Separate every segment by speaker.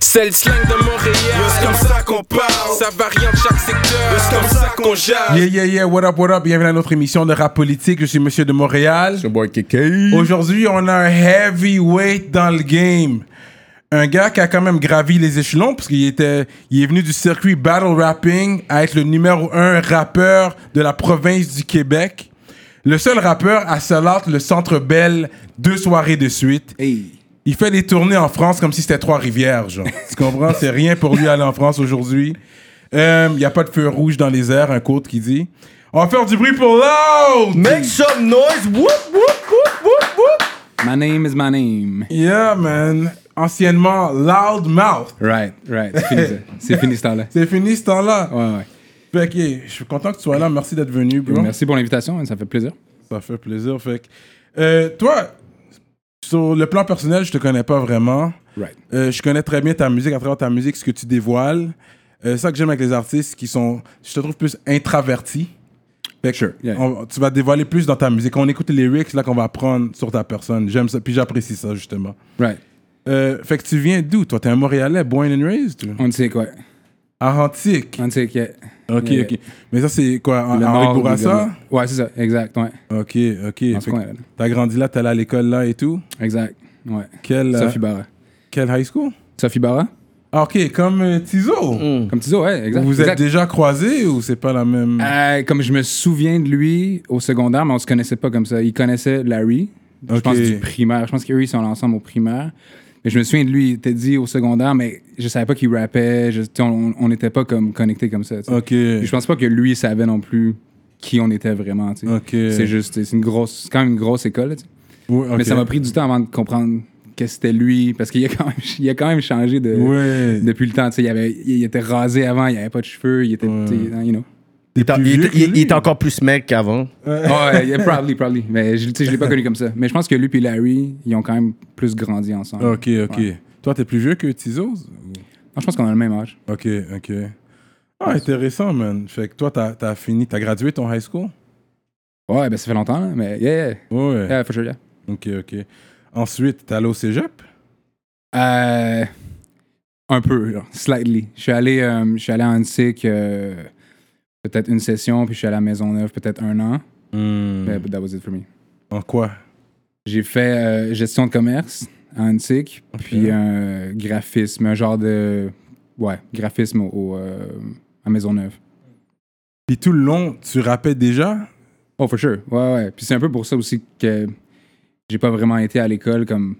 Speaker 1: C'est le slang de Montréal.
Speaker 2: C'est comme ça qu'on parle.
Speaker 1: Ça varie en chaque secteur.
Speaker 2: C'est comme ça qu'on jase.
Speaker 3: Yeah, yeah, yeah, what up, what up? Bienvenue à notre émission de rap politique. Je suis Monsieur de Montréal.
Speaker 4: Le boy KK.
Speaker 3: Aujourd'hui, on a un heavyweight dans le game. Un gars qui a quand même gravi les échelons, parce qu'il était, il est venu du circuit battle rapping à être le numéro un rappeur de la province du Québec. Le seul rappeur à se lâter le Centre Bell deux soirées de suite. Il fait des tournées en France comme si c'était Trois-Rivières, genre. tu comprends? C'est rien pour lui aller en France aujourd'hui. Il n'y a pas de feu rouge dans les airs, un quote qui dit. On va faire du bruit pour l'autre!
Speaker 4: Make some noise. Whoop, whoop, whoop, whoop, whoop.
Speaker 5: My name is my name.
Speaker 3: Yeah, man. Anciennement, Loudmouth.
Speaker 5: Right, right. C'est fini, ça. C'est fini ce temps-là.
Speaker 3: C'est fini ce temps-là.
Speaker 5: Ouais, ouais.
Speaker 3: Fait que, je suis content que tu sois là. Merci d'être venu, bro.
Speaker 5: Merci pour l'invitation, hein, ça fait plaisir.
Speaker 3: Ça fait plaisir. Fait que, euh, toi, sur le plan personnel, je te connais pas vraiment.
Speaker 5: Right.
Speaker 3: Euh, je connais très bien ta musique, à travers ta musique, ce que tu dévoiles. Euh, ça que j'aime avec les artistes qui sont, je te trouve plus intraverti. Fait que
Speaker 5: yeah.
Speaker 3: on- tu vas dévoiler plus dans ta musique. On écoute les lyrics là qu'on va apprendre sur ta personne. J'aime ça, puis j'apprécie ça justement.
Speaker 5: Right.
Speaker 3: Euh, fait que tu viens d'où Toi, t'es un Montréalais, born and raised toi?
Speaker 5: On sait quoi.
Speaker 3: À Antique.
Speaker 5: On sait que.
Speaker 3: Ok,
Speaker 5: Yeah. Ah,
Speaker 3: ok. Mais ça, c'est quoi en-
Speaker 5: le
Speaker 3: à
Speaker 5: nord
Speaker 3: Henri
Speaker 5: du
Speaker 3: Bourassa
Speaker 5: Ghana. Ouais, c'est ça. Exact, ouais.
Speaker 3: Ok, ok. Fait
Speaker 5: ce coin,
Speaker 3: que
Speaker 5: là.
Speaker 3: T'as grandi là, t'es allé à l'école là et tout.
Speaker 5: Exact. Ouais.
Speaker 3: Quelle, euh,
Speaker 5: Sophie Barra.
Speaker 3: quelle high school
Speaker 5: Sophie Barra?
Speaker 3: Ah, Ok, comme euh, Tizo.
Speaker 5: Comme tu dis, ouais, exact.
Speaker 3: Vous
Speaker 5: Mm. exact.
Speaker 3: êtes déjà croisés ou c'est pas la même
Speaker 5: Euh, comme je me souviens de lui au secondaire, mais on se connaissait pas comme ça. Il connaissait Larry, je
Speaker 3: Ok.
Speaker 5: pense du primaire. Je pense qu'eux, ils sont ensemble au primaire. Mais je me souviens de lui, il était dit au secondaire, mais je savais pas qu'il rappait. Je- tu sais, on on n'était pas comme connectés comme ça. tu sais.
Speaker 3: Ok.
Speaker 5: Puis je pense pas que lui savait non plus qui on était vraiment. tu sais.
Speaker 3: Ok.
Speaker 5: C'est juste, c'est une grosse, c'est quand même une grosse école. là, tu sais.
Speaker 3: Ouais, ok.
Speaker 5: Mais ça m'a pris du temps avant de comprendre que c'était lui, parce qu'il a quand même, il a quand même changé de.
Speaker 3: Ouais.
Speaker 5: Depuis le temps, tu sais, il, avait, il était rasé avant, il avait pas de cheveux, il était, tu sais, you know.
Speaker 3: T'es
Speaker 4: Il,
Speaker 3: plus
Speaker 4: il-
Speaker 3: vieux que
Speaker 4: il- il
Speaker 3: lui.
Speaker 4: est encore plus mec qu'avant.
Speaker 5: Ouais, yeah, probably, probably. Mais je, tu sais, je l'ai pas connu comme ça. Mais je pense que lui et Larry, ils ont quand même plus grandi ensemble.
Speaker 3: Ok, ok. Toi, t'es plus vieux que Tizo
Speaker 5: Non, je pense qu'on a le même âge.
Speaker 3: Ok, ok. Ah, intéressant, man. Fait que toi, t'as as fini, t'as gradué ton high school
Speaker 5: Ouais, ben ça fait longtemps, là, mais yeah, yeah,
Speaker 3: Ouais.
Speaker 5: yeah, for sure, yeah.
Speaker 3: Ok, ok. Ensuite, t'es allé au cégep
Speaker 5: Euh, un peu, genre, slightly. Je suis allé, euh, je suis allé à Antique euh, peut-être une session, puis je suis allé à Maisonneuve peut-être un an.
Speaker 3: Mm.
Speaker 5: Mais that was it for me.
Speaker 3: Hmm. En quoi
Speaker 5: J'ai fait euh, gestion de commerce à Antique, puis euh, graphisme, un genre de. Ouais, graphisme au, au, euh, à Maisonneuve.
Speaker 3: Puis tout le long, tu rappais déjà
Speaker 5: Oh, for sure. Ouais, ouais. Puis c'est un peu pour ça aussi que j'ai pas vraiment été à l'école comme.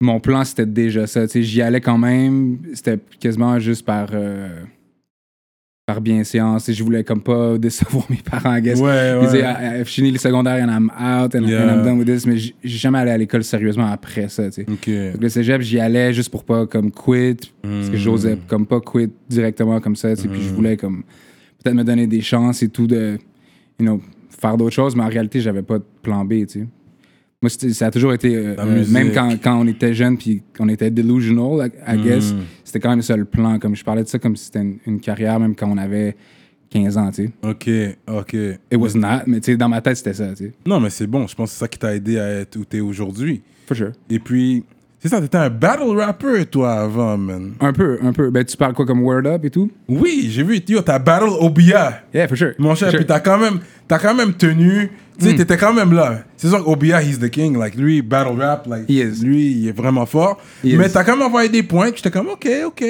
Speaker 5: Mon plan, c'était déjà ça. Tu sais, j'y allais quand même. C'était quasiment juste par. euh, par bienséance. Tu sais, Je voulais comme pas décevoir mes parents, I guess.
Speaker 3: Ouais,
Speaker 5: Je disais, I- I've Ah, euh, fini le secondaire and I'm out and,
Speaker 3: Yeah.
Speaker 5: and I'm done with this. Mais j- j'ai jamais allé à l'école sérieusement après ça, tu sais.
Speaker 3: Ok.
Speaker 5: Donc, le cégep, j'y allais juste pour pas comme quit, parce que j'osais
Speaker 3: Mm.
Speaker 5: comme pas quit directement comme ça, tu sais, puis je voulais comme peut-être me donner des chances et tout de, you know, faire d'autres choses, mais en réalité, j'avais pas de plan B, tu sais. Moi, c'était- ça a toujours été, euh,
Speaker 3: La
Speaker 5: euh, même
Speaker 3: musique. Mm.
Speaker 5: quand, quand on était jeune, puis qu'on était delusional, I, I guess, c'était quand même ça le plan, comme je parlais de ça comme si c'était une, une carrière, même quand on avait 15 ans, tu sais.
Speaker 3: Ok, ok.
Speaker 5: It was not, mais tu sais, dans ma tête, c'était ça, tu sais.
Speaker 3: Non, mais c'est bon. Je pense que c'est ça qui t'a aidé à être où t'es aujourd'hui.
Speaker 5: For sure.
Speaker 3: Et puis, c'est ça, t'étais un battle rapper, toi, avant, man.
Speaker 5: Un peu, un peu. Ben, tu parles quoi, comme Word Up et tout?
Speaker 3: Oui, j'ai vu, yo, t'as battle Obia.
Speaker 5: Yeah, for sure.
Speaker 3: Mon
Speaker 5: For
Speaker 3: cher,
Speaker 5: sure.
Speaker 3: puis t'as quand même, t'as quand même tenu, tu
Speaker 5: Hmm.
Speaker 3: sais, t'étais quand même là. C'est sûr qu'Obia, he's the king, like, lui, battle rap, like,
Speaker 5: He is.
Speaker 3: lui, il est vraiment fort.
Speaker 5: He
Speaker 3: mais
Speaker 5: is.
Speaker 3: t'as quand même envoyé des points, puis j'étais comme, ok, ok.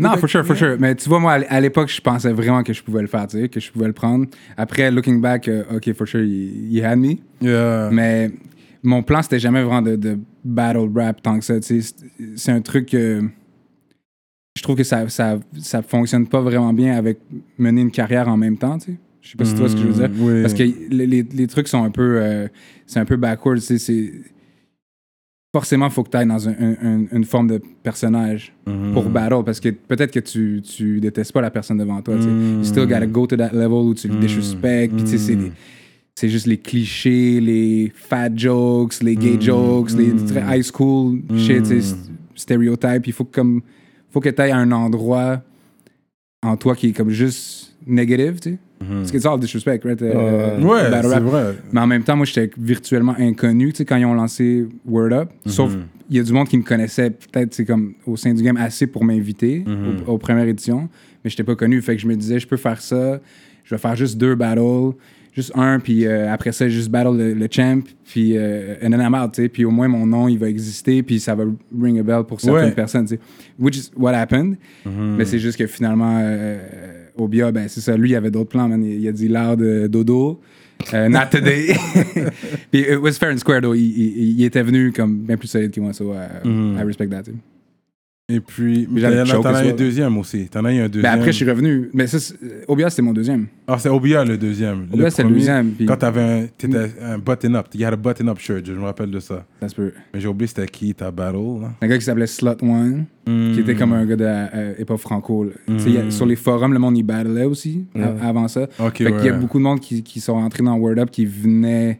Speaker 5: Non, for sure, for sure. Mais tu vois, moi, à l- à l'époque, je pensais vraiment que je pouvais le faire, tu sais, que je pouvais le prendre. Après, looking back, euh, OK, for sure, il had me.
Speaker 3: Yeah.
Speaker 5: Mais mon plan, c'était jamais vraiment de, de battle rap tant que ça, tu sais. C'est- C'est un truc que je trouve que ça, ça, ça fonctionne pas vraiment bien avec mener une carrière en même temps, tu sais. Je sais pas si tu vois ce que je veux dire.
Speaker 3: Mhm, oui.
Speaker 5: Parce que les, les- les trucs sont un peu... euh, c'est un peu backwards, tu sais. c'est- Forcément, faut que tu ailles dans un- un- un- une forme de personnage pour battle parce que peut-être que tu, tu détestes pas la personne devant toi. tu sais. You still gotta go to that level où tu le disrespectes. Puis tu sais, c'est des- c'est juste les clichés, les fat jokes, les
Speaker 3: Mm.
Speaker 5: gay jokes, les très high school shit, tu sais, st- stéréotypes. Il faut que comme faut que tu ailles à un endroit en toi qui est comme juste négatif, tu sais. Parce que it's all disrespect, right? euh,
Speaker 4: Ouais.
Speaker 3: Mm-hmm. Ouais,
Speaker 5: battle
Speaker 3: c'est
Speaker 5: rap.
Speaker 3: vrai.
Speaker 5: Mais en même temps, moi, j'étais virtuellement inconnu, tu sais, quand ils ont lancé Word Up. Sauf, il y a du monde qui me connaissait, peut-être, c'est comme au sein du game, assez pour m'inviter au- aux, premières éditions. Mais j'étais pas connu. Fait que je me disais, je peux faire ça. Je vais faire juste deux battles. Juste un, puis euh, après ça, juste battle le, le champ, puis euh, and then I'm out, tu sais. Puis au moins, mon nom, il va exister, puis ça va ring a bell pour certaines
Speaker 3: Ouais.
Speaker 5: personnes, tu sais. Which is what happened. Mais c'est juste que finalement, euh, Obia, ben c'est ça, lui, il avait d'autres plans, man. Il, il a dit Loud, euh, Dodo, euh, Not Today. Puis it was fair and square, though. Il, il- il était venu comme bien plus solide que moi, so euh, I respect that, tu sais.
Speaker 3: Et puis, mais
Speaker 5: J'avais
Speaker 3: t'en
Speaker 5: choke
Speaker 3: t'en
Speaker 5: as
Speaker 3: as eu un
Speaker 5: well.
Speaker 3: deuxième aussi. T'en as eu un
Speaker 5: Mais
Speaker 3: deuxième.
Speaker 5: Ben, après, je suis revenu. Mais ça, c'est- euh, Obia, c'était mon deuxième.
Speaker 3: Ah, c'est Obia le deuxième.
Speaker 5: Obia, c'est le
Speaker 3: premier,
Speaker 5: deuxième, puis-
Speaker 3: Quand t'avais un, t'étais un button-up, you had a button-up shirt, je me rappelle de ça.
Speaker 5: Ça se peut.
Speaker 3: Mais j'ai oublié c'était qui ta battle. hein. là.
Speaker 5: un gars qui s'appelait Slot One, qui était comme un
Speaker 3: Mm.
Speaker 5: gars de euh, hip-hop franco. là. Tu sais, il y a- sur les forums, le monde y battlait aussi a- avant ça.
Speaker 3: Ok,
Speaker 5: fait qu'il y a
Speaker 3: ouais.
Speaker 5: beaucoup de monde qui, qui sont entrés dans Word Up qui venaient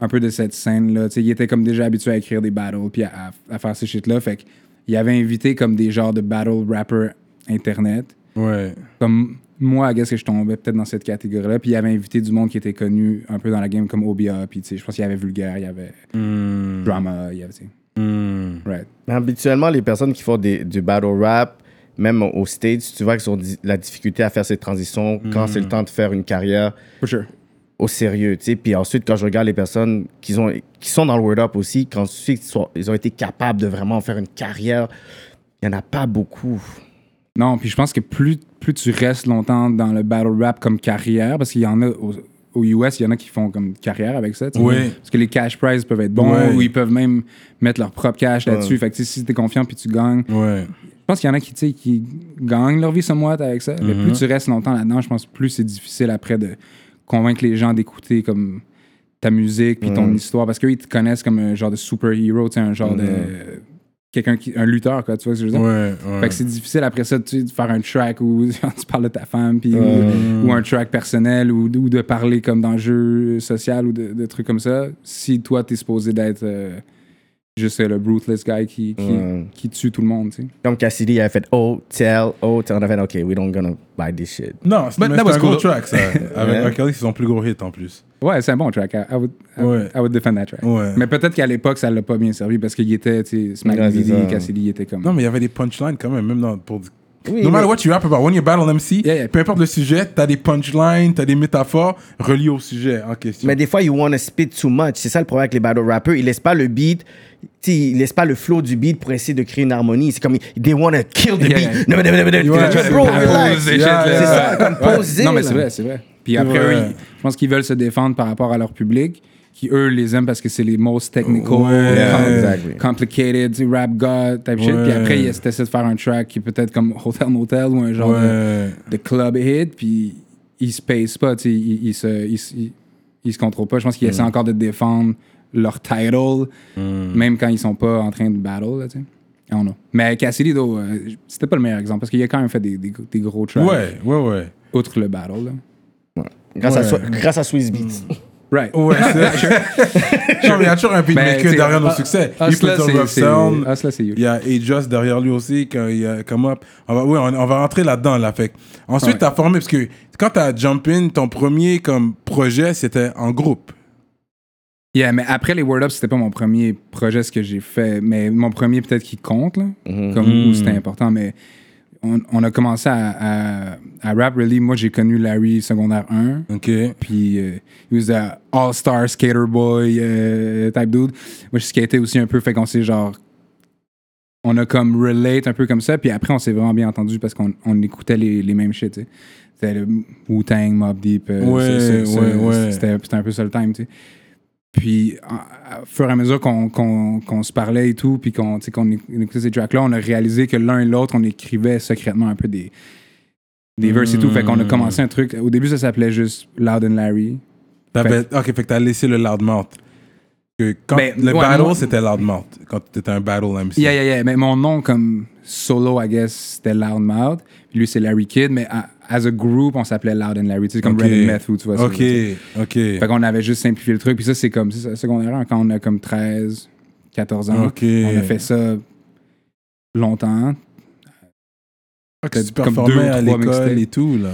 Speaker 5: un peu de cette scène-là. Tu sais, Ils étaient comme déjà habitués à écrire des battles puis à, à- à faire ces shit-là. Fait qu'il avait invité comme des genres de battle rappers internet.
Speaker 3: Ouais.
Speaker 5: Comme moi, I guess que je tombais peut-être dans cette catégorie-là. Puis il avait invité du monde qui était connu un peu dans la game comme Obia. Puis tu sais, je pense qu'il y avait Vulgaire, il y avait
Speaker 3: Mm.
Speaker 5: Drama, il y avait. tu sais. Right.
Speaker 4: Mais Habituellement, les personnes qui font des- du battle rap, même au stage, tu vois qu'ils ont di- la difficulté à faire ces transitions quand c'est le temps de faire une carrière
Speaker 5: For sure.
Speaker 4: au sérieux, tu sais. Puis ensuite, quand je regarde les personnes qui, ont, qui sont dans le Word Up aussi, quand je sais qu'ils sont- ils ont été capables de vraiment faire une carrière, il n'y en a pas beaucoup.
Speaker 5: Non, puis je pense que plus, plus tu restes longtemps dans le battle rap comme carrière, parce qu'il y en a au- aux US, il y en a qui font comme carrière avec ça. tu sais.
Speaker 3: Oui.
Speaker 5: Parce que les cash prizes peuvent être bons,
Speaker 3: Ouais.
Speaker 5: ou ils peuvent même mettre leur propre cash là-dessus. Fait que tu sais, si t'es confiant puis tu gagnes,
Speaker 3: Ouais.
Speaker 5: je pense qu'il y en a qui, tu sais, qui gagnent leur vie somewhat avec ça. Mais plus tu restes longtemps là-dedans, je pense plus c'est difficile après de convaincre les gens d'écouter comme ta musique puis ton histoire. Parce qu'eux, ils te connaissent comme un genre de super-héros, tu sais, un genre de... Quelqu'un qui... Un lutteur, quoi, tu vois ce que je veux dire?
Speaker 3: Ouais. ouais.
Speaker 5: Fait que c'est difficile après ça tu sais, de faire un track où genre, tu parles de ta femme, puis, ou, ou un track personnel, ou, ou de parler comme d'enjeux social ou de, de trucs comme ça. Si toi, t'es supposé d'être euh, juste euh, le ruthless guy qui, qui,
Speaker 4: Ouais.
Speaker 5: qui tue tout le monde, tu sais.
Speaker 4: Comme Cassidy, il a fait Oh, tell, oh, tell. On a fait OK, we don't gonna buy this shit.
Speaker 3: Non, c'est
Speaker 5: But that
Speaker 3: mais c'est
Speaker 5: was
Speaker 3: un gros
Speaker 5: cool.
Speaker 3: track, ça. Avec
Speaker 4: Ouais.
Speaker 3: R. Kelly, c'est son plus gros hit en plus.
Speaker 5: Ouais, c'est un bon track. I, I would, I,
Speaker 3: Ouais.
Speaker 5: I would defend that track.
Speaker 3: Ouais.
Speaker 5: Mais peut-être qu'à l'époque, ça l'a pas bien servi parce qu'il était, tu sais, Smack
Speaker 4: Ouais, c'est
Speaker 5: Diddy,
Speaker 4: ça.
Speaker 5: Cassidy, il était comme...
Speaker 3: Non, mais il y avait des punchlines quand même, même dans, pour.
Speaker 4: Oui,
Speaker 3: no matter
Speaker 4: mais-
Speaker 3: what you rap about, when you battle an MC,
Speaker 5: Yeah, yeah.
Speaker 3: peu importe le sujet, t'as des punchlines, t'as des métaphores reliées au sujet en question.
Speaker 4: Mais des fois, you wanna spit too much. C'est ça le problème avec les battle rappers. Ils laissent pas le beat, tu sais, ils laissent pas le flow du beat pour essayer de créer une harmonie. C'est comme, they wanna kill the
Speaker 5: Yeah,
Speaker 4: beat.
Speaker 5: yeah.
Speaker 4: Non, mais- non, mais- non, mais- non,
Speaker 3: Ouais,
Speaker 4: mais-
Speaker 3: c'est
Speaker 4: Bro,
Speaker 3: pas-
Speaker 4: relax.
Speaker 3: c'est Yeah,
Speaker 5: shit,
Speaker 4: c'est
Speaker 5: là.
Speaker 4: ça, comme poser,
Speaker 5: Non, mais
Speaker 4: là.
Speaker 5: c'est vrai, c'est vrai. Puis après,
Speaker 3: Ouais.
Speaker 5: eux, ils- je pense qu'ils veulent se défendre par rapport à leur public, qui eux les aiment parce que c'est les most technical,
Speaker 3: Ouais.
Speaker 5: euh, com-
Speaker 4: Exactly.
Speaker 5: complicated, tu sais, rap god, type shit.
Speaker 3: Ouais.
Speaker 5: Puis après, ils essaient de faire un track qui est peut-être comme Hotel Motel ou un genre
Speaker 3: Ouais.
Speaker 5: de, de club hit, puis ils se pacent pas, tu sais, ils, ils se, ils, se- ils- ils se contrôlent pas. Je pense qu'ils
Speaker 3: Mm.
Speaker 5: essaient encore de défendre leur title, même quand ils sont pas en train de battle, là, tu sais. I don't know. Mais Cassidy, though, euh, c'était pas le meilleur exemple parce qu'il a quand même fait des, des- des gros tracks
Speaker 3: Ouais, ouais, ouais.
Speaker 5: outre le battle. Là.
Speaker 4: Grâce à
Speaker 3: Ouais.
Speaker 4: Swi- Grâce à Swiss Beats.
Speaker 5: Mm. Right.
Speaker 3: Ouais, c'est Non, mais il y a toujours un beatmaker
Speaker 5: t'sais,
Speaker 3: derrière nos
Speaker 5: ah,
Speaker 3: succès.
Speaker 5: ah,
Speaker 3: Il
Speaker 5: cela,
Speaker 3: peut
Speaker 5: c'est-
Speaker 3: rough
Speaker 5: c'est-
Speaker 3: sound.
Speaker 5: ah, cela, c'est you.
Speaker 3: Il y a Ajust derrière lui aussi. Quand il y a come up. On va, oui, on, on va rentrer là-dedans. Là, fait. que- Ensuite,
Speaker 5: Ouais.
Speaker 3: t'as formé. Parce que quand t'as Jump In, ton premier comme projet, c'était en groupe.
Speaker 5: Yeah, mais après les Word Up, c'était pas mon premier projet ce que j'ai fait, mais mon premier peut-être qui compte, là, comme où c'était important, mais on, on a commencé à, à, à rap really. Moi, j'ai connu Larry secondaire 1.
Speaker 3: OK.
Speaker 5: Puis, euh, he was a all-star skater boy euh, type dude. Moi, je skatais aussi un peu, fait qu'on s'est genre. On a comme relate un peu comme ça, puis après, on s'est vraiment bien entendu parce qu'on on écoutait les, les mêmes shit, tu sais. C'était le Wu-Tang, Mob Deep. euh,
Speaker 3: Ouais,
Speaker 5: ce- ce- ce-
Speaker 3: ouais, ouais.
Speaker 5: C'était c'était un peu ça le time, tu sais. Puis, en- au fur et à mesure qu'on qu'on- qu'on se parlait et tout, puis qu'on tu sais, qu'on éc- écoutait ces tracks-là, on a réalisé que l'un et l'autre, on écrivait secrètement un peu des,
Speaker 3: Hmm.
Speaker 5: des verses et tout. Fait qu'on a commencé un truc. Au début, ça s'appelait juste Loud and Larry.
Speaker 3: T'avais- OK, fait que t'as laissé le loudmouth. Que quand
Speaker 5: Ben,
Speaker 3: le
Speaker 5: ouais,
Speaker 3: battle,
Speaker 5: moi-
Speaker 3: c'était loudmouth. Quand t'étais un battle MC.
Speaker 5: Yeah, yeah, yeah. Mais mon nom comme solo, I guess, c'était Loudmouth. Lui, c'est Larry Kid. Mais a- as a group, on s'appelait Loud and Larry. Tu sais, comme
Speaker 3: OK.
Speaker 5: Red and Meth, ou tu vois. ça,
Speaker 3: OK,
Speaker 5: tu sais.
Speaker 3: OK.
Speaker 5: Fait qu'on avait juste simplifié le truc. Puis ça, c'est comme, c'est ça, secondaire, un, quand on a comme 13, 14 ans.
Speaker 3: OK.
Speaker 5: On a fait ça longtemps.
Speaker 3: que tu
Speaker 5: comme
Speaker 3: performais
Speaker 5: deux ou
Speaker 3: à
Speaker 5: trois
Speaker 3: l'école
Speaker 5: mixtapes.
Speaker 3: et tout, là.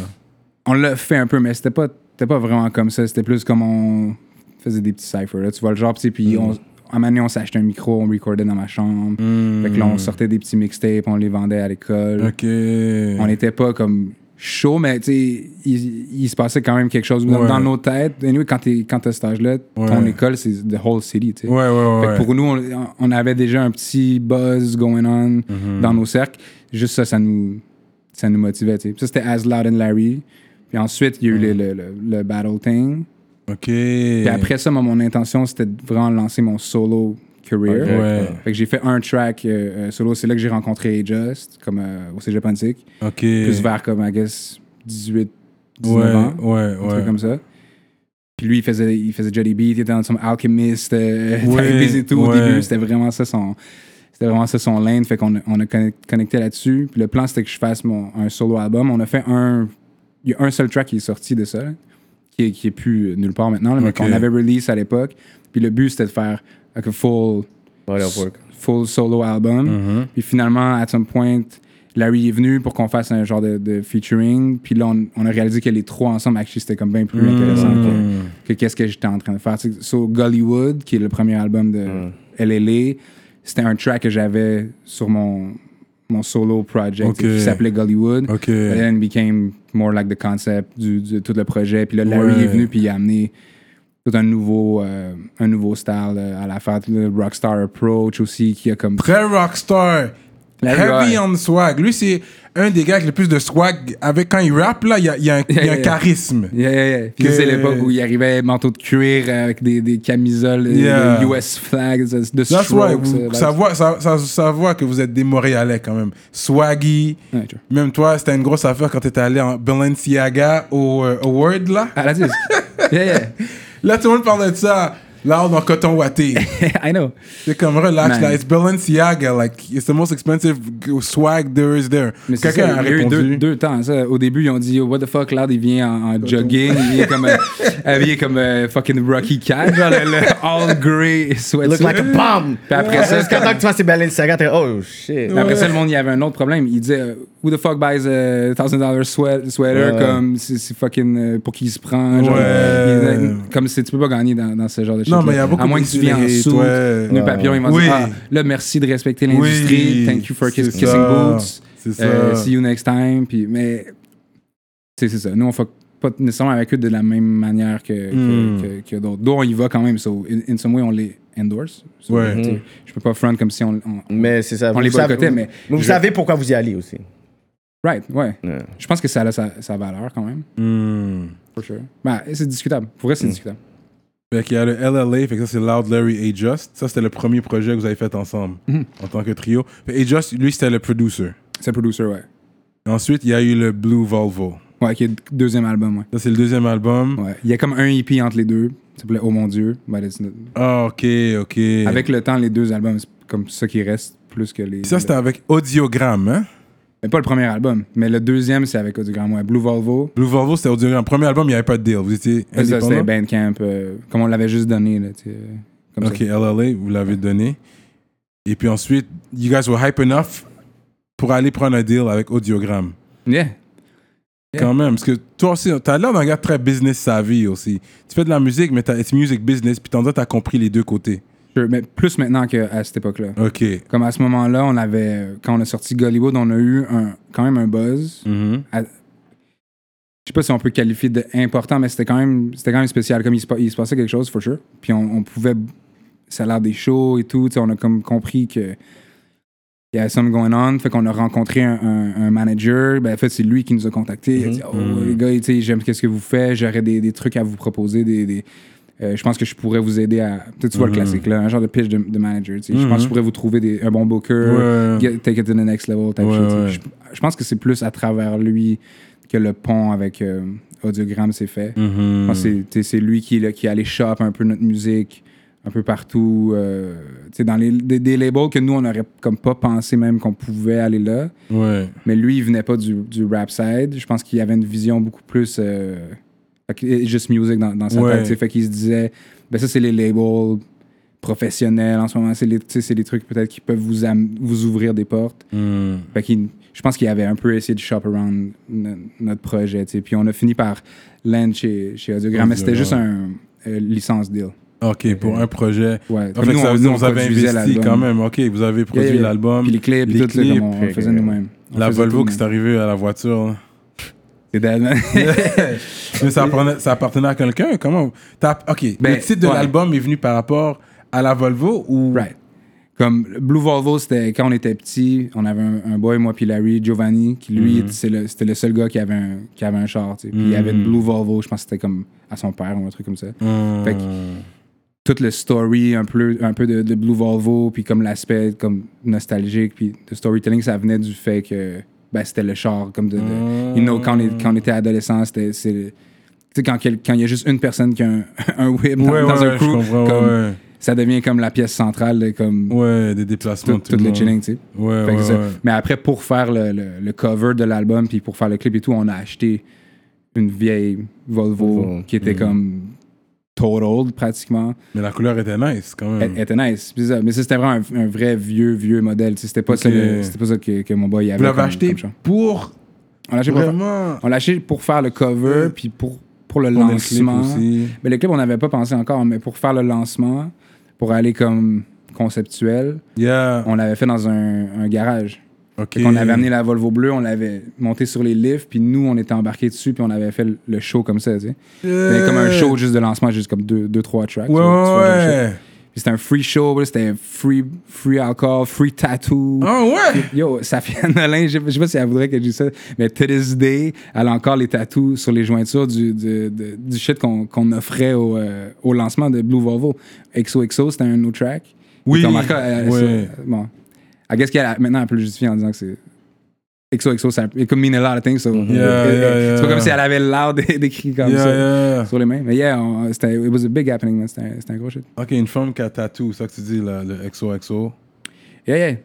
Speaker 5: on l'a fait un peu, mais c'était pas, c'était pas vraiment comme ça. C'était plus comme on faisait des petits cyphers. Là, tu vois le genre, tu sais,
Speaker 3: Mm.
Speaker 5: puis on, à un moment donné, on s'achetait un micro, on recordait dans ma chambre. Fait que là, on sortait des petits mixtapes, on les vendait à l'école.
Speaker 3: Mm. Ok.
Speaker 5: On n'était pas comme chaud, mais tu sais, il, il se passait quand même quelque chose dans,
Speaker 3: Ouais.
Speaker 5: dans nos têtes. Anyway, quand t'es- quand t'as cet âge-là, ton
Speaker 3: Ouais.
Speaker 5: école, c'est the whole city, tu sais.
Speaker 3: Ouais, ouais, ouais.
Speaker 5: Fait que pour nous, on, on avait déjà un petit buzz going on
Speaker 3: Mm-hmm.
Speaker 5: dans nos cercles. Juste ça, ça nous, ça nous motivait. tu sais. Ça, c'était As Loud and Larry. Puis ensuite, il y a eu
Speaker 3: Mm.
Speaker 5: le- le, le- le battle thing.
Speaker 3: Ok.
Speaker 5: Puis après ça, moi, mon intention, c'était de vraiment lancer mon solo career.
Speaker 3: Ok. Ouais.
Speaker 5: Fait que j'ai fait un track euh, euh, solo. C'est là que j'ai rencontré Just, comme euh, au Cégep Antique.
Speaker 3: Ok.
Speaker 5: Plus vers, comme, I guess, 18, 19
Speaker 3: Ouais,
Speaker 5: ans.
Speaker 3: ouais,
Speaker 5: Un truc
Speaker 3: ouais.
Speaker 5: comme ça. Puis lui, il faisait, il faisait Jody Beat, il était dans son Alchemist, euh,
Speaker 3: Ouais,
Speaker 5: Typebeast et tout au
Speaker 3: ouais.
Speaker 5: début. C'était vraiment ça son. C'était vraiment ça son lane. Fait qu'on a- on a conne- connecté là-dessus. Puis le plan, c'était que je fasse mon, un solo album. On a fait un. Il y a un seul track qui est sorti de ça, là, qui est, qui est plus nulle part maintenant, là, mais
Speaker 3: Ok.
Speaker 5: qu'on avait release à l'époque. Puis le but, c'était de faire like, a full
Speaker 4: Body of work.
Speaker 5: full solo album.
Speaker 3: Mm-hmm.
Speaker 5: Puis finalement, à some point, Larry est venu pour qu'on fasse un genre de, de featuring. Puis là, on, on a réalisé que les trois ensemble, actually, c'était comme bien plus intéressant
Speaker 3: Mm-hmm.
Speaker 5: que, que qu'est-ce que j'étais en train de faire. Tu sais, So, Gollywood, qui est le premier album de
Speaker 3: Mm.
Speaker 5: LLA, c'était un track que j'avais sur mon, mon solo project
Speaker 3: Ok.
Speaker 5: tu sais, qui s'appelait Gollywood.
Speaker 3: Ok.
Speaker 5: And then became more like the concept du, du- tout le projet. Puis là, Larry
Speaker 3: Ouais.
Speaker 5: est venu, puis il a amené tout un nouveau, euh, un nouveau style euh, à la fête. Le Rockstar Approach aussi, qui a comme.
Speaker 3: Très rockstar.
Speaker 5: Larry Rye.
Speaker 3: Heavy on swag. Lui, c'est un des gars avec le plus de swag. Avec quand il rappe, là, il y a, il y a un, il y a un
Speaker 5: yeah.
Speaker 3: charisme.
Speaker 5: Yeah, yeah, yeah. Puis
Speaker 3: Que-
Speaker 5: c'est l'époque où il arrivait manteau de cuir avec des, des camisoles, euh,
Speaker 3: Yeah.
Speaker 5: le US flag, de, de
Speaker 3: That's why.
Speaker 5: strokes, euh,
Speaker 3: ça, voit, ça, ça, ça voit que vous êtes des Montréalais quand même. Swaggy.
Speaker 5: Ouais, true.
Speaker 3: Même toi, c'était une grosse affaire quand t'étais allé en Balenciaga au euh, Award, là.
Speaker 5: Ah, là, tu Yeah, yeah.
Speaker 3: Là, tout le monde parlait de ça. Là, on est en coton watté.
Speaker 5: I know.
Speaker 3: C'est comme relax,
Speaker 5: Man.
Speaker 3: là. It's Balenciaga. Like, it's the most expensive g- swag there is there.
Speaker 5: Mais c'est
Speaker 3: Quelqu'un
Speaker 5: ça,
Speaker 3: a
Speaker 5: il y a eu
Speaker 3: répondu.
Speaker 5: deux, deux temps. Ça. Au début, ils ont dit, oh, what the fuck, Loud, il vient en, en jogging, il vient comme, euh, habillé comme euh, fucking Rocky Cat, genre le, le all grey
Speaker 4: Look
Speaker 5: sweatsuit.
Speaker 4: like a bomb!
Speaker 5: Puis après ça,
Speaker 4: Jusqu'à temps que tu fasses ces Balenciaga, t'es oh shit.
Speaker 5: Mais Après ça, le monde, il y avait un autre problème. Il disait, euh, who the fuck buys euh, a $1000 sweat, sweater
Speaker 4: Ouais.
Speaker 5: comme c'est c'est fucking euh, pour qui il se prend. Genre,
Speaker 3: Ouais.
Speaker 5: Il disait, comme c'est, tu peux pas gagner dans, dans ce genre de shit.
Speaker 3: mais il y a beaucoup
Speaker 5: À moins
Speaker 3: de
Speaker 5: que tu viennes en
Speaker 3: hate,
Speaker 5: sous.
Speaker 3: ouais.
Speaker 5: Nous, papillon, ils m'ont
Speaker 3: Oui.
Speaker 5: dit, ah, là, merci de respecter l'industrie.
Speaker 3: Oui.
Speaker 5: Thank you for kiss-
Speaker 3: C'est
Speaker 5: kissing
Speaker 3: ça.
Speaker 5: boots.
Speaker 3: C'est
Speaker 5: Euh,
Speaker 3: ça.
Speaker 5: see you next time. Puis, mais, tu sais, c'est ça. Nous, on fuck pas nécessairement avec eux de la même manière que,
Speaker 3: Mm.
Speaker 5: que, que- que d'autres. D'où on y va quand même. So, in, in some way, on les endorse. So,
Speaker 3: Ouais. Hmm.
Speaker 5: tu sais, Je peux pas front comme si on- on
Speaker 4: Mais c'est ça.
Speaker 5: On les
Speaker 4: vous savez-
Speaker 5: boycottait, mais-
Speaker 4: Vous
Speaker 5: je-
Speaker 4: savez pourquoi vous y allez aussi.
Speaker 5: Right, ouais.
Speaker 4: Ouais.
Speaker 5: Je pense que ça a sa, sa valeur quand même.
Speaker 3: Hmm.
Speaker 5: For sure. Ben, c'est discutable. Pour vrai, c'est discutable.
Speaker 3: Fait qu'il y a le LLA, fait que ça c'est Loud Larry A Just. Ça c'était le premier projet que vous avez fait ensemble
Speaker 5: Mm-hmm.
Speaker 3: en tant que trio. Fait A Just, lui c'était le producer.
Speaker 5: C'est producer, ouais.
Speaker 3: Ensuite, il y a eu le Blue Volvo.
Speaker 5: Ouais, qui est le deuxième album, ouais.
Speaker 3: Ça c'est le deuxième album.
Speaker 5: ouais. Il y a comme un hippie entre les deux. Ça s'appelait Oh mon Dieu. but it's not-
Speaker 3: Ah, ok, ok.
Speaker 5: Avec le temps, les deux albums, c'est comme ça qui reste plus que les.
Speaker 3: Ça c'était avec Audiogramme, hein?
Speaker 5: Mais pas le premier album, mais le deuxième, c'est avec Audiogramme, ouais. Blue Volvo.
Speaker 3: Blue Volvo c'était Audiogramme. Premier album, il n'y avait pas de deal. Vous étiez
Speaker 5: Ça, c'était
Speaker 3: indépendant?
Speaker 5: Bandcamp, euh, comme on l'avait juste donné, là, tu sais, euh, comme
Speaker 3: Ok, LLA, vous l'avez donné. Et puis ensuite, you guys were hype enough pour aller prendre un deal avec Audiogramme.
Speaker 5: ça. Yeah. Yeah.
Speaker 3: Quand même, parce que toi aussi, t'as l'air d'un gars très business savvy aussi. Tu fais de la musique, mais t'as it's music business, puis t'en dois t'as compris les deux côtés.
Speaker 5: Sure, Mais plus maintenant qu'à cette époque-là.
Speaker 3: Ok.
Speaker 5: Comme à ce moment-là, on avait. euh, Quand on a sorti Gollywood, on a eu un, quand même un buzz. je sais pas si on peut qualifier de important, mais c'était quand même, c'était quand même spécial. Comme il se, pa- il se passait quelque chose, for sure. Puis on, on pouvait, ça a l'air des shows et tout. tu sais, On a comme compris que il y avait something going on. Fait qu'on a rencontré un, un- un manager. Ben, en fait, c'est lui qui nous a contactés. Il a dit Oh, les gars, tu sais, j'aime qu'est-ce que vous faites. J'aurais des, des trucs à vous proposer. Des, des- euh, je pense que je pourrais vous aider à. Tu sais, tu vois le classique, là, un genre de pitch de, de manager. tu sais. Je pense que je pourrais vous trouver des- un bon booker,
Speaker 3: Ouais.
Speaker 5: get- take it to the next level, type
Speaker 3: Ouais,
Speaker 5: shit, tu sais.
Speaker 3: ouais.
Speaker 5: Je- je pense que c'est plus à travers lui que le pont avec euh, Audiogramme s'est fait.
Speaker 3: Mm-hmm.
Speaker 5: Je pense que c'est- t'sais, c'est lui qui, là, qui allait shop un peu notre musique un peu partout. euh, t'sais, dans les, des, des labels que nous, on n'aurait comme pas pensé même qu'on pouvait aller là.
Speaker 3: Ouais.
Speaker 5: Mais lui, il venait pas du, du rap side. Je pense qu'il avait une vision beaucoup plus. euh, fait que, euh, juste music dans, dans sa
Speaker 3: Ouais.
Speaker 5: tête. t'sais. Fait qu'il se disait, ben ça, c'est les labels professionnels en ce moment. C'est les, tu sais, c'est les trucs peut-être qui peuvent vous, am- vous ouvrir des portes.
Speaker 3: Mm.
Speaker 5: Fait qu'il- je pense qu'il avait un peu essayé de shop around no- notre projet. tu sais. Puis on a fini par land chez, chez Audiogramme. Mais c'était juste un euh, licence deal.
Speaker 3: OK, pour un projet.
Speaker 5: Ouais.
Speaker 3: En
Speaker 5: Fait que
Speaker 3: fait,
Speaker 5: nous,
Speaker 3: ça
Speaker 5: on- nous,
Speaker 3: veut dire
Speaker 5: on
Speaker 3: que vous avez
Speaker 5: produisait
Speaker 3: investi
Speaker 5: l'album.
Speaker 3: quand même. OK, vous avez produit
Speaker 5: Yeah, yeah.
Speaker 3: l'album.
Speaker 5: Puis les clips, puis
Speaker 3: les
Speaker 5: tout, là,
Speaker 3: clips.
Speaker 5: comme on, on
Speaker 4: Fait que-
Speaker 5: faisait nous-mêmes. On
Speaker 3: La
Speaker 5: faisait tout hein.
Speaker 3: Volvo qui
Speaker 5: nous-mêmes.
Speaker 3: s'est arrivée à la voiture. là.
Speaker 5: C'est dead.
Speaker 3: Mais ça, apprenait- ça appartenait à quelqu'un? Comment? t'as- OK,
Speaker 5: Ben,
Speaker 3: le titre de
Speaker 5: ouais.
Speaker 3: l'album est venu par rapport à la Volvo ou...
Speaker 5: Right. Comme Blue Volvo, c'était quand on était petit, on avait un, un boy, moi puis Larry, Giovanni, qui lui,
Speaker 3: Mm-hmm.
Speaker 5: c'est le- c'était le seul gars qui avait un, qui avait un char. tu sais. Puis il avait une Blue Volvo, je pense que c'était comme à son père ou un truc comme ça. Hmm. Fait que
Speaker 3: Hmm.
Speaker 5: tout le story un peu, un peu de, de Blue Volvo, puis comme l'aspect comme nostalgique, puis le storytelling, ça venait du fait que ben, c'était le char. Comme de, de- You know, quand on, est- quand on était adolescent, c'était. c'est- Tu sais, quand quel- quand il y a juste une personne qui a un, un whip dans,
Speaker 3: Ouais,
Speaker 5: dans
Speaker 3: ouais,
Speaker 5: un
Speaker 3: je
Speaker 5: crew,
Speaker 3: comprends,
Speaker 5: comme-
Speaker 3: ouais.
Speaker 5: ça devient comme la pièce centrale de comme
Speaker 3: Ouais, des déplacements.
Speaker 5: tout,
Speaker 3: de tout
Speaker 5: tout le
Speaker 3: monde.
Speaker 5: chilling, tu sais.
Speaker 3: Ouais,
Speaker 5: Fait que
Speaker 3: ouais,
Speaker 5: ça-
Speaker 3: ouais.
Speaker 5: Mais après, pour faire le, le- le cover de l'album, puis pour faire le clip et tout, on a acheté une vieille Volvo
Speaker 4: Volvo,
Speaker 5: qui
Speaker 3: Mm.
Speaker 5: était comme totaled pratiquement.
Speaker 3: Mais la couleur était nice quand
Speaker 5: Elle,
Speaker 3: même.
Speaker 5: elle était nice, c'est ça. mais ça, c'était vraiment un, un vrai vieux, vieux modèle. tu sais. C'était pas, ça le- c'était pas ça que, que mon boy avait.
Speaker 3: Vous l'avez
Speaker 5: comme-
Speaker 3: acheté
Speaker 5: comme char.
Speaker 3: pour
Speaker 5: on l'a acheté pour, faire-
Speaker 3: vraiment
Speaker 5: on l'a acheté pour faire le cover, puis pour, pour le
Speaker 3: Pour le clip
Speaker 5: lancement.
Speaker 3: aussi.
Speaker 5: Mais le clip, on n'avait pas pensé encore, mais pour faire le lancement, pour aller comme conceptuel,
Speaker 3: Yeah.
Speaker 5: on l'avait fait dans un, un garage.
Speaker 3: OK.
Speaker 5: On avait amené la Volvo bleue, on l'avait montée sur les lifts, puis nous, on était embarqués dessus, puis on avait fait le- le show comme ça, tu sais. C'était comme un show juste de lancement, juste comme deux, deux trois tracks. tu
Speaker 3: Ouais,
Speaker 5: vois, tu vois, genre,
Speaker 3: ouais,
Speaker 5: shit.
Speaker 3: ouais.
Speaker 5: Puis c'était un free show, là, c'était free, free alcool, free tattoo.
Speaker 3: Ah ouais.
Speaker 5: Yo, Safia Nolin, je sais pas- je sais pas si elle voudrait que je dise ça, mais to this day, elle a encore les tattoos sur les jointures du, du, de- du shit qu'on qu'on offrait au, euh, au lancement de Blue Volvo. XOXO, c'était un autre track.
Speaker 3: Oui,
Speaker 5: Et ton marqueur, elle- elle-
Speaker 3: ouais.
Speaker 5: ça- euh, bon. I guess qu'elle a- maintenant elle peut le justifier en disant que c'est. XOXO, ça it could mean a lot of things. so-
Speaker 3: Yeah, yeah, yeah.
Speaker 5: C'est pas comme si elle avait l'art d'é- d'écrire comme
Speaker 3: Yeah,
Speaker 5: ça
Speaker 3: yeah.
Speaker 5: sur les mains. Mais yeah, on- c'était it was a big happening, man. C'était un- c'était un gros shit.
Speaker 3: OK, une femme qui a tatou, ça que tu dis là, le XOXO.
Speaker 5: Yeah, yeah.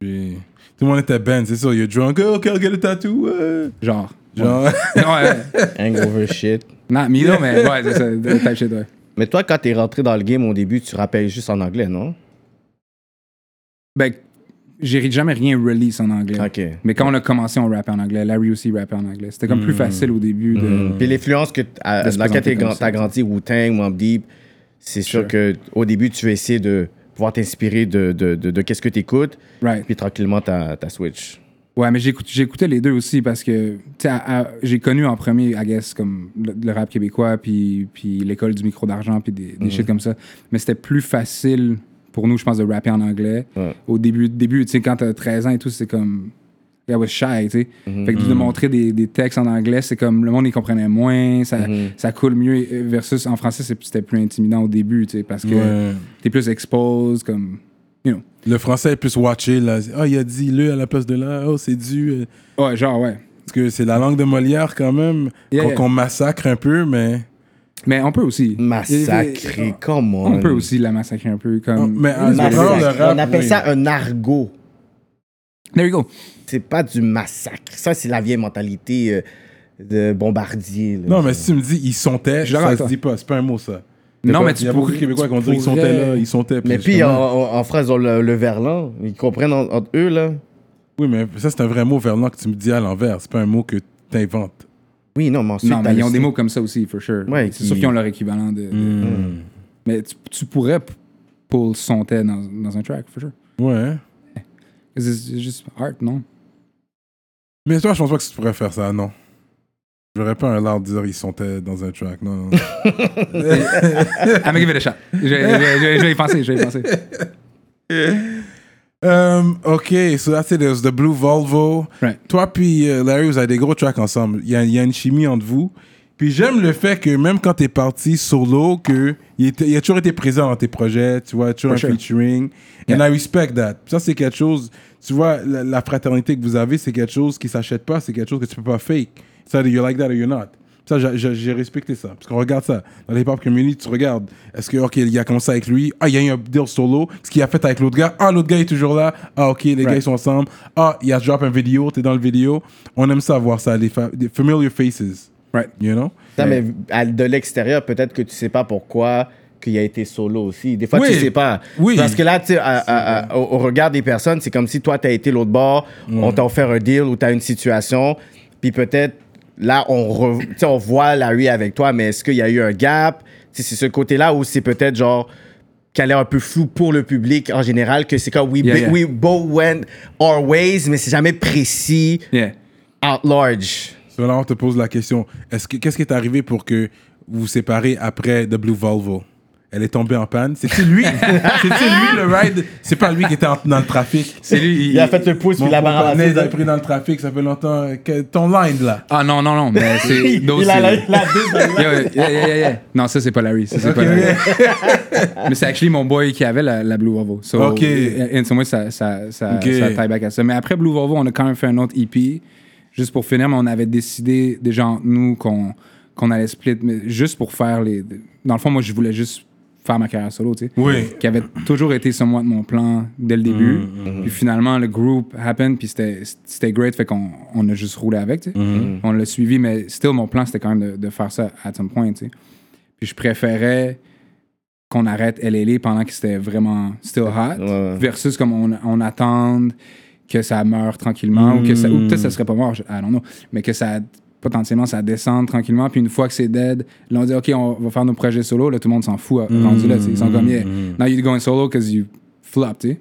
Speaker 3: Puis tout le monde était ben, c'est ça, you're drunk. Oh, OK, get a tattoo. ouais.
Speaker 5: Genre.
Speaker 3: Genre
Speaker 5: Ouais, ouais.
Speaker 4: Hangover shit.
Speaker 5: Not me, though, mais ouais, c'est ça. Type shit, ouais.
Speaker 4: Mais toi, quand t'es rentré dans le game au début, tu rappelles juste en anglais, non?
Speaker 5: Ben, j'ai jamais rien release en anglais.
Speaker 4: Ok.
Speaker 5: Mais quand on a commencé, on rappait en anglais. Larry aussi rappait en anglais. C'était comme plus facile au début. De...
Speaker 4: Mm. Puis l'influence que t- à-
Speaker 5: Mm. De se
Speaker 4: dans laquelle
Speaker 5: présenter
Speaker 4: t'es
Speaker 5: comme
Speaker 4: grand-
Speaker 5: ça,
Speaker 4: t'as grandi, Wu-Tang, Mobb Deep, c'est sûr que au début, tu vas essayer de pouvoir t'inspirer de, de, de, de qu'est-ce que t'écoutes,
Speaker 5: Right.
Speaker 4: puis tranquillement, t'as t'as switch.
Speaker 5: Ouais, mais j'écoute- j'écoutais les deux aussi parce que, tu sais, à- à- j'ai connu en premier, I guess, comme le, le rap québécois, puis, puis l'école du micro d'argent, puis des, des shit comme ça. Mais c'était plus facile pour nous, je pense, de rapper en anglais.
Speaker 4: Ouais.
Speaker 5: Au début, début tu sais, quand t'as 13 ans et tout, c'est comme. I was shy, tu sais. Fait que de montrer des, des textes en anglais, c'est comme le monde y comprenait moins, ça, ça coule mieux, euh, versus en français, c'est- c'était plus intimidant au début, tu sais, parce que
Speaker 3: Ouais.
Speaker 5: t'es plus exposed, comme. You know.
Speaker 3: Le français est plus watché là. Ah, il a dit le à la place de là. Oh, c'est dû.
Speaker 5: Ouais, genre, ouais.
Speaker 3: Parce que c'est la langue de Molière quand même
Speaker 5: Yeah,
Speaker 3: qu'on
Speaker 5: yeah.
Speaker 3: qu'on massacre un peu, mais
Speaker 5: Mais on peut aussi. Et- et-
Speaker 4: Massacré, comment?
Speaker 5: On peut aussi la massacrer un peu. Comme...
Speaker 3: mais
Speaker 4: ah,
Speaker 3: en-
Speaker 5: There
Speaker 3: Massacre. Le rap,
Speaker 4: On appelle
Speaker 3: oui.
Speaker 4: ça un argot.
Speaker 5: you go.
Speaker 4: C'est pas du massacre. Ça, c'est la vieille mentalité euh, de bombardier. là.
Speaker 3: non, mais si tu me dis ils sontaient,
Speaker 5: Je suis d'accord
Speaker 3: ça
Speaker 5: avec
Speaker 3: se
Speaker 5: toi.
Speaker 3: dit pas, c'est pas un mot ça.
Speaker 5: Non,
Speaker 3: Pas-
Speaker 5: mais tu
Speaker 3: Il y a beaucoup
Speaker 5: pourrais-
Speaker 3: de Québécois
Speaker 5: tu
Speaker 3: qui ont dit ils
Speaker 5: pourrais-
Speaker 3: sontaient là, ils sontaient.
Speaker 4: Mais
Speaker 3: je
Speaker 4: puis,
Speaker 3: suis
Speaker 4: en,
Speaker 3: comme,
Speaker 4: en- en France, ils ont le, le verlan. Ils comprennent en- entre eux, là.
Speaker 3: Oui, mais ça, c'est un vrai mot verlan que tu me dis à l'envers. C'est pas un mot que t'inventes.
Speaker 4: Oui, non, mais ensuite...
Speaker 5: Non,
Speaker 4: t'as
Speaker 5: mais ils
Speaker 4: le-
Speaker 5: ont des mots comme ça aussi, for sure.
Speaker 4: Ouais,
Speaker 5: c'est
Speaker 4: qui-
Speaker 5: sûr qu'ils ont leur équivalent de. de- Mais tu, tu pourrais p- pull son tête dans, dans un track, for sure.
Speaker 3: Ouais. hein.
Speaker 5: 'Cause It's it's just art, non?
Speaker 3: Mais toi, je pense pas que tu pourrais faire ça, non. J'aurais pas un lard de dire ils sontaient dans un track, non, non.
Speaker 5: I'm gonna Ah, give it a shot. Je, je- je- je vais y penser, je vais y penser.
Speaker 3: Um, ok, so that's it. It was the Blue Volvo.
Speaker 5: Right.
Speaker 3: Toi puis euh, Larry, vous avez des gros tracks ensemble. Il y, a- il y a une chimie entre vous. Puis j'aime le fait que même quand t'es parti solo, que il, était- il a toujours été présent dans tes projets. Tu vois, toujours un
Speaker 5: sure.
Speaker 3: featuring. And I respect that. Ça c'est quelque chose. Tu vois, la, la fraternité que vous avez, c'est quelque chose qui s'achète pas. C'est quelque chose que tu peux pas fake. Ça, you like that or you're not. Ça, j'a- j'a- j'ai respecté ça. Parce qu'on regarde ça. Dans les pop community, tu regardes. Est-ce que, OK, il a commencé avec lui. Ah, il y a eu un deal solo. Ce qu'il a fait avec l'autre gars. Ah, l'autre gars est toujours là. Ah, OK, les gars, ils sont ensemble. Ah, il a drop un vidéo. T'es dans le vidéo. On aime ça voir ça. Les, fa- des familiar faces.
Speaker 5: Right.
Speaker 3: You know?
Speaker 4: Non, mais à- de l'extérieur, peut-être que tu sais pas pourquoi qu'il a été solo aussi. Des fois,
Speaker 3: Oui.
Speaker 4: tu sais pas.
Speaker 3: Oui.
Speaker 4: Parce que là, tu sais, à- à- à- au, au regard des personnes, c'est comme si toi, tu as été l'autre bord, on t'a offert un deal ou tu as une situation, puis peut-être là, on, re- tu sais, on voit Larry avec toi, mais est-ce qu'il y a eu un gap? Tu sais, C'est ce côté-là où c'est peut-être genre qu'elle est un peu flou pour le public en général, que c'est comme we,
Speaker 5: Yeah,
Speaker 4: bi-
Speaker 5: yeah.
Speaker 4: we both went our ways, mais c'est jamais précis,
Speaker 5: Yeah.
Speaker 4: out large.
Speaker 3: So là, on te pose la question. Est-ce que qu'est-ce qui est arrivé pour que vous vous séparez après The Blue Volvo Elle est tombée en panne. C'était lui. C'était lui le ride. C'est pas lui qui était en- dans le trafic.
Speaker 5: C'est lui. il-
Speaker 4: Il a fait le pouce, puis
Speaker 3: Mon
Speaker 4: il a
Speaker 3: compagnon,
Speaker 4: barrassé.
Speaker 3: il a pris dans le trafic. Ça fait longtemps. euh, que- ton line là.
Speaker 5: Ah non, non, non, mais c'est.
Speaker 4: Il a la- la bise de-
Speaker 5: Yo, yo, yo, yo, yo. Non, ça, c'est pas Larry. Ça, c'est
Speaker 3: Ok,
Speaker 5: pas Larry.
Speaker 3: ok.
Speaker 5: Mais c'est actually mon boy qui avait la, la Blue Volvo. So,
Speaker 3: Ok.
Speaker 5: Et, et so moi, ça, ça, ça,
Speaker 3: Ok.
Speaker 5: ça tie back à ça. Mais après Blue Volvo, on a quand même fait un autre EP. Juste pour finir, mais on avait décidé déjà entre nous qu'on qu'on allait split. Mais juste pour faire les. Dans le fond, moi, je voulais juste faire ma carrière solo, tu sais.
Speaker 3: Oui.
Speaker 5: Qui avait toujours été sur moi de mon plan dès le début. Puis finalement, le group happened, puis c'était- c'était great, fait qu'on on a juste roulé avec, tu sais. On l'a suivi, mais still, mon plan, c'était quand même de, de faire ça à some point, tu sais. Puis je préférais qu'on arrête LLA pendant que c'était vraiment still hot
Speaker 4: ouais.
Speaker 5: versus comme on, on attende que ça meure tranquillement ou que ça ou peut-être
Speaker 4: Hmm.
Speaker 5: ça serait pas mort je- I don't know mais que ça potentiellement ça descende tranquillement puis une fois que c'est dead là on dit ok on va faire nos projets solo là tout le monde s'en fout
Speaker 4: Hmm,
Speaker 5: euh, rendu là tu sais. ils sont comme yeah now you're going solo because you flop tu sais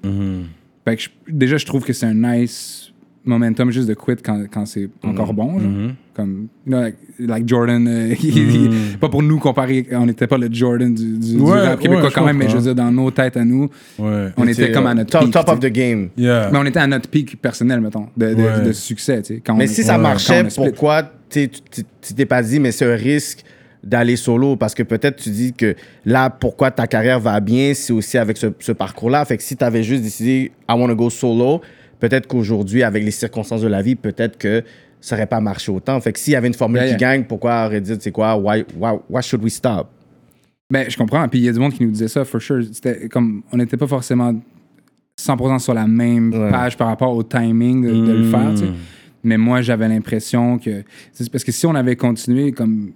Speaker 5: fait que je- déjà je trouve que c'est un nice momentum juste de quit quand, quand c'est
Speaker 3: Mhm.
Speaker 5: encore bon genre. comme you know, like, like Jordan euh, il- il- pas pour nous comparer on n'était pas le Jordan du, du- du
Speaker 3: Mhm. Ouais,
Speaker 5: rap québécois
Speaker 3: ouais, je
Speaker 5: quand même mais je veux dire dans nos têtes à nous
Speaker 3: Ouais.
Speaker 5: on était comme à notre
Speaker 4: top,
Speaker 5: peak,
Speaker 4: top
Speaker 5: tu sais.
Speaker 4: of the game.
Speaker 3: Yeah.
Speaker 5: Mais on était à notre pic personnel, mettons, de, de,
Speaker 3: Ouais.
Speaker 5: de succès, tu sais. quand
Speaker 4: Mais
Speaker 5: on-
Speaker 4: si ça
Speaker 5: quand
Speaker 4: marchait,
Speaker 5: on a split.
Speaker 4: pourquoi t'es- tu tu- tu t'es pas dit, mais c'est un risque d'aller solo? Parce que peut-être tu dis que là, pourquoi ta carrière va bien, c'est aussi avec ce, ce parcours-là. Fait que si tu avais juste décidé, I want to go solo, peut-être qu'aujourd'hui, avec les circonstances de la vie, peut-être que ça aurait pas marché autant. Fait que s'il y avait une formule
Speaker 5: Yeah,
Speaker 4: qui gagne, pourquoi aurait dit, tu sais quoi, why, why, why should we stop?
Speaker 5: Ben, je comprends. Puis il y a du monde qui nous disait ça, for sure. C'était comme, on n'était pas forcément 100% sur la même page par rapport au timing de, de le faire, tu sais. Mais moi, j'avais l'impression que. c'est Parce que si on avait continué, comme.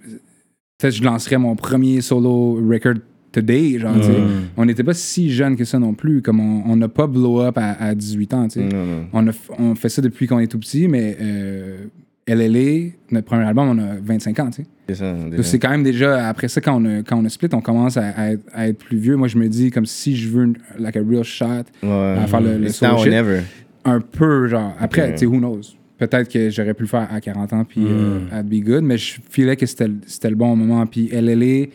Speaker 5: Peut-être que je lancerais mon premier solo record today, genre, tu sais. On n'était pas si jeune que ça non plus. Comme on on n'a pas blow up à, à 18 ans, tu sais. On, a f- on fait ça depuis qu'on est tout petit, mais euh, LLA, notre premier album, on a 25 ans, tu sais.
Speaker 4: C'est ça, déjà.
Speaker 5: Donc, C'est quand même déjà, après ça, quand on a, quand on a split, on commence à, à être, à être plus vieux. Moi, je me dis, comme si je veux, une- like a real shot,
Speaker 4: Ouais.
Speaker 5: à faire le, le
Speaker 4: It's
Speaker 5: solo
Speaker 4: now or
Speaker 5: shit.
Speaker 4: never.
Speaker 5: Un peu, genre, après, tu sais, who knows? Peut-être que j'aurais pu le faire à 40 ans, puis
Speaker 4: Mm.
Speaker 5: euh, I'd be good, mais je filais que c'était le- c'était le bon moment. Puis LLA, tu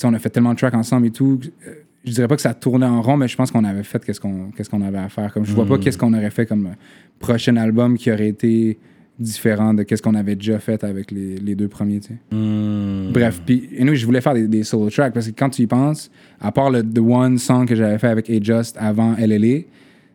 Speaker 5: sais, on a fait tellement de tracks ensemble et tout. euh, Je dirais pas que ça tournait en rond, mais je pense qu'on avait fait qu'est-ce qu'on qu'est-ce qu'on avait à faire. Comme je vois pas
Speaker 4: Mm.
Speaker 5: qu'est-ce qu'on aurait fait comme euh, prochain album qui aurait été différent de qu'est-ce qu'on avait déjà fait avec les, les deux premiers, tu sais. Bref, puis et nous, je voulais faire des, des solo tracks parce que quand tu y penses, à part le The One song que j'avais fait avec A Just avant LLA,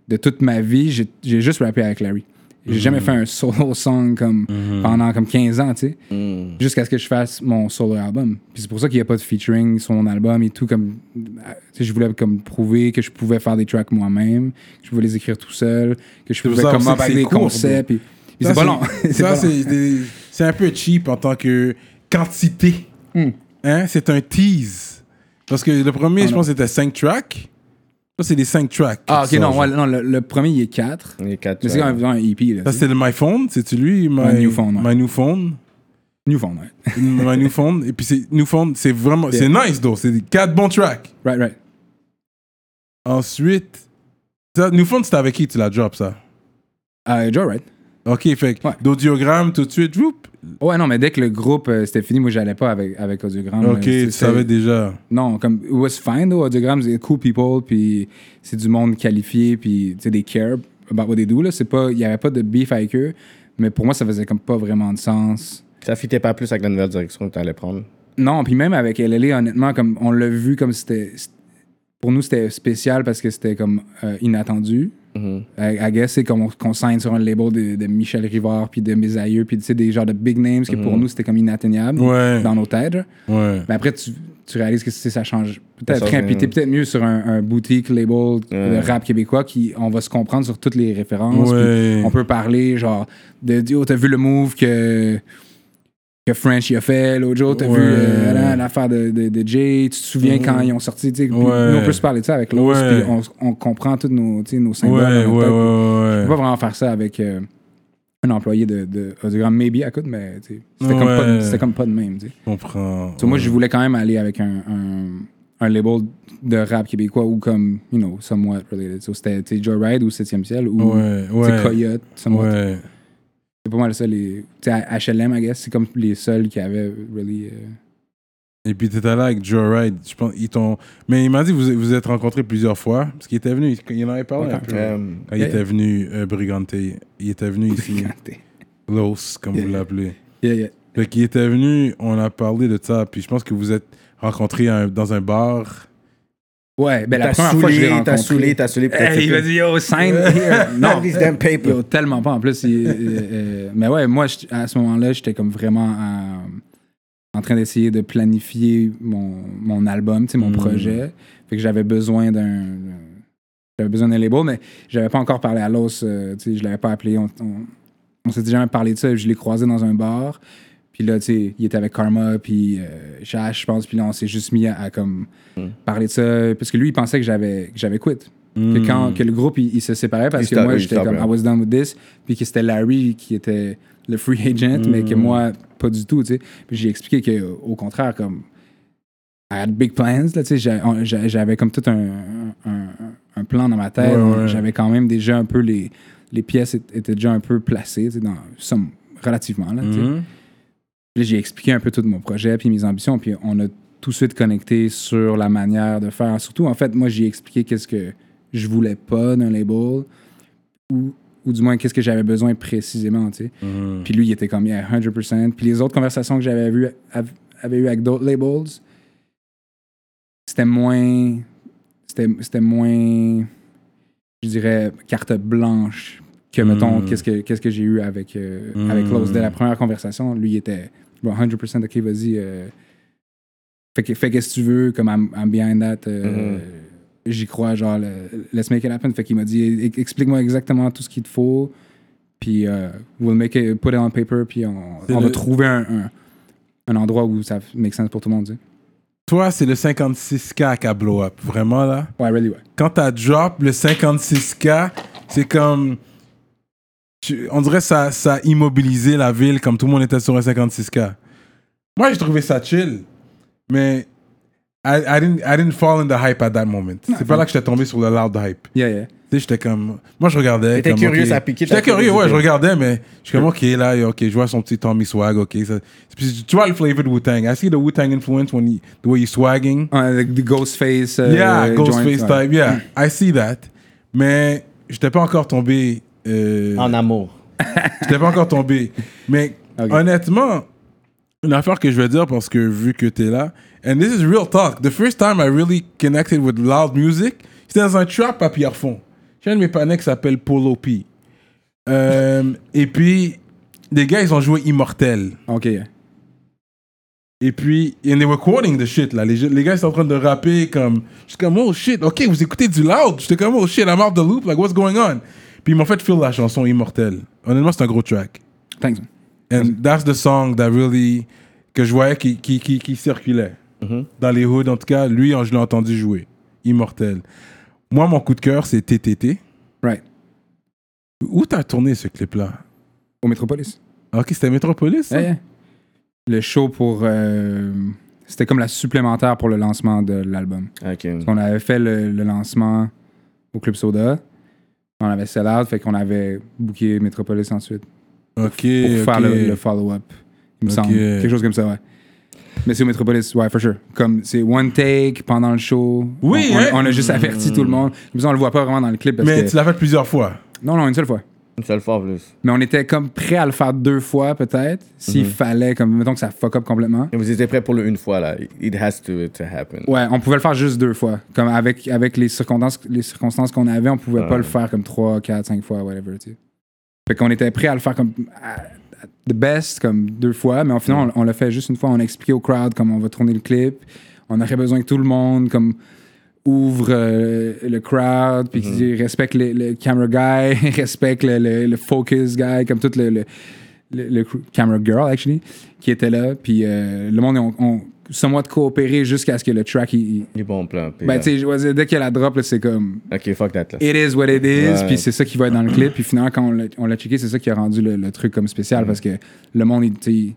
Speaker 5: de toute ma vie, j'ai j'ai juste rappé avec Larry. J'ai jamais fait un solo song comme pendant comme 15 ans, tu sais, jusqu'à ce que je fasse mon solo album. Puis c'est pour ça qu'il n'y a pas de featuring sur mon album et tout comme euh, tu sais, je voulais comme prouver que je pouvais faire des tracks moi-même, que je pouvais les écrire tout seul, que je
Speaker 3: pour
Speaker 5: pouvais
Speaker 3: ça
Speaker 5: comme
Speaker 3: aussi que
Speaker 5: up avec
Speaker 3: c'est
Speaker 5: des
Speaker 3: court,
Speaker 5: concepts puis puis
Speaker 3: Ça,
Speaker 5: c'est pas long. C'est pas
Speaker 3: Ça,
Speaker 5: long.
Speaker 3: c'est des- c'est un peu cheap en tant que quantité.
Speaker 5: Hmm.
Speaker 3: Hein? C'est un tease. Parce que le premier, je pense, c'était 5 tracks. Ça, c'est des 5 tracks.
Speaker 5: Ah, ok,
Speaker 3: Ça,
Speaker 5: non,
Speaker 3: genre.
Speaker 5: ouais, non, le, le premier, il est 4.
Speaker 4: Il y a quatre,
Speaker 5: Mais c'est
Speaker 4: ouais.
Speaker 5: quand même vraiment un EP. Là, tu
Speaker 3: Ça,
Speaker 5: sais.
Speaker 3: c'est le My Phone. C'est-tu lui? My,
Speaker 5: My New Phone, ouais.
Speaker 3: My New Phone.
Speaker 5: New Phone, right?
Speaker 3: My New Phone. Et puis, c'est New Phone. C'est vraiment... C'est nice, though. C'est 4 bons tracks.
Speaker 5: Right, right.
Speaker 3: Ensuite... Ça, New Phone, c'était avec qui tu l'as drop, ça?
Speaker 5: Euh, Joe, right?
Speaker 3: OK, fait que
Speaker 5: Ouais.
Speaker 3: d'audiogramme, tout de suite, whoop.
Speaker 5: Ouais, non, mais dès que le groupe, euh, c'était fini, moi, j'allais pas avec, avec Audiogramme.
Speaker 3: OK,
Speaker 5: Euh,
Speaker 3: tu savais déjà.
Speaker 5: Non, comme, it was fine, though. Audiogramme, c'est cool people, puis c'est du monde qualifié, puis, tu sais, des care about what they do, là. C'est pas, il y avait pas de beef avec eux, mais pour moi, ça faisait comme pas vraiment de sens.
Speaker 4: Ça fitait pas plus avec la nouvelle direction que tu allais prendre.
Speaker 5: Non, puis même avec LLA, honnêtement, comme on l'a vu comme c'était. c't- Pour nous, c'était spécial parce que c'était comme euh, inattendu. I, I guess c'est comme on, qu'on signe sur un label de, de Michel Rivard, puis de mes aïeux, puis tu sais, des genres de big names que pour nous, c'était comme inatteignable
Speaker 3: Ouais.
Speaker 5: dans nos têtes. genre.
Speaker 3: Ouais.
Speaker 5: Mais après, tu, tu réalises que c'est- ça change peut-être
Speaker 4: change
Speaker 5: rien.
Speaker 4: rien,
Speaker 5: Puis t'es peut-être mieux sur un, un boutique label de rap québécois qui on va se comprendre sur toutes les références.
Speaker 3: Ouais.
Speaker 5: puis On peut parler genre de dire, oh, t'as vu le move que que French y a fait. L'autre jour, t'as
Speaker 3: Ouais. Mm.
Speaker 5: vu euh, là, l'affaire de, de, de Jay. Tu te souviens quand ils ont sorti, tu sais, puis
Speaker 3: Ouais.
Speaker 5: nous, on peut se parler de ça avec l'autre,
Speaker 3: Ouais.
Speaker 5: puis on, on comprend tous nos, tu sais, nos
Speaker 3: Ouais,
Speaker 5: symboles. dans
Speaker 3: ouais,
Speaker 5: notre
Speaker 3: ouais,
Speaker 5: tête.
Speaker 3: ouais.
Speaker 5: On peut pas vraiment faire ça avec euh, un employé de, de Audiogramme. Maybe, écoute, mais tu sais, c'était comme,
Speaker 3: Ouais.
Speaker 5: pas de- c'était comme pas de même. tu sais.
Speaker 3: Je comprends.
Speaker 5: So, Moi, je voulais quand même aller avec un, un, un label de rap québécois ou comme, you know, somewhat related. So, c'était tu sais, Joyride ou 7e Ciel ou tu
Speaker 3: Ouais,
Speaker 5: sais,
Speaker 3: ouais.
Speaker 5: Coyote, somewhat.
Speaker 3: Ouais.
Speaker 5: C'est pas mal ça, les. Tu sais, HLM, I guess, c'est comme les seuls qui avaient really. euh,
Speaker 3: Et puis t'étais là avec Joyride. Je pense ils t'ont. Mais il m'a dit que vous vous êtes rencontrés plusieurs fois parce qu'il était venu. il- Il en avait parlé un peu.
Speaker 4: Euh,
Speaker 3: Quand il
Speaker 5: Yeah.
Speaker 3: était venu euh, Brigante, il était venu ici, Los, comme vous l'appelez.
Speaker 5: Yeah, yeah.
Speaker 3: Fait qu'il était venu, on a parlé de ça, puis je pense que vous êtes rencontrés à un- dans un bar.
Speaker 5: Ouais, ben la
Speaker 4: T'as
Speaker 5: première fois que je l'ai
Speaker 4: saoulé,
Speaker 5: rencontré.
Speaker 4: t'as saoulé, t'as saoulé. peut-être
Speaker 5: Hey, il
Speaker 4: que-
Speaker 5: m'a dit yo, sign here. non,
Speaker 4: These damn papers.
Speaker 5: Yo, tellement pas. En plus, il- euh, euh, mais ouais, moi, je- à ce moment-là, j'étais comme vraiment euh, en train d'essayer de planifier mon, mon album, tu sais, mon projet. Fait que j'avais besoin d'un. d'un- J'avais besoin d'un label, mais j'avais pas encore parlé à l'os. euh, tu sais, je l'avais pas appelé. On, on, on s'était jamais parlé de ça. Je l'ai croisé dans un bar. Puis là, tu sais, il était avec Karma, puis euh, Shash, je pense. Puis là, on s'est juste mis à, à comme
Speaker 3: Hmm.
Speaker 5: parler de ça. Parce que lui, il pensait que j'avais que j'avais quit.
Speaker 3: Hmm.
Speaker 5: Que, quand, que le groupe, il, il se séparait parce
Speaker 4: Il
Speaker 5: que
Speaker 4: stop-
Speaker 5: moi,
Speaker 4: il
Speaker 5: j'étais
Speaker 4: stop,
Speaker 5: comme
Speaker 4: hein.
Speaker 5: I was done with this. Puis que c'était Larry qui était le free agent, mais
Speaker 3: Hmm.
Speaker 5: que moi, pas du tout, tu sais. Puis j'ai expliqué que, au contraire, comme I had big plans, là, tu sais, j'a- on- j'a- j'avais comme tout un, un, un plan dans ma tête.
Speaker 3: Ouais, ouais.
Speaker 5: J'avais quand même déjà un peu les, les pièces étaient étaient déjà un peu placées, tu sais, dans, some- relativement, là, tu
Speaker 3: Hmm.
Speaker 5: sais.
Speaker 3: Mhm.
Speaker 5: Puis là, j'ai expliqué un peu tout mon projet, puis mes ambitions, puis on a tout de suite connecté sur la manière de faire. Surtout, en fait, moi, j'ai expliqué qu'est-ce que je voulais pas d'un label, ou, ou du moins qu'est-ce que j'avais besoin précisément, tu sais.
Speaker 3: Mm.
Speaker 5: Puis lui, il était comme, yeah, 100%. Puis les autres conversations que j'avais vues, av- avait eues avec d'autres labels, c'était moins... C'était c'était moins, je dirais, carte blanche que, mettons, qu'est-ce que, qu'est-ce que j'ai eu avec, euh, avec Lowe's. Dès la première conversation, lui, il était bon, 100% OK, vas-y. euh, fais, que- fais qu'est-ce que tu veux, comme I'm, I'm behind that. euh, J'y crois, genre, le- let's make it happen. Fait qu'il m'a dit, e- explique-moi exactement tout ce qu'il te faut, puis euh, we'll make it, put it on paper, puis on,
Speaker 3: C'est
Speaker 5: on va
Speaker 3: le-
Speaker 5: trouver un, un, un endroit où ça make sense pour tout le monde. tu sais.
Speaker 3: Toi, c'est le 56K qui a blow up. Vraiment, là.
Speaker 5: Ouais, really, ouais.
Speaker 3: Quand t'as drop le 56K, c'est comme. tu- on dirait que ça, ça a immobilisé la ville comme tout le monde était sur un 56K. Moi, j'ai trouvé ça chill. Mais. I, I didn't, I didn't fall in the hype at that moment. C'est pas là que j'étais tombé sur le loud hype.
Speaker 5: Yeah, yeah.
Speaker 3: Tu sais, j'étais comme. Moi, je regardais.
Speaker 4: T'étais
Speaker 3: comme,
Speaker 4: curieux,
Speaker 3: ok.
Speaker 4: ça piquait ta
Speaker 3: J'étais curieux, ouais,
Speaker 4: curiosité.
Speaker 3: je regardais, mais je suis comme, ok, là, ok, je vois son petit Tommy swag, ok. ça- Puis tu vois le flavor de Wu-Tang. I see the Wu-Tang influence when he, the way he's swagging.
Speaker 5: Uh, the, the Ghostface. euh,
Speaker 3: yeah,
Speaker 5: joint,
Speaker 3: Ghostface
Speaker 5: ouais.
Speaker 3: type, yeah. I see that. Mais j'étais pas encore tombé. Euh,
Speaker 4: En amour.
Speaker 3: j'étais pas encore tombé. Mais
Speaker 5: Ok.
Speaker 3: honnêtement, une affaire que je vais dire parce que vu que t'es là, and this is real talk, the first time I really connected with loud music, c'était dans un trap à Pierrefonds. J'ai un de mes panneaux qui s'appelle Polo P. Euh, et puis, les gars, ils ont joué Immortel.
Speaker 5: OK, yeah.
Speaker 3: Et puis, and they were quoting the shit, là. Les, les gars, ils sont en train de rapper comme. J'étais comme, oh shit, ok, vous écoutez du loud. J'étais comme, oh shit, I'm out the loop, like, what's going on? Puis ils m'ont fait feel la chanson Immortel. Honnêtement, c'est un gros track.
Speaker 5: Thanks. man.
Speaker 3: And that's the song that really. que je voyais qui, qui, qui, qui circulait.
Speaker 5: Mm-hmm.
Speaker 3: Dans les hoods, en tout cas, lui, hein, je l'ai entendu jouer. Immortel. Moi, mon coup de cœur, c'est TTT.
Speaker 5: Right.
Speaker 3: Où t'as tourné ce clip-là?
Speaker 5: Au Metropolis.
Speaker 3: Ok, c'était Metropolis? ça?
Speaker 5: Yeah, yeah. Le show pour. euh, C'était comme la supplémentaire pour le lancement de l'album.
Speaker 4: Ok.
Speaker 5: On avait fait le, le lancement au Club Soda. On avait sell out, fait qu'on avait booké Metropolis ensuite
Speaker 3: Ok.
Speaker 5: pour faire
Speaker 3: ok.
Speaker 5: le, le follow-up. Il me
Speaker 3: Ok.
Speaker 5: semble. Quelque chose comme ça, ouais. Mais c'est au Metropolis, ouais, for sure. Comme c'est one take pendant le show.
Speaker 3: Oui,
Speaker 5: on, on-
Speaker 3: hein?
Speaker 5: on a juste averti tout le monde. Comme ça, on le voit pas vraiment dans le clip. Parce
Speaker 3: Mais
Speaker 5: que...
Speaker 3: tu l'as fait plusieurs fois.
Speaker 5: Non, non, une seule fois.
Speaker 4: Une seule fois en plus.
Speaker 5: Mais on était comme prêt à le faire deux fois, peut-être, s'il
Speaker 3: Mhm.
Speaker 5: fallait, comme, mettons que ça fuck up complètement.
Speaker 4: Vous étiez prêts pour le une fois, là. It has to, to happen.
Speaker 5: Ouais, on pouvait le faire juste deux fois. Comme avec, avec les circonstances, les circonstances qu'on avait, on pouvait pas le faire comme trois, quatre, cinq fois, whatever, tu sais. Fait qu'on était prêt à le faire comme à- à- the best, comme deux fois, mais au final, on, on l'a fait juste une fois. On a expliqué au crowd comment on va tourner le clip. On aurait besoin que tout le monde, comme, ouvre euh, le crowd, puis qu'il respecte le, le camera guy, respecte le, le- le focus guy, comme tout le, le- le, le crew- camera girl, actually, qui était là. Puis euh, le monde ont, ont somewhat coopéré jusqu'à ce que le track. il- il-
Speaker 4: Du bon plan. puis,
Speaker 5: Ben,
Speaker 4: euh,
Speaker 5: tu sais, je vois- dès qu'il y a la drop, là, c'est comme.
Speaker 4: Ok, fuck that. Là.
Speaker 5: It is what it is.
Speaker 4: Ouais.
Speaker 5: Puis c'est ça qui va être dans le clip. Puis finalement, quand on l'a- on l'a checké, c'est ça qui a rendu le, le truc comme spécial parce que le monde, il, tu sais,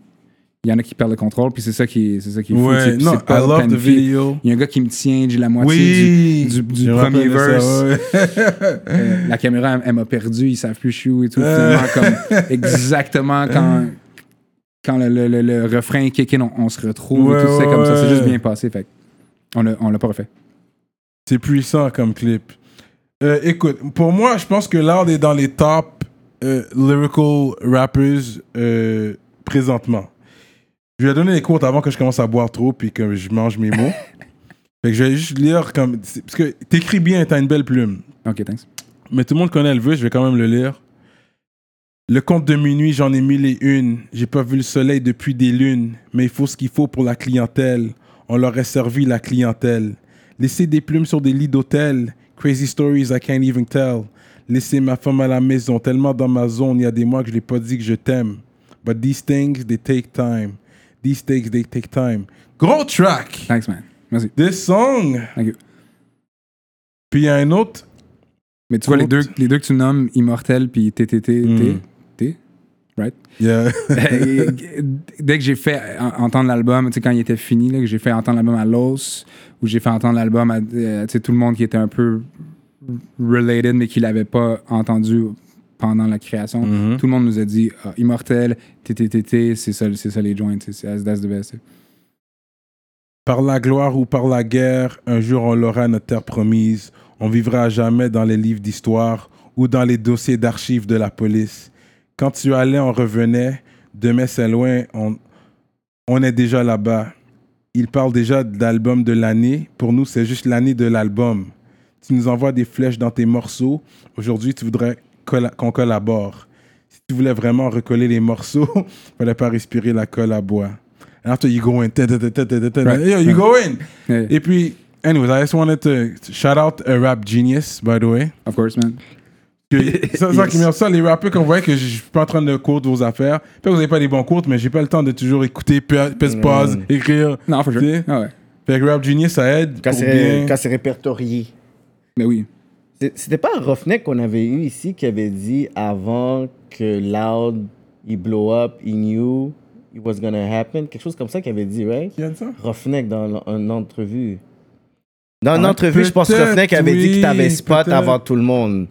Speaker 5: il y en a qui perdent le contrôle. Puis c'est ça qui, c'est ça qui est fou.
Speaker 3: Ouais,
Speaker 5: tu sais, puis
Speaker 3: non,
Speaker 5: c'est pas
Speaker 3: I love the
Speaker 5: planifié.
Speaker 3: video.
Speaker 5: Il y a un gars qui me tient j'ai la moitié
Speaker 3: Oui,
Speaker 5: du, du- du
Speaker 3: Je me rappelle
Speaker 5: premier
Speaker 3: de ça,
Speaker 5: verse.
Speaker 3: ouais.
Speaker 5: Euh, la caméra, elle, elle m'a perdu. Ils savent plus je suis où et tout.
Speaker 3: Euh.
Speaker 5: Finalement, comme exactement quand. Quand le, le, le, le refrain est kick in, on, on se retrouve et
Speaker 3: Ouais,
Speaker 5: tout ça comme ça. C'est
Speaker 3: ouais.
Speaker 5: juste bien passé. Fait que on l'a on l'a pas refait.
Speaker 3: C'est puissant comme clip. Euh, écoute, pour moi, je pense que Loud est dans les top euh, lyrical rappers euh, présentement. Je vais donner les comptes avant que je commence à boire trop puis que je mange mes mots. fait que je vais juste lire comme. c'est- Parce que t'écris bien, t'as une belle plume.
Speaker 5: Ok, thanks.
Speaker 3: Mais tout le monde connaît le vœu, je vais quand même le lire. Le conte de minuit, j'en ai mille et une. J'ai pas vu le soleil depuis des lunes, mais il faut ce qu'il faut pour la clientèle. On leur est servi la clientèle. Laisser des plumes sur des lits d'hôtel. Crazy stories I can't even tell. Laisser ma femme à la maison, tellement dans ma zone, il y a des mois que je l'ai pas dit que je t'aime. But these things, they take time. These things, they take time. Gros track!
Speaker 5: Thanks, man. Merci.
Speaker 3: This song!
Speaker 5: Thank you.
Speaker 3: Puis il y a un autre.
Speaker 5: Mais tu vois, les deux, les deux que tu nommes, Immortel puis TTT,
Speaker 3: Mm.
Speaker 5: T, right?
Speaker 3: Yeah.
Speaker 5: Et- et- Dès que j'ai fait en- entendre l'album, tu sais, quand il était fini, là, que j'ai fait entendre l'album à Los, ou j'ai fait entendre l'album à euh, tu sais, tout le monde qui était un peu related, mais qui l'avait pas entendu pendant la création, tout le monde nous a dit ah, Immortel, TTTT, c'est ça, c'est ça les joints, tu sais, c'est that's the best. tu sais.
Speaker 3: Par la gloire ou par la guerre, un jour on l'aura notre terre promise. On vivra à jamais dans les livres d'histoire ou dans les dossiers d'archives de la police. Quand tu allais, on revenait. Demain, c'est loin, on, on est déjà là-bas. Il parle déjà d'album de l'année. Pour nous, c'est juste l'année de l'album. Tu nous envoies des flèches dans tes morceaux. Aujourd'hui, tu voudrais colla- qu'on collabore. Si tu voulais vraiment recoller les morceaux, fallait pas respirer la colle à bois. And after you go in, ta- ta- ta- ta- ta- ta- ta-
Speaker 5: Right.
Speaker 3: yo, you go in.
Speaker 5: Yeah, yeah.
Speaker 3: Et puis, anyways, I just wanted to shout out a rap genius, by the way.
Speaker 5: Of course, man.
Speaker 3: Que- ça, ça, qui me- ça, les rappeurs qu'on voit que je suis pas en train de court vos affaires. Peut-être que vous n'avez pas des bons courtes, mais j'ai pas le temps de toujours écouter, pe- pèse
Speaker 4: Mm.
Speaker 3: pause, écrire.
Speaker 5: Non, for sure.
Speaker 3: Tu sais?
Speaker 5: Ah ouais.
Speaker 3: Fait que rap genius, ça aide.
Speaker 4: Quand
Speaker 3: pour
Speaker 4: c'est
Speaker 3: bien-
Speaker 4: quand c'est répertorié.
Speaker 5: Mais Ben oui.
Speaker 4: C'est- C'était pas un Roughneck qu'on avait eu ici qui avait dit avant que Loud, il blow up, he knew it was gonna happen. Quelque chose comme ça qu'il avait dit, right?
Speaker 3: Il y a de ça?
Speaker 4: Roughneck dans l- une entrevue. Dans
Speaker 5: Ah,
Speaker 4: une entrevue,
Speaker 3: peut-être,
Speaker 4: je pense que Roughneck avait dit
Speaker 3: oui,
Speaker 4: qu'il t'avait spot
Speaker 3: peut-être.
Speaker 4: avant tout le monde.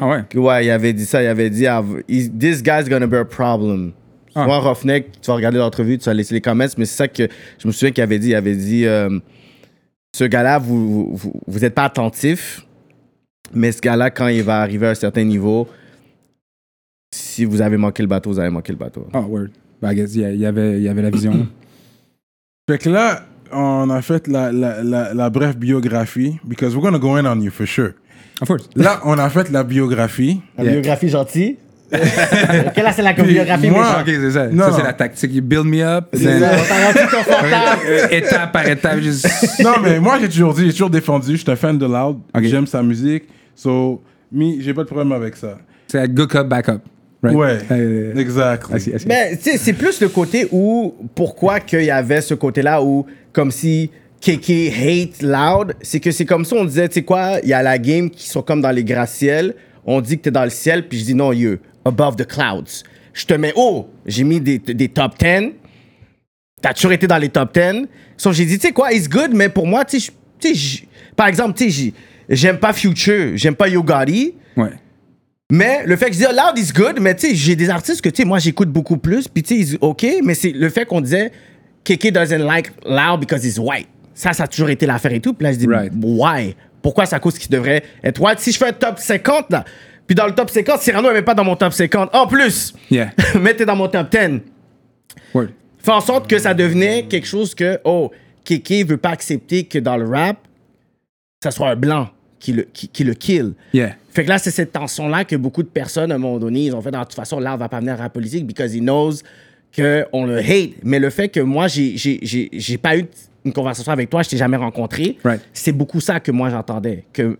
Speaker 5: Ah ouais.
Speaker 4: Ouais, il avait dit ça. Il avait dit av- il- This guy's gonna be a problem.
Speaker 5: Ah.
Speaker 4: Moi, Roughneck, tu vas regarder l'entrevue, tu vas laisser les comments, mais c'est ça que je me souviens qu'il avait dit. Il avait dit euh, Ce gars-là, vous n'êtes vous, vous êtes pas attentif, mais ce gars-là, quand il va arriver à un certain niveau, si vous avez manqué le bateau, vous avez manqué le bateau.
Speaker 5: Ah, word. Bah, I guess, yeah, il y avait, il y avait la vision.
Speaker 3: Fait que là, on a fait la, la, la, la brève biographie, because we're gonna go in on you for sure.
Speaker 5: of course.
Speaker 3: Là, on a fait la biographie.
Speaker 4: La
Speaker 5: Yeah.
Speaker 4: biographie gentille. ok, là, c'est la
Speaker 3: Puis biographie moi- méchante.
Speaker 5: Ok, c'est ça.
Speaker 3: Non,
Speaker 5: ça, c'est
Speaker 3: non.
Speaker 5: la tactique. You build me up,
Speaker 4: On
Speaker 5: then-
Speaker 4: t'a rendu confortable.
Speaker 5: Euh, étape par étape. Juste...
Speaker 3: non, mais moi, j'ai toujours dit, j'ai toujours défendu, je suis un fan de Loud,
Speaker 5: Ok.
Speaker 3: j'aime sa musique, so, me, j'ai pas de problème avec ça.
Speaker 5: C'est like good cop, bad cop. Right?
Speaker 3: Ouais,
Speaker 5: Euh,
Speaker 3: exactement.
Speaker 5: I see, I see.
Speaker 4: Mais Ben, tu sais, c'est plus le côté où pourquoi qu'il y avait ce côté-là où comme si KK hate loud, c'est que c'est comme ça on disait tu sais quoi, il y a la game qui sont comme dans les gratte-ciels, on dit que t'es dans le ciel puis je dis non you above the clouds. Je te mets haut, j'ai mis des, des top 10. T'as toujours été dans les top 10. So j'ai dit tu sais quoi, it's good mais pour moi tu sais je- tu sais je- par exemple tu sais j'ai- j'aime pas Future, j'aime pas Yogari.
Speaker 5: Ouais.
Speaker 4: Mais le fait que je dis oh, loud is good, mais tu sais, j'ai des artistes que tu sais, moi j'écoute beaucoup plus, puis tu sais, ils disent, ok, mais c'est le fait qu'on disait Keke doesn't like loud because he's white. Ça, ça a toujours été l'affaire et tout. Puis là, je dis,
Speaker 5: Right.
Speaker 4: why? Pourquoi ça cause qu'il devrait être white? Si je fais un top 50, là, puis dans le top 50, Cyrano n'est même pas dans mon top 50. En plus,
Speaker 5: Yeah.
Speaker 4: mettez dans mon top 10
Speaker 5: Word.
Speaker 4: fait en sorte que ça devenait quelque chose que, oh, Kéké veut pas accepter que dans le rap, ça soit un blanc qui le, qui, qui le kill.
Speaker 5: Yeah.
Speaker 4: Fait que là, c'est cette tension-là que beaucoup de personnes, à un moment donné, ils ont fait, de toute façon, l'art va pas venir à la politique because he knows qu'on le hate. Mais le fait que moi, j'ai- j'ai j'ai- j'ai pas eu une conversation avec toi, je t'ai jamais rencontré,
Speaker 5: Right.
Speaker 4: c'est beaucoup ça que moi, j'entendais, que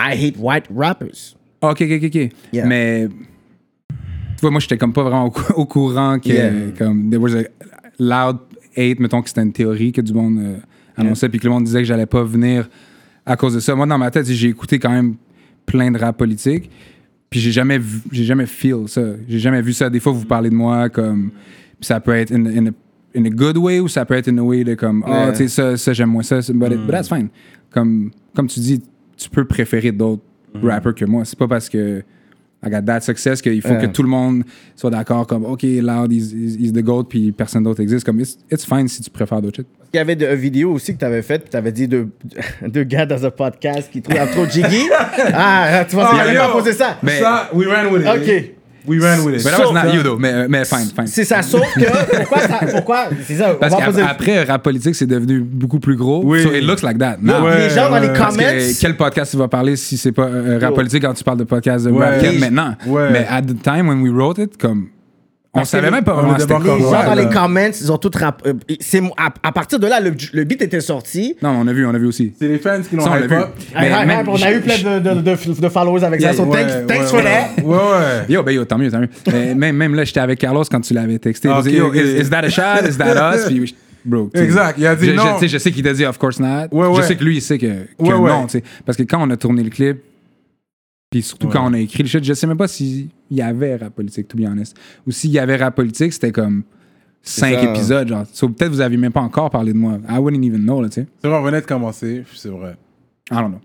Speaker 4: I hate white rappers.
Speaker 5: Ok, ok, ok. ok.
Speaker 4: Yeah.
Speaker 5: Mais. Tu vois, moi, j'étais comme pas vraiment au, cou- au courant que,
Speaker 4: Yeah.
Speaker 5: comme, there was a loud hate, mettons que c'était une théorie que du monde euh, annonçait, puis que le monde disait que j'allais pas venir à cause de ça. Moi, dans ma tête, j'ai écouté quand même plein de rap politique, puis j'ai jamais, vu- j'ai jamais feel ça. J'ai jamais vu ça. Des fois,
Speaker 4: Mm.
Speaker 5: vous parlez de moi comme, puis ça peut être in, in a, in a good way ou ça peut être in a way de comme, ah,
Speaker 4: Yeah. Mm.
Speaker 5: tu sais, ça, ça j'aime moins ça, ça- but, it- but that's fine. Comme, comme tu dis, tu peux préférer d'autres
Speaker 4: Mm.
Speaker 5: rappers que moi. C'est pas parce que I got that success qu'il faut que
Speaker 4: Ouais.
Speaker 5: tout le monde soit d'accord comme OK Loud is, is, is the goat puis personne d'autre existe comme it's, it's fine si tu préfères d'autres shit.
Speaker 4: Il y avait de- une vidéo aussi que tu avais faite, puis tu avais dit deux, deux gars dans un podcast qui trouvent trop Jiggy. ah, tu vois,
Speaker 3: Oh,
Speaker 4: qu'il allait pas
Speaker 3: yo.
Speaker 4: poser ça.
Speaker 5: Mais-
Speaker 3: Ça, we ran with it.
Speaker 4: Ok.
Speaker 3: We ran with it.
Speaker 5: Mais that was
Speaker 4: Sauf,
Speaker 5: not
Speaker 4: hein.
Speaker 5: you though mais euh, mais fine fine.
Speaker 4: C'est ça, sauf que pourquoi ça. Pourquoi, c'est ça,
Speaker 5: Parce
Speaker 4: on va poser.
Speaker 5: qu'après rap politique c'est devenu beaucoup plus gros.
Speaker 3: Oui.
Speaker 5: So it looks like that. now.
Speaker 3: Ouais,
Speaker 4: les gens dans les
Speaker 3: ouais.
Speaker 4: comments.
Speaker 5: Parce que quel podcast tu vas parler si c'est pas euh, rap
Speaker 4: Yo.
Speaker 5: politique quand tu parles de podcast de
Speaker 3: Ouais.
Speaker 5: rap game
Speaker 3: Les-
Speaker 5: maintenant.
Speaker 3: Ouais.
Speaker 5: Mais at the time when we wrote it comme on
Speaker 4: Parce que
Speaker 5: savait
Speaker 4: les-
Speaker 5: même pas
Speaker 3: on
Speaker 5: vraiment
Speaker 3: était
Speaker 5: c'était
Speaker 3: pas
Speaker 5: quoi.
Speaker 4: Les gens
Speaker 3: Ouais,
Speaker 4: dans
Speaker 3: là.
Speaker 4: les comments, ils ont tout rap- euh, c'est mo- à, à partir de là, le, le beat était sorti.
Speaker 5: Non, on a vu, on a vu aussi.
Speaker 3: C'est les fans qui l'ont
Speaker 5: Ça, on l'a
Speaker 3: hype
Speaker 5: vu.
Speaker 3: up.
Speaker 5: Mais-
Speaker 4: Ah, ah,
Speaker 5: mais-
Speaker 4: ah, on a eu plein de, de, de- de followers avec
Speaker 5: Yeah,
Speaker 4: ça. So
Speaker 3: Ouais,
Speaker 4: thanks, thanks
Speaker 3: ouais,
Speaker 4: for
Speaker 3: ouais.
Speaker 4: that.
Speaker 3: Ouais, ouais.
Speaker 5: Yo, ben yo, tant mieux, tant mieux. Mais même, même là, j'étais avec Carlos quand tu l'avais texté. Il
Speaker 3: Ah,
Speaker 5: disait,
Speaker 3: ok,
Speaker 5: yo,
Speaker 3: ok.
Speaker 5: Is, is that a shot? Is that us? Puis, bro. tu sais,
Speaker 3: Exact, il a dit
Speaker 5: je,
Speaker 3: non.
Speaker 5: Je, tu sais, je sais qu'il t'a dit of course not.
Speaker 3: Ouais,
Speaker 5: Je
Speaker 3: ouais.
Speaker 5: sais que lui, il sait que, que
Speaker 3: Ouais, ouais.
Speaker 5: non, tu sais. Parce que quand on a tourné le clip, puis surtout quand on a écrit le shit, je sais même pas s'il y avait rap politique, to be honest. Ou s'il y avait rap politique, c'était comme cinq
Speaker 4: ça.
Speaker 5: épisodes, genre. So, peut-être vous avez même pas encore parlé de moi. I wouldn't even know, là, tu sais.
Speaker 3: C'est vrai, on venait de commencer, c'est vrai.
Speaker 5: I don't know.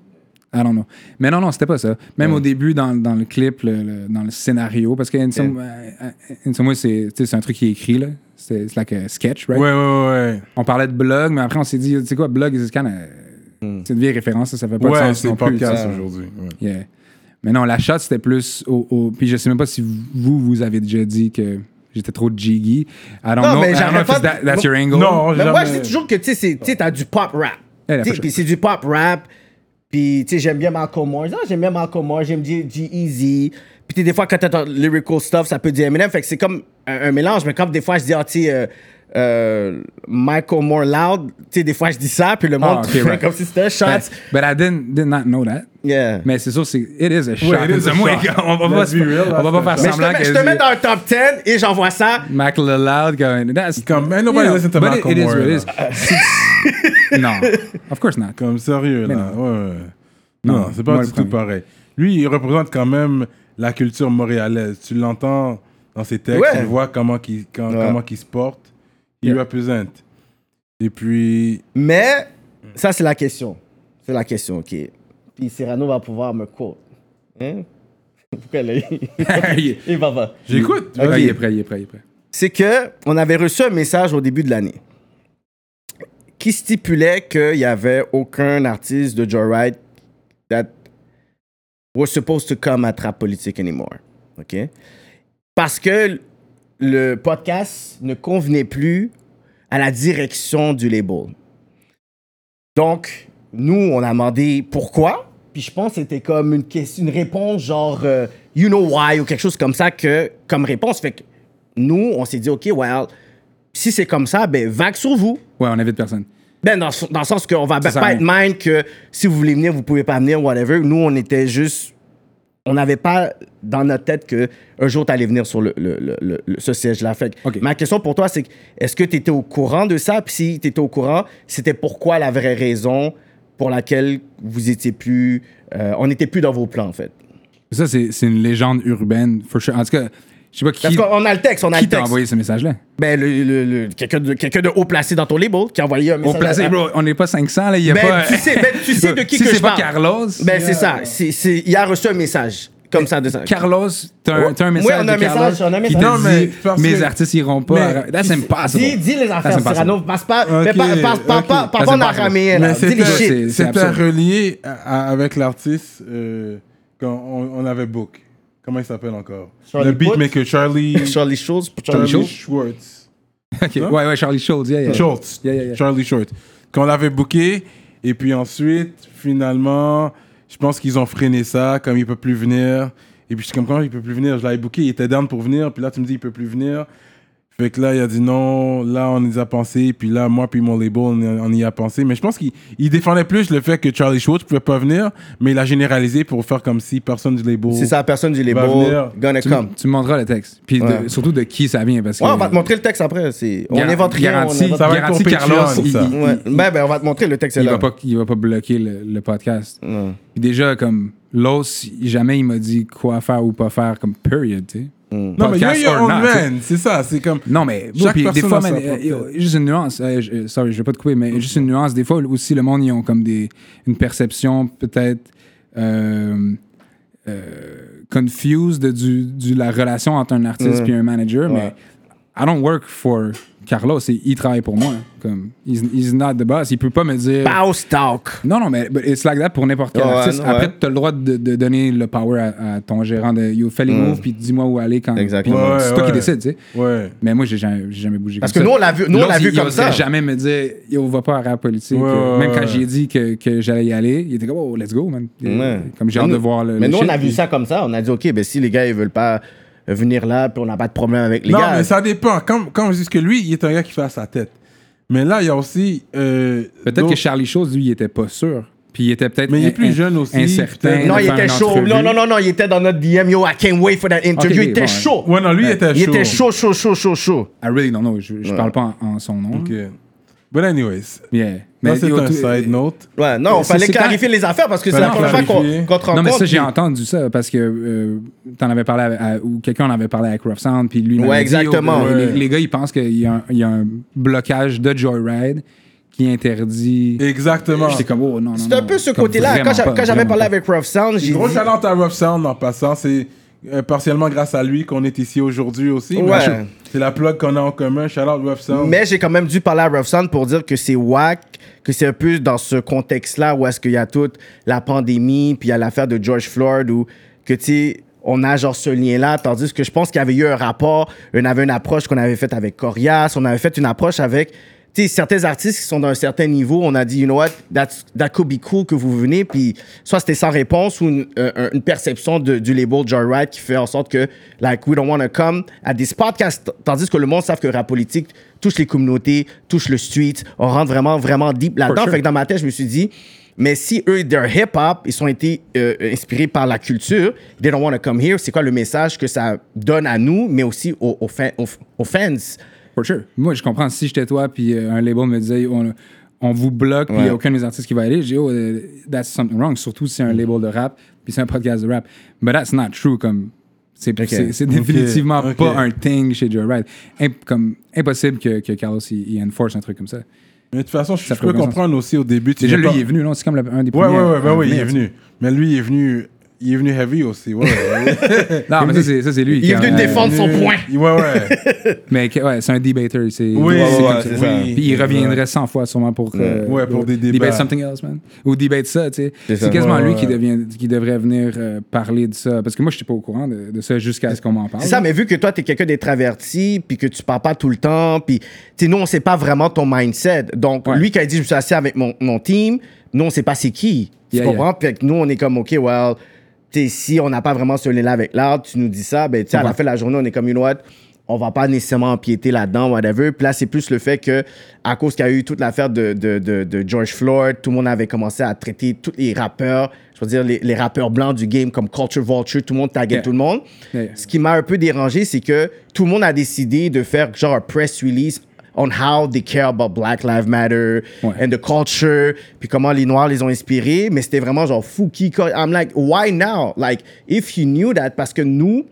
Speaker 5: I don't know. Mais non, non, c'était pas ça. Même au début, dans, dans le clip, le- le- dans le scénario, parce que in some, euh, euh, in some way, c'est tu sais, c'est un truc qui est écrit, là. C'est c'est like a sketch, right?
Speaker 3: Ouais, ouais, ouais.
Speaker 5: On parlait de blog, mais après, on s'est dit, tu sais quoi, blog, c'est kind
Speaker 4: Hmm.
Speaker 5: C'est une vieille référence, ça, ça fait
Speaker 3: Ouais,
Speaker 5: pas
Speaker 3: ouais
Speaker 5: de sens
Speaker 3: c'est
Speaker 5: non
Speaker 3: le
Speaker 5: plus.
Speaker 3: podcast
Speaker 5: tu sais.
Speaker 3: aujourd'hui. ouais.
Speaker 5: Yeah. Mais non, la shot, c'était plus au, au- Puis je sais même pas si vous, vous avez déjà dit que j'étais trop jiggy. I don't
Speaker 4: Non,
Speaker 5: know.
Speaker 4: mais
Speaker 5: I don't know
Speaker 4: j'arrête
Speaker 5: if it's
Speaker 4: pas
Speaker 5: that-
Speaker 4: de-
Speaker 5: that's your angle.
Speaker 3: Non,
Speaker 4: Mais
Speaker 3: jamais-
Speaker 4: moi, je dis toujours que tu sais, c'est- tu sais, t'as du pop rap.
Speaker 5: Elle a pas
Speaker 4: Tu sais,
Speaker 5: le
Speaker 4: Puis c'est du pop rap. Puis tu sais, j'aime bien Malcolm Moore. Non, J'aime bien Malcolm Moore, j'aime G- G-Eazy. Puis tu sais, des fois, quand t'entends lyrical stuff, ça peut dire Eminem. Fait que c'est comme un, un mélange. Mais comme des fois, je dis, ah, tu sais, euh, euh, Michael Moore loud, tu sais, des fois, je dis ça. Puis le monde,
Speaker 5: Ah, ok,
Speaker 4: fait
Speaker 5: right.
Speaker 4: comme si c'était un
Speaker 3: Ben,
Speaker 4: shot.
Speaker 5: But, but I didn't, did not know that.
Speaker 4: Yeah.
Speaker 5: Mais c'est sûr, c'est. It is a shot.
Speaker 3: it is a
Speaker 5: Moi,
Speaker 3: shot.
Speaker 5: On va pas,
Speaker 3: Let's
Speaker 5: se-
Speaker 3: be real,
Speaker 5: on va pas
Speaker 3: that's
Speaker 5: faire
Speaker 3: the-
Speaker 4: Mais
Speaker 5: semblant
Speaker 4: je te, mets-
Speaker 5: que.
Speaker 4: je te mets dans un top 10 et j'envoie ça.
Speaker 5: Mac Loud going. That's
Speaker 3: Comme, ain't nobody
Speaker 5: you know,
Speaker 3: listen to
Speaker 5: but
Speaker 3: Malcolm
Speaker 5: it, it is
Speaker 3: Moore,
Speaker 5: what it is. C'est- no, of course not.
Speaker 3: Comme sérieux, là. Ouais, ouais. Non,
Speaker 5: Non,
Speaker 3: c'est pas
Speaker 5: moi,
Speaker 3: du
Speaker 5: le
Speaker 3: tout
Speaker 5: premier.
Speaker 3: pareil. Lui, il représente quand même la culture montréalaise. Tu l'entends dans ses textes,
Speaker 4: Ouais.
Speaker 3: tu vois comment il, comment qu'il se porte. Il
Speaker 5: Yeah.
Speaker 3: représente. Et puis,
Speaker 4: Mais ça, c'est la question. C'est la question, OK. Puis Cyrano va pouvoir me quote. Hein? Pourquoi là?
Speaker 5: Il-
Speaker 4: Il va pas.
Speaker 3: j'écoute.
Speaker 5: Ah,
Speaker 3: vas-y.
Speaker 5: il est prêt, il est prêt, il est prêt.
Speaker 4: C'est que on avait reçu un message au début de l'année qui stipulait qu'il n'y avait aucun artiste de Joyride that was supposed to come at rap politique anymore. OK? Parce que le podcast ne convenait plus à la direction du label. Donc, nous, on a demandé pourquoi. Puis je pense que c'était comme une, question, une réponse genre euh, You know why ou quelque chose comme ça que, comme réponse. Fait que nous, on s'est dit OK, well, si c'est comme ça, ben vague sur vous.
Speaker 5: Ouais, on invite personne.
Speaker 4: Ben, dans, dans le sens qu'on va
Speaker 5: Ça sert à
Speaker 4: pas être mind que si vous voulez venir, vous pouvez pas venir, whatever. Nous, on était juste. On n'avait pas dans notre tête que un jour, tu allais venir sur le, le- le- le- le- ce siège-là. Fait que
Speaker 5: Ok.
Speaker 4: Ma question pour toi, c'est que, est-ce que tu étais au courant de ça? Puis si tu étais au courant, c'était pourquoi la vraie raison pour laquelle vous étiez plus. euh, on n'était plus dans vos plans, en fait.
Speaker 5: Ça, c'est c'est une légende urbaine, for sure. En tout cas, je sais pas qui,
Speaker 4: Parce qu'on a le texte, on a
Speaker 5: qui
Speaker 4: le
Speaker 5: t'a
Speaker 4: texte.
Speaker 5: envoyé ce message-là.
Speaker 4: Ben, le- le- le- quelqu'un de, quelqu'un de haut placé dans ton label qui a envoyé un
Speaker 5: On
Speaker 4: message.
Speaker 5: placé,
Speaker 4: à-
Speaker 5: bro, on n'est pas 500, là, il y a
Speaker 4: Ben,
Speaker 5: pas.
Speaker 4: tu sais- ben, tu sais de qui
Speaker 5: si
Speaker 4: que
Speaker 5: c'est
Speaker 4: je
Speaker 5: pas
Speaker 4: parle.
Speaker 5: Carlos.
Speaker 4: Ben, c'est ça. C'est- c'est- il a reçu un message comme ça de ça.
Speaker 5: Carlos, t'as un,
Speaker 4: Ouais.
Speaker 5: t'as un
Speaker 4: Oui,
Speaker 5: message.
Speaker 4: on a un
Speaker 5: de
Speaker 4: message,
Speaker 5: Carlos
Speaker 4: on a un
Speaker 5: qui
Speaker 4: message.
Speaker 5: t'a
Speaker 4: Non,
Speaker 5: dit,
Speaker 3: mais parce que-
Speaker 5: mes artistes iront pas.
Speaker 3: Mais-
Speaker 5: That's impossible.
Speaker 4: Dis, dis les
Speaker 5: That's
Speaker 4: affaires,
Speaker 5: impossible.
Speaker 4: Cyrano. Passe pas,
Speaker 3: Ok,
Speaker 4: fais pas- passe pas,
Speaker 3: ok.
Speaker 4: pas, passe
Speaker 5: That's
Speaker 4: pas en
Speaker 5: impossible.
Speaker 4: araméen, là.
Speaker 3: Mais
Speaker 4: Dis les shit.
Speaker 5: c'est
Speaker 3: c'était c'était
Speaker 5: absurde.
Speaker 3: relié à- à- avec l'artiste euh, quand on, on avait Book. Comment il s'appelle encore
Speaker 4: Charlie
Speaker 3: Le beatmaker Charlie,
Speaker 4: Charlie Schultz,
Speaker 3: Charlie
Speaker 5: Schultz?
Speaker 3: Schwartz.
Speaker 5: Ok, Ouais, ouais, Charlie Schultz. yeah, yeah.
Speaker 3: Schultz.
Speaker 5: Yeah, yeah, yeah.
Speaker 3: Charlie Schultz. Qu'on l'avait booké. Et puis ensuite, finalement, je pense qu'ils ont freiné ça, comme il peut plus venir. Et puis je suis comme, comment il peut plus venir Je l'avais booké, il était down pour venir. Puis là, tu me dis, il peut plus venir. Fait que là, il a dit non, là, on y a pensé, puis là, moi, puis mon label, on y a, on y a pensé. Mais je pense qu'il il défendait plus le fait que Charlie Schwartz pouvait pas venir, mais il a généralisé pour faire comme si personne du label.
Speaker 4: Si c'est la personne du
Speaker 3: Va venir.
Speaker 4: label, gonna
Speaker 5: Tu,
Speaker 4: come.
Speaker 5: me- tu me montreras le texte. Puis de-
Speaker 4: Ouais.
Speaker 5: surtout de qui ça vient. Parce que,
Speaker 4: Ouais, on va te montrer le texte après. c'est- On
Speaker 5: Gar-
Speaker 4: invente rien.
Speaker 5: garantie,
Speaker 4: on invente-
Speaker 3: Ça va être
Speaker 5: garantie
Speaker 3: pour Patreon,
Speaker 5: Carlos,
Speaker 3: ça.
Speaker 5: il- il-
Speaker 4: Ouais. Ben, ben, on va te montrer le texte. est
Speaker 5: il
Speaker 4: là.
Speaker 5: va pas il va pas bloquer le, le podcast
Speaker 4: Ouais.
Speaker 5: Puis déjà comme l'os jamais il m'a dit quoi faire ou pas faire comme period tu sais
Speaker 3: non, mais you're
Speaker 5: Podcast
Speaker 3: your
Speaker 5: or
Speaker 3: own
Speaker 5: not, tu sais.
Speaker 3: man, c'est ça, c'est comme.
Speaker 5: non mais
Speaker 3: Chaque
Speaker 5: puis des
Speaker 3: personne
Speaker 5: fois
Speaker 3: a sa
Speaker 5: man,
Speaker 3: propre-
Speaker 5: euh, yo, juste une nuance Euh, je- euh, sorry je vais pas te couper mais juste une nuance des fois aussi le monde ils ont comme des une perception peut-être euh, euh, confused de du, du- la relation entre un artiste puis un manager mais I don't work for Carlos et il travaille pour moi comme he's, he's not the boss il peut pas me dire
Speaker 4: House talk.
Speaker 5: Non, non, mais but it's like that pour n'importe quel
Speaker 4: Ouais,
Speaker 5: artiste.
Speaker 4: ouais.
Speaker 5: Après, tu as le droit de, de donner le power à, à ton gérant de Yo, fais les moves, puis dis-moi où aller quand.
Speaker 4: Mm. Exactement.
Speaker 5: puis C'est
Speaker 3: Ouais,
Speaker 5: toi qui
Speaker 3: ouais.
Speaker 5: décides, tu sais.
Speaker 3: Ouais.
Speaker 5: Mais moi, j'ai jamais, j'ai jamais bougé
Speaker 4: Parce que
Speaker 5: comme ça.
Speaker 4: nous, on l'a vu- nous, on
Speaker 5: L'autre,
Speaker 4: l'a vu
Speaker 5: il- il
Speaker 4: comme
Speaker 5: oserait
Speaker 4: ça.
Speaker 5: jamais me dire Yo, va pas à rap politique. euh,
Speaker 3: Ouais, ouais,
Speaker 5: Même quand
Speaker 3: ouais.
Speaker 5: j'ai dit que, que j'allais y aller, il était comme Oh, let's go, man.
Speaker 4: Ouais.
Speaker 5: Comme j'ai
Speaker 4: Mais
Speaker 5: hâte
Speaker 4: nous-
Speaker 5: de voir le.
Speaker 4: Mais
Speaker 5: le
Speaker 4: nous, on
Speaker 5: shit,
Speaker 4: a vu
Speaker 5: puis-
Speaker 4: ça comme ça. On a dit, OK, ben si les gars, ils veulent pas venir là, puis on n'a pas de problème avec les
Speaker 3: non,
Speaker 4: gars.
Speaker 3: mais ça dépend. Comme, comme juste que lui, il est un gars qui fait à sa tête. Mais là, il y a aussi. euh,
Speaker 5: Peut-être que
Speaker 3: d'autres-
Speaker 5: Charlie Chose, lui, il était pas sûr. Puis il était peut-être.
Speaker 3: Mais il est
Speaker 5: in-
Speaker 3: plus
Speaker 5: in-
Speaker 3: jeune aussi,
Speaker 5: Incertain.
Speaker 3: peut-être.
Speaker 4: Non,
Speaker 5: de
Speaker 4: il
Speaker 5: faire
Speaker 4: était
Speaker 5: une
Speaker 4: chaud.
Speaker 5: entrevue.
Speaker 4: Non, non, non, non, il était dans notre DM. Yo, I can't wait for that interview.
Speaker 5: Ok,
Speaker 4: il était
Speaker 5: bon,
Speaker 4: chaud.
Speaker 3: Ouais, non, lui, il était
Speaker 4: Il
Speaker 3: chaud.
Speaker 4: était chaud, chaud, chaud, chaud, chaud.
Speaker 5: I really don't know. Je, je parle pas en, en son nom.
Speaker 3: Ok. But, anyways.
Speaker 5: Yeah.
Speaker 3: Mais c'est
Speaker 5: yo,
Speaker 3: un
Speaker 5: tout-
Speaker 3: side note.
Speaker 4: Ouais, non, il
Speaker 5: C'est-
Speaker 4: fallait
Speaker 5: c'est
Speaker 4: clarifier les affaires parce que c'est
Speaker 3: Fallait
Speaker 4: la première fois qu'on
Speaker 3: clarifier.
Speaker 4: qu'on te
Speaker 5: Non, mais
Speaker 4: rencontre,
Speaker 5: ça, j'ai
Speaker 4: puis-
Speaker 5: entendu ça parce que euh, t'en avais parlé à- à- ou quelqu'un en avait parlé à Rough Sound, puis lui, il
Speaker 4: Ouais,
Speaker 5: m'avait dit,
Speaker 4: exactement.
Speaker 5: oh, euh,
Speaker 3: Ouais.
Speaker 5: Les, les gars, ils pensent qu'il y, a un- il y a un blocage de Joyride qui interdit.
Speaker 3: Exactement.
Speaker 5: J'étais comme, oh non, non.
Speaker 4: C'est un
Speaker 5: non,
Speaker 4: peu ce
Speaker 5: comme
Speaker 4: côté-là. Quand
Speaker 5: vraiment
Speaker 4: j'a-
Speaker 5: pas,
Speaker 4: quand j'avais
Speaker 5: vraiment
Speaker 4: parlé
Speaker 5: pas.
Speaker 4: avec Rough Sound, j'ai
Speaker 3: Gros
Speaker 4: dit-
Speaker 3: shout out à Rough Sound en passant. C'est euh, partiellement grâce à lui qu'on est ici aujourd'hui aussi. mais
Speaker 4: Ouais.
Speaker 3: C'est la plug qu'on a en commun. Shout out Rough Sound.
Speaker 4: Mais j'ai quand même dû parler à Rough Sound pour dire que c'est whack, que c'est un peu dans ce contexte-là où est-ce qu'il y a toute la pandémie, puis il y a l'affaire de George Floyd, où que tu sais, on a genre ce lien-là, tandis que je pense qu'il y avait eu un rapport, on avait une approche qu'on avait faite avec Corias, on avait fait une approche avec. Tu sais, certains artistes qui sont d'un certain niveau, on a dit, you know what, that's- that could be cool que vous venez, puis soit c'était sans réponse ou une, euh, une perception de- du label Joyride qui fait en sorte que, like, we don't want to come à des podcasts, tandis que le monde savent que rap politique touche les communautés, touche le street, on rentre vraiment, vraiment deep là-dedans.
Speaker 5: For sure.
Speaker 4: Fait que dans ma tête, je me suis dit, mais si eux, their hip-hop, ils ont été euh, inspirés par la culture, they don't want to come here, c'est quoi le message que ça donne à nous, mais aussi aux, aux, fan- aux- aux fans?
Speaker 5: For sure. Moi, je comprends. Si j'étais toi, puis euh, un label me disait, on, on vous bloque, puis il n'y
Speaker 4: Ouais.
Speaker 5: a aucun des artistes qui va aller, j'ai dit, oh, euh, that's something wrong. Surtout si c'est
Speaker 3: Mm.
Speaker 5: un label de rap, puis c'est un podcast de rap. But that's not true. Comme, c'est c'est- c'est définitivement
Speaker 3: Ok.
Speaker 5: pas un thing chez Joe Wright. Imp- comme, impossible que, que Carlos il, il enforce un truc comme ça.
Speaker 3: Mais de toute façon, je,
Speaker 5: Ça
Speaker 3: je peux
Speaker 5: fait aucun
Speaker 3: comprendre aussi au début. tu
Speaker 5: Déjà,
Speaker 3: dis
Speaker 5: lui,
Speaker 3: pas-
Speaker 5: il est venu, non? C'est comme le- un des
Speaker 3: Ouais,
Speaker 5: premiers.
Speaker 3: ouais, ouais, ben
Speaker 5: à
Speaker 3: oui, il
Speaker 5: venir,
Speaker 3: est
Speaker 5: tu sais.
Speaker 3: venu. Mais lui, il est venu, il est venu heavy aussi. Ouais, ouais.
Speaker 5: Non, mais ça, c'est- ça, c'est lui.
Speaker 4: Il
Speaker 5: qui-
Speaker 4: est venu
Speaker 5: euh,
Speaker 4: défendre son
Speaker 3: Il est venu-
Speaker 4: point.
Speaker 3: Ouais, ouais.
Speaker 5: Mais que- ouais, c'est un debater. c'est-
Speaker 3: Oui,
Speaker 5: c'est
Speaker 3: ouais,
Speaker 5: comme ça.
Speaker 3: ouais, c'est ça.
Speaker 5: Puis
Speaker 4: euh,
Speaker 5: il reviendrait 100 fois sûrement pour, euh,
Speaker 3: Ouais, pour des débats.
Speaker 5: Debate something else, man. Ou debate ça, tu sais.
Speaker 4: C'est
Speaker 5: C'est
Speaker 4: ça.
Speaker 5: quasiment
Speaker 3: Ouais,
Speaker 5: lui
Speaker 3: ouais.
Speaker 5: Qui, devient, qui devrait venir euh, parler de ça. Parce que moi, je n'étais pas au courant de, de ça jusqu'à ce qu'on m'en parle.
Speaker 4: C'est ça, mais vu que toi, t'es quelqu'un d'intraverti, puis que tu parles pas tout le temps, puis, tu sais, nous, on sait pas vraiment ton mindset. Donc,
Speaker 5: Ouais.
Speaker 4: lui qui a dit, je me suis assis avec mon, mon team, nous, on sait pas c'est qui. Tu
Speaker 5: Yeah,
Speaker 4: comprends? Puis que nous, on est comme, OK, well, tu sais, si on n'a pas vraiment ce lien-là avec l'art, tu nous dis ça, ben, tu sais, à la
Speaker 5: Ouais.
Speaker 4: fin de la journée, on est comme, you know what? On va pas nécessairement empiéter là-dedans, whatever. Puis là, c'est plus le fait que, à cause qu'il y a eu toute l'affaire de, de, de, de George Floyd, tout le monde avait commencé à traiter tous les rappeurs, je veux dire, les, les rappeurs blancs du game comme Culture Vulture, tout le monde taguait
Speaker 5: Yeah.
Speaker 4: tout le monde.
Speaker 5: Yeah.
Speaker 4: Ce qui m'a un peu dérangé, c'est que tout le monde a décidé de faire genre un press release on how they care about Black Lives Matter
Speaker 5: Ouais.
Speaker 4: and the culture, puis comment les Noirs les ont inspirés, mais c'était vraiment genre fou qui. I'm like, why now? Like, if you knew that, parce que nous,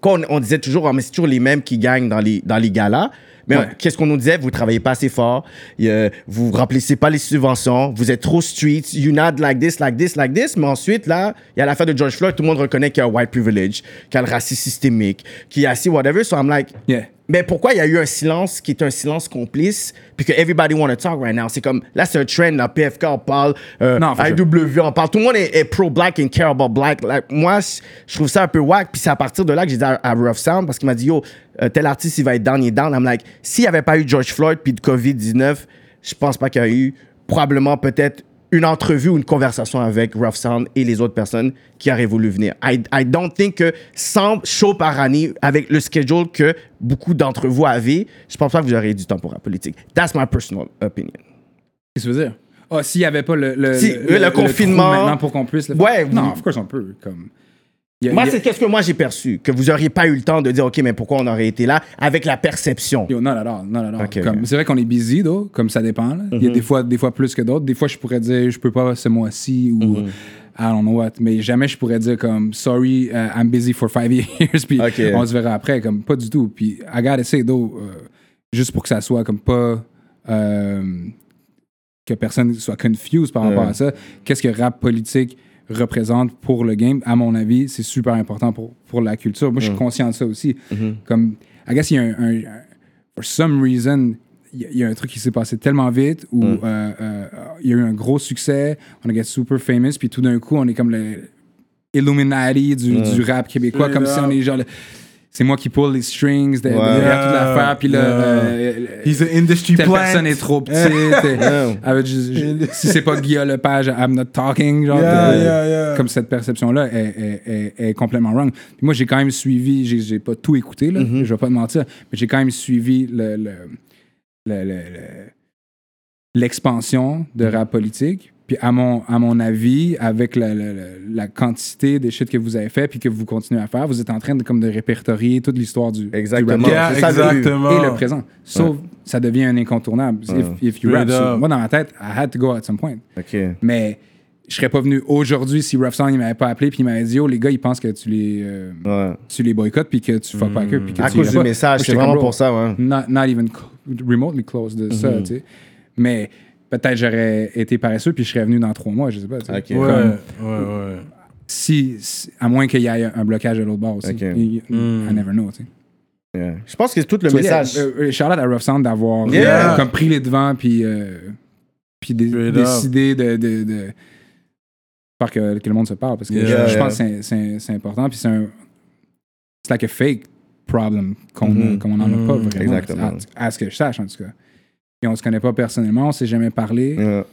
Speaker 4: qu'on- on, disait toujours, Ah, mais c'est toujours les mêmes qui gagnent dans les, dans les galas. Mais
Speaker 5: Ouais.
Speaker 4: on- qu'est-ce qu'on nous disait? Vous travaillez pas assez fort, euh, vous remplissez pas les subventions, vous êtes trop street, you not like this, like this, like this. Mais ensuite, là, il y a l'affaire de George Floyd, tout le monde reconnaît qu'il y a un white privilege, qu'il y a le racisme systémique, qu'il y a si whatever. So I'm like,
Speaker 5: Yeah.
Speaker 4: mais pourquoi il y a eu un silence qui est un silence complice, puis que everybody wanna talk right now? C'est comme, là, c'est un trend, là, PFK, on parle, euh,
Speaker 5: Non, for sure.
Speaker 4: IW, on parle, tout le monde est, est pro-black and care about black. Like, moi, je je trouve ça un peu whack, puis c'est à partir de là que j'ai dit à, à Rough Sound, parce qu'il m'a dit, yo, euh, tel artiste, il va être down, il est down. I'm like, s'il n'y avait pas eu George Floyd, puis de COVID-19, je pense pas qu'il y a eu probablement peut-être une entrevue ou une conversation avec Rough Sound et les autres personnes qui auraient voulu venir. I, I don't think que 100 shows par année, avec le schedule que beaucoup d'entre vous avez, je pense pas que vous auriez du temps pour la politique. That's my personal opinion.
Speaker 5: Qu'est-ce que tu veux dire? Ah, s'il n'y avait pas le, le,
Speaker 4: Si, le
Speaker 5: trou
Speaker 4: confinement-
Speaker 5: maintenant pour qu'on puisse le faire.
Speaker 4: Ouais,
Speaker 5: Non,
Speaker 4: oui.
Speaker 5: of course, on peut. Comme... Il y a-
Speaker 4: Moi,
Speaker 5: il y a-
Speaker 4: c'est qu'est-ce que moi j'ai perçu, que vous auriez pas eu le temps de dire, OK, mais pourquoi on aurait été là avec la perception.
Speaker 5: Yo, non, non, non, non, non.
Speaker 4: Ok,
Speaker 5: Comme-
Speaker 4: ok. Mhm.
Speaker 5: C'est vrai qu'on est busy, though, comme ça dépend. là. Il y a des fois, des fois plus que d'autres. Des fois, je pourrais dire, je peux pas ce mois-ci ou
Speaker 4: Mhm.
Speaker 5: I don't know what. Mais jamais je pourrais dire comme sorry, uh, I'm busy for five years. Puis
Speaker 4: Ok.
Speaker 5: on se verra après. Comme pas du tout. Puis I gotta say, though, euh, juste pour que ça soit comme pas. euh, que personne soit confused par rapport à ça. Qu'est-ce que rap politique représente pour le game, à mon avis, c'est super important pour, pour la culture.
Speaker 4: Mhm.
Speaker 5: Moi, je suis conscient de ça aussi. Comme, I guess, il y a un, un- un- for some reason, il y a- il y, a un truc qui s'est passé tellement vite où
Speaker 3: Mm.
Speaker 5: euh, euh, il y a eu un gros succès, on a get super famous, puis tout d'un coup, on est comme le Illuminati du,
Speaker 3: Mm.
Speaker 5: du rap québécois,
Speaker 3: Straight
Speaker 5: comme si
Speaker 3: up.
Speaker 5: on est genre... le- C'est moi qui pull les strings, de, de-
Speaker 4: Yeah,
Speaker 5: toute l'affaire, puis là... euh,
Speaker 3: He's an industry
Speaker 5: telle
Speaker 3: plant.
Speaker 5: personne est trop petite. et- avec ju- ju- si c'est pas Guillaume Lepage, I'm not talking. Genre,
Speaker 3: Yeah,
Speaker 5: de-
Speaker 3: yeah, yeah.
Speaker 5: euh, Comme cette perception-là est, est- est- est complètement wrong. Puis moi, j'ai quand même suivi, j'ai- j'ai pas tout écouté, là, je vais pas te mentir, mais j'ai quand même suivi le- le- le- le- le, l'expansion de rap politique. Puis à mon, à mon avis, avec la, la- la- la quantité des shit que vous avez fait puis que vous continuez à faire, vous êtes en train de, comme de répertorier toute l'histoire du, du rap
Speaker 4: Exactement.
Speaker 5: politique
Speaker 3: Yeah,
Speaker 4: C'est ça le but.
Speaker 3: exactement.
Speaker 5: et le présent. Sauf, ça devient un incontournable. If, if you
Speaker 3: Straight
Speaker 5: rap, so-
Speaker 3: up.
Speaker 5: moi, dans ma tête, I had to go at some point.
Speaker 4: OK.
Speaker 5: Mais je serais pas venu aujourd'hui si Rough Sound, il m'avait pas appelé puis il m'avait dit, oh, les gars, ils pensent que tu les, euh,
Speaker 4: Ouais.
Speaker 5: tu les boycottes puis que tu fuck pas avec eux. puis que
Speaker 4: À
Speaker 5: tu
Speaker 4: cause
Speaker 5: iras
Speaker 4: du
Speaker 5: pas.
Speaker 4: message,
Speaker 5: Moi,
Speaker 4: c'est
Speaker 5: j'étais comme,
Speaker 4: vraiment
Speaker 5: bro,
Speaker 4: pour ça, Mm-hmm. ouais.
Speaker 5: Not, not even co- remotely close de ça, tu sais. Mais peut-être j'aurais été paresseux puis je serais venu dans trois mois, je sais pas. tu sais.
Speaker 4: Ok.
Speaker 3: Ouais,
Speaker 5: Comme-
Speaker 3: ouais, ouais.
Speaker 5: si, si- à moins qu'il y ait un blocage de l'autre bord aussi.
Speaker 4: Ok.
Speaker 5: I, I never know, tu sais.
Speaker 4: Yeah. Je pense que c'est tout
Speaker 5: Tu
Speaker 4: le
Speaker 5: vois,
Speaker 4: message.
Speaker 5: euh, euh, Charlotte à Rough Sound d'avoir euh,
Speaker 4: Yeah.
Speaker 5: comme pris les devants puis, euh, puis dé-
Speaker 3: Straight up.
Speaker 5: décider de, de, de faire que, que le monde se parle parce que
Speaker 3: Yeah,
Speaker 5: je, je
Speaker 4: yeah.
Speaker 5: pense que c'est- c'est c'est important puis c'est un c'est like a fake problem qu'on
Speaker 4: Mhm.
Speaker 5: qu'on n'en a pas
Speaker 3: Mhm.
Speaker 5: vraiment
Speaker 4: Exactement.
Speaker 5: À, à ce que je sache en tout cas et on se connaît pas personnellement on s'est jamais parlé
Speaker 4: Ouais.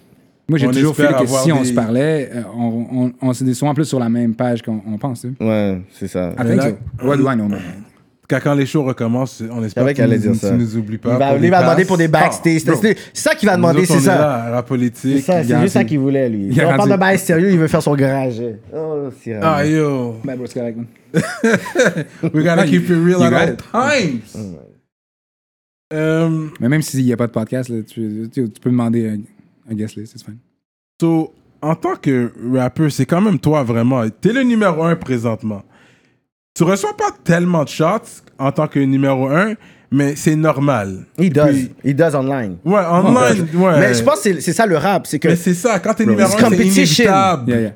Speaker 5: moi j'ai
Speaker 3: Mm. On
Speaker 5: toujours
Speaker 3: espère
Speaker 5: fait que
Speaker 3: avoir
Speaker 5: si on
Speaker 3: des-
Speaker 5: se parlait euh, on, on, on s'est souvent plus sur la même page qu'on on pense tu sais.
Speaker 4: Ouais, c'est ça.
Speaker 5: I think
Speaker 3: là-
Speaker 5: so. What do I know, man?
Speaker 3: Quand, quand les shows recommencent, on espère
Speaker 4: vrai
Speaker 3: que
Speaker 4: qu'elle allait
Speaker 3: nous-
Speaker 4: dire
Speaker 3: tu
Speaker 4: ça.
Speaker 3: nous oublies pas.
Speaker 4: Il va,
Speaker 3: pour
Speaker 4: il
Speaker 3: les
Speaker 4: va demander
Speaker 3: passes. Ah,
Speaker 4: pour des backstage.
Speaker 5: bro.
Speaker 4: c'est c'est ça qu'il va demander,
Speaker 3: Nous autres,
Speaker 4: c'est
Speaker 3: on est
Speaker 4: ça.
Speaker 3: là, à la politique.
Speaker 4: C'est ça, c'est
Speaker 5: Garanti.
Speaker 4: juste ça qu'il voulait, lui. On
Speaker 5: Garanti.
Speaker 4: parle de bail sérieux, il veut faire son garage. Oh, c'est rare.
Speaker 3: Ah yo,
Speaker 5: Ben, bro, c'est correct, man.
Speaker 3: we gotta
Speaker 5: Non,
Speaker 3: keep it
Speaker 5: you-
Speaker 3: real
Speaker 5: you
Speaker 3: at
Speaker 5: got
Speaker 3: all
Speaker 5: it.
Speaker 3: times.
Speaker 4: Mm.
Speaker 3: Um,
Speaker 5: Mais même s'il n'y a pas de podcast, là, tu, tu- tu peux demander un, un guest list, c'est fine.
Speaker 3: so, en tant que rappeur, c'est quand même toi vraiment. T'es le numéro un présentement. Tu reçois pas tellement de shots en tant que numéro un, mais c'est normal.
Speaker 4: Il does.
Speaker 3: Puis-
Speaker 4: Il does online.
Speaker 3: Ouais, online. ouais.
Speaker 4: Mais je pense que c'est- c'est ça le rap. C'est que,
Speaker 3: Mais
Speaker 4: tu
Speaker 3: c'est ça, quand t'es numéro
Speaker 4: It's
Speaker 3: un, c'est
Speaker 4: competition.
Speaker 3: inévitable.
Speaker 5: Yeah, yeah.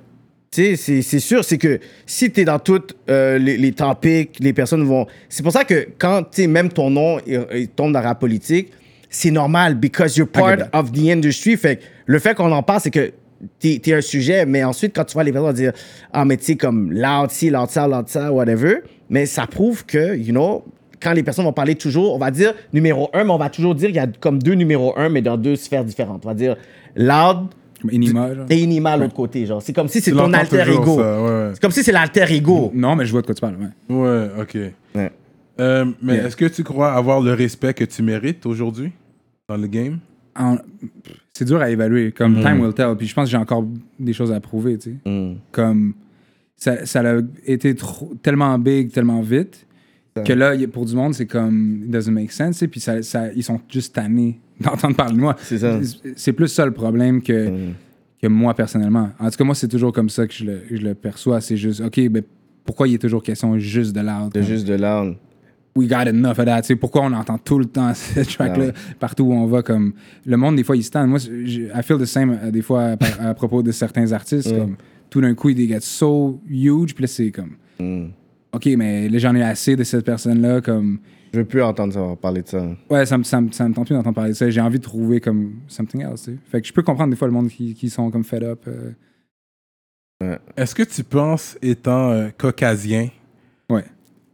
Speaker 4: sais, c'est c'est sûr, c'est que si t'es dans toutes euh, les, les topics, les personnes vont. C'est pour ça que quand, tu sais, même ton nom il, il tombe dans la politique, c'est normal because you're part
Speaker 5: that.
Speaker 4: of the industry. Fait que le fait qu'on en parle, c'est que t'es t'es un sujet, mais ensuite, quand tu vois les personnes dire Ah, mais tu sais, comme loud ci, loud ça, loud ça, whatever, mais ça prouve que, you know, quand les personnes vont parler toujours, on va dire numéro un, mais on va toujours dire qu'il y a comme deux numéros un, mais dans deux sphères différentes. On va dire loud
Speaker 5: Comme Enima, genre.
Speaker 4: et Inima à l'autre côté. Genre, c'est comme si c'est
Speaker 3: Tu
Speaker 4: ton
Speaker 3: l'entends
Speaker 4: alter
Speaker 3: toujours,
Speaker 4: ego.
Speaker 3: ça, ouais.
Speaker 4: C'est comme si c'est l'alter ego.
Speaker 5: Non, mais je vois de quoi tu parles, ouais.
Speaker 3: Ouais, ok.
Speaker 4: Ouais.
Speaker 3: Euh, mais
Speaker 5: Yeah.
Speaker 3: est-ce que tu crois avoir le respect que tu mérites aujourd'hui dans le game?
Speaker 5: En- C'est dur à évaluer, comme time will tell. Puis je pense que j'ai encore des choses à prouver, tu sais.
Speaker 4: Mm.
Speaker 5: Comme ça, ça a été trop- tellement big, tellement vite, que là, y a- pour du monde, c'est comme, it doesn't make sense, tu sais. Puis ça, ça- ils sont juste tannés d'entendre parler de moi.
Speaker 4: C'est ça. Mm.
Speaker 5: C'est plus ça le problème que, que moi, personnellement. En tout cas, moi, c'est toujours comme ça que je le, je le perçois. C'est juste, OK, ben, pourquoi il est toujours question juste de l'art?
Speaker 4: C'est
Speaker 5: comme-
Speaker 4: juste de l'âme.
Speaker 5: we got enough of that. Tu sais, pourquoi on entend tout le temps cette
Speaker 3: Ah
Speaker 5: track-là
Speaker 4: Ouais.
Speaker 5: partout où on va? Comme, le monde, des fois, il se tente. Moi, je- I feel the same euh, des fois à, par- à propos de certains artistes. Comme, tout d'un coup, ils get so huge. Puis là, c'est comme,
Speaker 3: Hmm.
Speaker 5: OK, mais là, j'en ai assez de cette personne-là. Comme,
Speaker 4: Je veux plus entendre ça, parler de ça.
Speaker 5: ouais, ça me, ça me, ça me tente plus d'entendre parler de ça. J'ai envie de trouver comme something else. tu sais. Fait que je peux comprendre des fois le monde qui, qui sont comme fed up. euh,
Speaker 3: Est-ce que tu penses, étant euh, caucasien,
Speaker 5: ouais.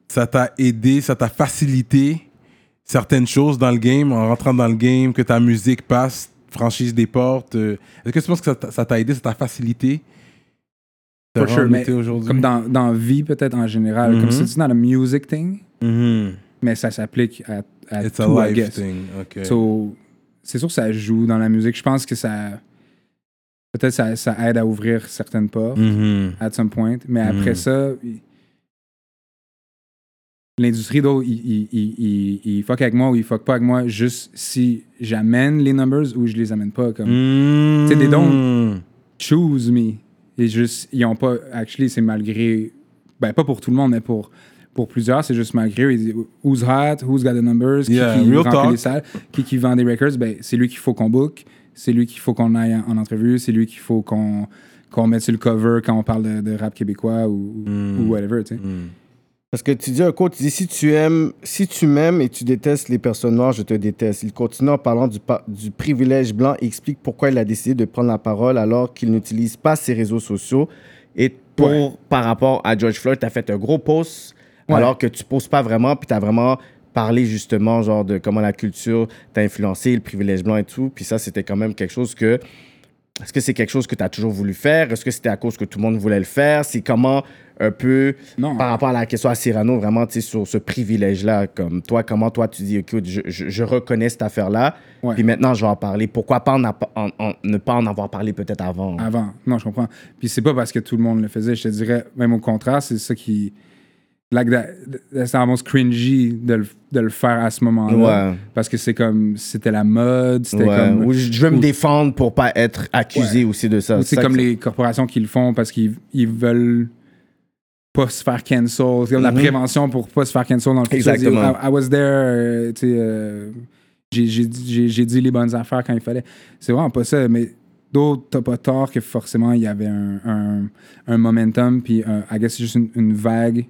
Speaker 3: ça t'a aidé, ça t'a facilité certaines choses dans le game, en rentrant dans le game, que ta musique passe, franchise des portes. euh, Est-ce que tu penses que ça t'a- ça t'a aidé, ça t'a facilité ta
Speaker 5: For sure, mais
Speaker 3: rentabilité aujourd'hui?
Speaker 5: Comme dans, dans vie, peut-être en général. Comme
Speaker 3: Mhm.
Speaker 5: c'est not a music thing,
Speaker 4: Mm-hmm.
Speaker 3: Mhm.
Speaker 5: mais ça s'applique à, à
Speaker 3: It's
Speaker 5: tout,
Speaker 3: a
Speaker 5: I
Speaker 3: life
Speaker 5: guess.
Speaker 3: thing. OK.
Speaker 5: So, c'est sûr que ça joue dans la musique. Je pense que ça. Peut-être ça, ça aide à ouvrir certaines portes,
Speaker 4: Mm-hmm.
Speaker 3: Mhm.
Speaker 5: at some point. Mais après
Speaker 3: Mhm.
Speaker 5: ça. il- L'industrie, though, il, il, il- il- il fuck avec moi ou il fuck pas avec moi, juste si j'amène les numbers ou je les amène pas. Comme,
Speaker 3: Mhm.
Speaker 5: Tu sais, des dons. choose me. Et juste, ils ont pas. Actually, c'est malgré. Ben, pas pour tout le monde, mais pour, pour plusieurs, c'est juste malgré eux. Ils disent, Who's hot? Who's got the numbers? Qui,
Speaker 3: Yeah,
Speaker 5: qui
Speaker 3: real
Speaker 5: remplit
Speaker 3: talk.
Speaker 5: les salles? Qui, qui vend des records? Ben, c'est lui qu'il faut qu'on book. C'est lui qu'il faut qu'on aille en, en entrevue. C'est lui qu'il faut qu'on qu'on mette sur le cover quand on parle de, de rap québécois ou,
Speaker 3: Mm.
Speaker 5: ou whatever, tu sais.
Speaker 4: Parce que tu dis un quote, tu dis si tu aimes, si tu m'aimes et tu détestes les personnes noires, je te déteste. Il continue en parlant du, pa- du privilège blanc et explique pourquoi il a décidé de prendre la parole alors qu'il n'utilise pas ses réseaux sociaux. Et pour, par rapport à George Floyd, tu as fait un gros post alors que tu poses pas vraiment, puis tu as vraiment parlé justement genre de comment la culture t'a influencé, le privilège blanc et tout. Puis ça, c'était quand même quelque chose que est-ce que c'est quelque chose que tu as toujours voulu faire? Est-ce que c'était à cause que tout le monde voulait le faire? C'est comment un peu,
Speaker 5: Non.
Speaker 4: par rapport à la question à Cyrano, vraiment, tu sais, sur ce privilège-là, comme toi, comment toi tu dis, OK, je, je- je reconnais cette affaire-là,
Speaker 5: Ouais.
Speaker 4: puis maintenant je vais en parler. Pourquoi pas en appa- en- en- ne pas en avoir parlé peut-être avant?
Speaker 5: Avant. Non, je comprends. Puis c'est pas parce que tout le monde le faisait. Je te dirais, même au contraire, c'est ça qui. Like that- that's almost cringy de le, de le faire à ce moment-là.
Speaker 4: Ouais.
Speaker 5: Parce que c'est comme. C'était la mode. C'était
Speaker 4: Ouais.
Speaker 5: comme.
Speaker 4: Ou je, je veux me
Speaker 5: ou-
Speaker 4: défendre pour pas être accusé aussi de ça.
Speaker 5: ou c'est
Speaker 4: ça
Speaker 5: comme
Speaker 4: que-
Speaker 5: les corporations qui le font parce qu'ils ils veulent pas se faire cancel. C'est comme la prévention pour pas se faire cancel dans le futur.
Speaker 4: Mhm. Exactement.
Speaker 5: Dire, I, I was there. euh, tu sais, euh, j'ai- j'ai dit- j'ai j'ai dit les bonnes affaires quand il fallait. C'est vraiment pas ça, mais d'autres, t'as pas tort que forcément il y avait un, un, un momentum, puis un- I guess c'est juste une, une vague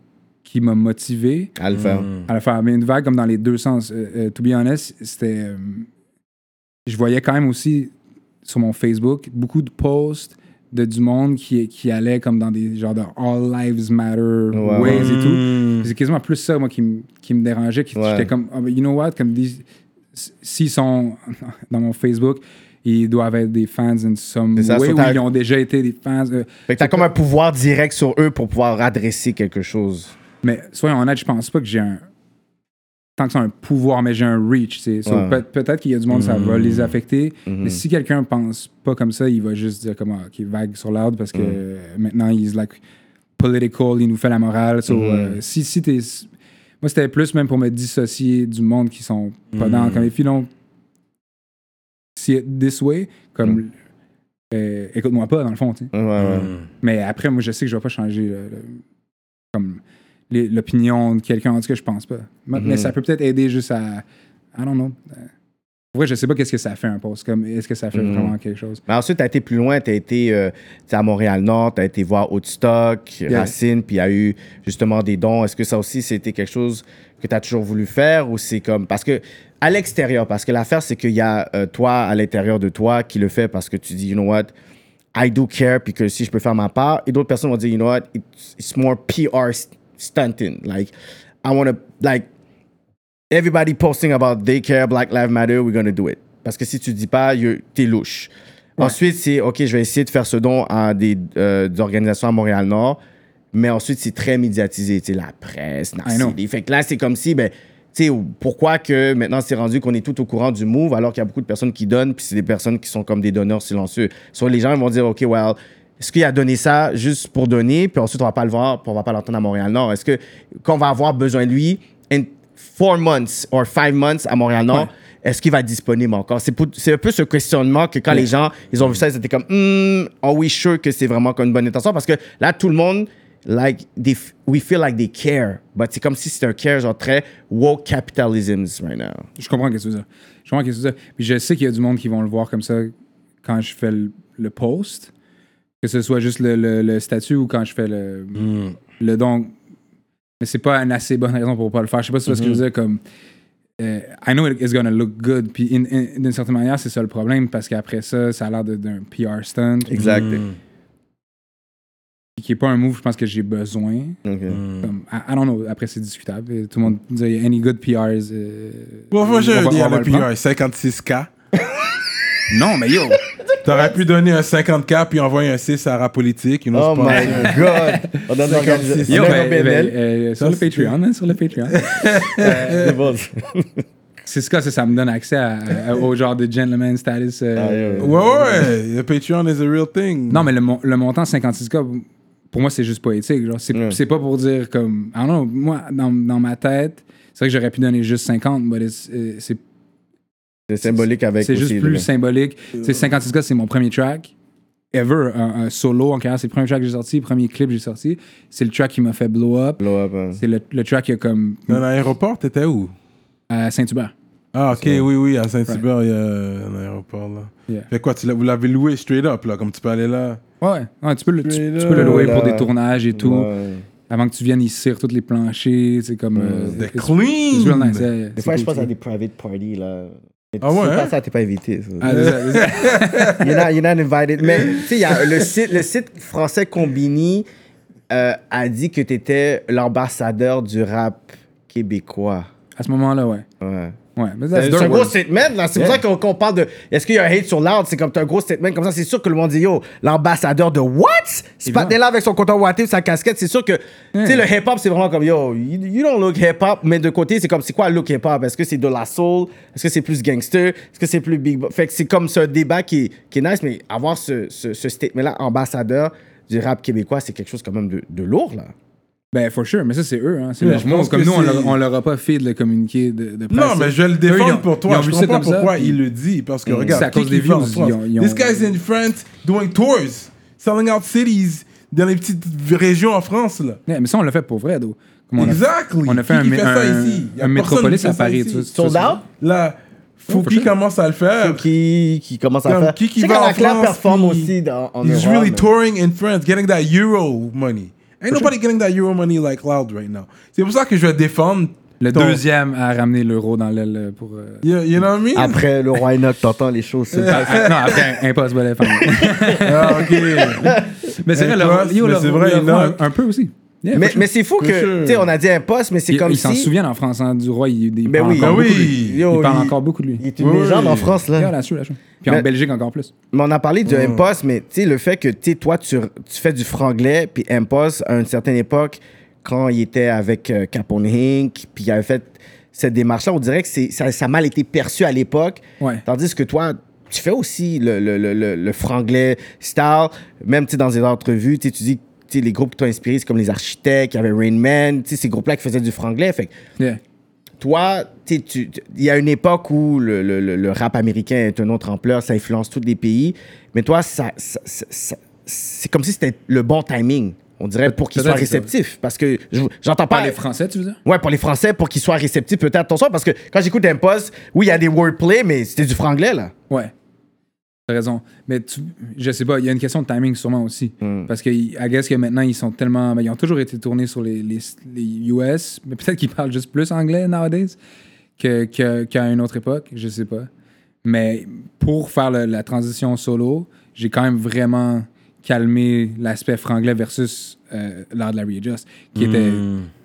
Speaker 5: qui m'a motivé
Speaker 4: À le faire.
Speaker 5: à la faire. Mais une vague comme dans les deux sens. Euh, euh, to be honest, c'était. euh, je voyais quand même aussi sur mon Facebook beaucoup de posts de du monde qui, qui allait comme dans des genres de All Lives Matter
Speaker 4: Ouais,
Speaker 5: ways
Speaker 4: ouais.
Speaker 5: et tout.
Speaker 3: Mm.
Speaker 5: Puis
Speaker 4: Mm-hmm.
Speaker 5: C'est quasiment plus ça, moi, qui, me- qui me dérangeait. qui-
Speaker 4: Ouais.
Speaker 5: J'étais comme, Ah, ben, you know what, comme dis- s- s'ils sont dans mon Facebook, ils doivent être des fans in some
Speaker 4: C'est ça,
Speaker 5: way,
Speaker 4: so
Speaker 5: ou
Speaker 4: t'as-
Speaker 5: ils ont déjà été des fans. euh,
Speaker 4: Fait que t'as comme un pouvoir direct sur eux pour pouvoir adresser quelque chose.
Speaker 5: Mais soyons honnêtes, je pense pas que j'ai un. Tant que c'est un pouvoir, mais j'ai un reach. tu sais. So,
Speaker 4: Ouais. Hmm.
Speaker 5: peut- Peut-être qu'il y a du monde, ça va les affecter.
Speaker 4: Mhm.
Speaker 5: Mais si quelqu'un pense pas comme ça, il va juste dire comme ah, ok, vague sur l'ordre parce que euh, maintenant, il est like political, il nous fait la morale. So, euh, si si t'es. Moi, c'était plus même pour me dissocier du monde qui sont pas dans. Comme les filons. Si it this way, comme. euh, écoute-moi pas, dans le fond, tu sais.
Speaker 4: Ouais,
Speaker 5: Hmm.
Speaker 4: ouais.
Speaker 5: Mais après, moi, je sais que je vais pas changer le- le- comme les- l'opinion de quelqu'un. En tout cas, je pense pas. Mais, mais ça peut peut-être aider juste à. I don't know. Euh, Pour vrai, je sais pas qu'est-ce que ça fait un post. Comme, est-ce que ça fait vraiment quelque chose?
Speaker 4: Mais ensuite, tu as été plus loin, tu as été euh, t'sais, à Montréal-Nord, tu as été voir Woodstock, Racine, puis il y a eu justement des dons. Est-ce que ça aussi, c'était quelque chose que tu as toujours voulu faire ou c'est comme. Parce que, à l'extérieur, parce que l'affaire, c'est qu'il y a euh, toi à l'intérieur de toi qui le fait parce que tu dis, you know what, I do care, puis que si je peux faire ma part. Et d'autres personnes vont dire, you know what, it's, it's more PR stunting. Like, I want to, like, everybody posting about they care, Black Lives Matter, we're gonna do it. Parce que si tu dis pas, you- t'es louche. Ensuite, c'est OK, je vais essayer de faire ce don à des, euh, des organisations à Montréal-Nord, mais ensuite, c'est très médiatisé. Tu sais, la presse,
Speaker 5: I know.
Speaker 4: Narcisse. Fait que là, c'est comme si, ben, tu sais, pourquoi que maintenant c'est rendu qu'on est tout au courant du move alors qu'il y a beaucoup de personnes qui donnent, puis c'est des personnes qui sont comme des donneurs silencieux. Soit les gens ils vont dire, OK, well, est-ce qu'il a donné ça juste pour donner, puis ensuite on va pas le voir, puis on va pas l'entendre à Montréal-Nord? Est-ce que, quand on va avoir besoin de lui, in- four months or five months à Montréal-Nord, est-ce qu'il va être disponible encore? C'est, pour- c'est un peu ce questionnement que quand les gens, ils ont vu ça, ils étaient comme, hmm, are we sure que c'est vraiment comme une bonne intention? Parce que là, tout le monde, like, they f- we feel like they care. But c'est comme si c'était un care, genre très woke capitalism right now.
Speaker 5: Je comprends qu'est-ce que c'est ça. Je comprends qu'est-ce que c'est ça. Puis je sais qu'il y a du monde qui vont le voir comme ça quand je fais le, le post, que ce soit juste le, le- le statut ou quand je fais le, le don. Mais c'est pas une assez bonne raison pour pas le faire. Je sais pas si tu vois ce que je veux dire. Comme, euh, I know it's gonna look good. Puis in- in- d'une certaine manière, c'est ça le problème parce qu'après ça, ça a l'air de- d'un PR stunt.
Speaker 4: Exact.
Speaker 5: Qui est pas un move, je pense que j'ai besoin.
Speaker 4: Hmm.
Speaker 5: Comme, I, I don't know. Après, c'est discutable. Tout le monde dit any good PR is. euh,
Speaker 3: Bon, moi, je
Speaker 5: on va-
Speaker 3: veux
Speaker 5: on
Speaker 3: dire,
Speaker 5: va
Speaker 3: le
Speaker 5: prendre.
Speaker 3: PR, 56K.
Speaker 5: Non, mais yo,
Speaker 3: T'aurais pu donner un 50K puis envoyer un 6 à rap politique. You know,
Speaker 4: Oh
Speaker 3: c'est pas-
Speaker 4: my God! On donne l'organisation.
Speaker 5: yo
Speaker 4: On donne
Speaker 5: ben,
Speaker 4: au
Speaker 5: ben,
Speaker 4: BNL.
Speaker 5: euh, sur le
Speaker 3: Ça, c'est-
Speaker 5: Patreon, hein, sur le Patreon.
Speaker 4: C'est bon.
Speaker 5: C'est ce cas, ça, ça me donne accès à- à- au genre de gentleman status. euh,
Speaker 4: Ah, yo.
Speaker 3: Ouais, ouais, le Patreon is a real thing.
Speaker 5: Non, mais le, mon- le montant 56K, pour moi, c'est juste poétique. genre. C'est c'est pas pour dire comme. Ah non, moi, dans, dans ma tête, c'est vrai que j'aurais pu donner juste 50, mais it's- euh, c'est
Speaker 4: C'est symbolique avec
Speaker 5: c'est juste
Speaker 4: aussi,
Speaker 5: plus
Speaker 4: là.
Speaker 5: symbolique. Tu sais, 56K, c'est mon premier track ever, un, un solo en carrière. C'est le premier track que j'ai sorti, le premier clip que j'ai sorti. C'est le track qui m'a fait blow up.
Speaker 4: Blow up, hein.
Speaker 5: C'est le, le track qui a comme.
Speaker 3: Dans l'aéroport, t'étais où?
Speaker 5: à Saint-Hubert.
Speaker 3: Ah, ok, oui, oui, à Saint-Hubert, il y a un aéroport, là.
Speaker 5: Yeah.
Speaker 3: Fait quoi, tu l'as- vous l'avez loué straight up, là, comme tu peux aller là?
Speaker 5: Ouais, ouais, tu, peux le, tu,
Speaker 3: Straight
Speaker 5: tu peux le
Speaker 4: up.
Speaker 5: louer pour
Speaker 4: Voilà.
Speaker 5: des tournages et tout.
Speaker 4: Ouais.
Speaker 5: Avant que tu viennes, ils cirent tous les planchers. C'est comme. euh,
Speaker 3: C'était
Speaker 5: it's-
Speaker 3: clean!
Speaker 5: it's real nice, yeah, yeah,
Speaker 4: Des
Speaker 5: c'est
Speaker 4: fois, je
Speaker 5: cool,
Speaker 4: pense
Speaker 5: c'est
Speaker 4: à
Speaker 5: cool.
Speaker 4: des private parties, là. Et
Speaker 3: Ah
Speaker 4: si
Speaker 3: ouais,
Speaker 4: t'es
Speaker 3: hein?
Speaker 4: pas ça, t'es pas invité. ça.
Speaker 5: Ah, désolé, désolé.
Speaker 4: You're not, you're not invited. Mais tu sais, il y a le site, le site français Combini euh, a dit que t'étais l'ambassadeur du rap québécois.
Speaker 5: À ce moment-là, ouais.
Speaker 4: Ouais.
Speaker 5: Ouais, mais that's
Speaker 4: C'est
Speaker 5: dirt
Speaker 4: un gros
Speaker 5: work.
Speaker 4: statement, là. C'est pour ça qu'on qu'on parle de. Est-ce qu'il y a un hate sur l'art? C'est comme t'as un gros statement comme ça. C'est sûr que le monde dit Yo, l'ambassadeur de what? C'est pas là avec son coton ouaté sa casquette. C'est sûr que. Tu sais, le hip-hop, c'est vraiment comme Yo, you, you don't look hip-hop. Mais de côté, c'est comme C'est quoi le look hip-hop? Est-ce que c'est de la soul? Est-ce que c'est plus gangster? Est-ce que c'est plus big. bo- Fait que c'est comme ce débat qui est, qui est nice. Mais avoir ce, ce, ce statement-là, ambassadeur du rap québécois, c'est quelque chose quand même de, de lourd, là.
Speaker 5: Ben, for sure, mais ça, c'est eux. Hein. C'est
Speaker 3: Ouais,
Speaker 5: leur
Speaker 3: je
Speaker 5: monde.
Speaker 3: pense
Speaker 5: Comme
Speaker 3: que
Speaker 5: nous, on
Speaker 3: c'est-
Speaker 5: leur- on leur a pas fait de le communiquer de, de presse.
Speaker 3: Non, mais je vais le
Speaker 5: Eux, ils ont-
Speaker 3: défendre pour
Speaker 5: ils
Speaker 3: toi.
Speaker 5: ont
Speaker 3: Je
Speaker 5: vu ça
Speaker 3: comprends
Speaker 5: comme ça,
Speaker 3: pourquoi
Speaker 5: puis- Mm.
Speaker 3: il le dit. Parce que regarde,
Speaker 5: C'est à
Speaker 3: qui
Speaker 5: cause
Speaker 3: qui
Speaker 5: des
Speaker 3: va en
Speaker 5: views,
Speaker 3: France?
Speaker 5: ils ont- ils ont-
Speaker 3: This guy's in France doing tours, selling out cities dans les petites régions en France, là.
Speaker 5: Ouais, mais ça, on l'a fait pour vrai, though. Comme on a-
Speaker 3: Exactly.
Speaker 5: On a fait
Speaker 3: Qui-
Speaker 5: un,
Speaker 3: qui
Speaker 5: mé-
Speaker 3: ça
Speaker 5: un-
Speaker 3: ici? Y a
Speaker 5: un
Speaker 3: personne
Speaker 5: métropolis
Speaker 3: qui fait
Speaker 5: à
Speaker 3: ça
Speaker 5: Paris.
Speaker 3: ici.
Speaker 5: tu vois, c'est-
Speaker 4: Sold out?
Speaker 3: Là,
Speaker 5: for
Speaker 3: Fouki
Speaker 5: sure.
Speaker 3: commence à le faire.
Speaker 4: Qui, qui commence à
Speaker 3: Comme
Speaker 4: faire.
Speaker 3: qui qui
Speaker 4: Tu sais,
Speaker 3: va
Speaker 4: quand
Speaker 3: en
Speaker 4: la Claire
Speaker 3: France,
Speaker 4: performe
Speaker 3: puis
Speaker 4: aussi dans, en
Speaker 3: He's
Speaker 4: Europe,
Speaker 3: really
Speaker 4: là.
Speaker 3: touring in France, getting that euro money. Ain't nobody getting that euro money like loud right now. C'est pour ça que je vais défendre
Speaker 5: Le
Speaker 3: ton-
Speaker 5: deuxième à ramener l'euro dans l'aile euh, pour. euh,
Speaker 3: You, you know what I mean?
Speaker 4: Après le roi Enoch, t'entends les choses. c'est-
Speaker 5: ah, ah, non, après, impossible à
Speaker 3: Ah, ok.
Speaker 5: Euh, Mais c'est vrai, le,
Speaker 3: Impossible,
Speaker 5: yo,
Speaker 3: mais
Speaker 5: le-
Speaker 3: c'est vrai,
Speaker 5: le-
Speaker 3: il a-
Speaker 5: un peu aussi. Yeah,
Speaker 4: Mais,
Speaker 5: for sure.
Speaker 4: mais c'est fou
Speaker 3: For sure.
Speaker 4: que, tu sais, on a dit un poste, mais c'est
Speaker 5: Ils-
Speaker 4: comme
Speaker 5: Ils
Speaker 4: si.
Speaker 5: s'en souviennent en France, hein, du roi. Il, il
Speaker 4: Ben
Speaker 5: parle
Speaker 4: oui.
Speaker 5: encore
Speaker 3: Ben
Speaker 5: beaucoup de lui.
Speaker 3: oui.
Speaker 4: Yo,
Speaker 5: il parle encore beaucoup de lui.
Speaker 4: Il est une
Speaker 3: Oui,
Speaker 4: légende
Speaker 3: oui.
Speaker 4: en France, là.
Speaker 5: Yeah, la chou, la chou. Puis en
Speaker 4: Mais-
Speaker 5: Belgique encore plus.
Speaker 4: Mais on a parlé du Impost, mais tu sais, le fait que, tu sais, toi, tu, tu fais du franglais, puis Impost, à une certaine époque, quand il était avec euh, Capone Hink, puis il avait fait cette démarche-là, on dirait que c'est, ça, ça a mal été perçu à l'époque.
Speaker 5: Ouais.
Speaker 4: Tandis que toi, tu fais aussi le, le, le, le, le franglais star, même, tu sais, dans des entrevues, tu sais, tu dis, tu sais, les groupes qui t'ont inspiré, c'est comme les architectes, il y avait Rain Man, tu sais, ces groupes-là qui faisaient du franglais. Fait que
Speaker 5: Yeah.
Speaker 4: toi, tu sais, tu- tu- il y a une époque où le, le- le- le rap américain est une autre ampleur, ça influence tous les pays, mais toi, ça, ça- ça- ça- c'est comme si c'était le bon timing, on dirait, pour qu'ils soient
Speaker 5: peut-être c'est ça.
Speaker 4: réceptifs. Parce que je- j'entends pas.
Speaker 5: Pas les Français, tu veux dire?
Speaker 4: Ouais, pour les Français, pour qu'ils soient réceptifs, peut-être, attention, parce que quand j'écoute Impost, oui, il y a des wordplay, mais c'était du franglais, là.
Speaker 5: Ouais. T'as raison. Mais tu, je sais pas, il y a une question de timing sûrement aussi. Parce que, I guess que maintenant, ils sont tellement. ben, ils ont toujours été tournés sur les, les, les US, mais peut-être qu'ils parlent juste plus anglais nowadays que- que- qu'à une autre époque, je sais pas. Mais pour faire le- la transition solo, j'ai quand même vraiment calmé l'aspect franglais versus euh, l'art de la Readjust, qui était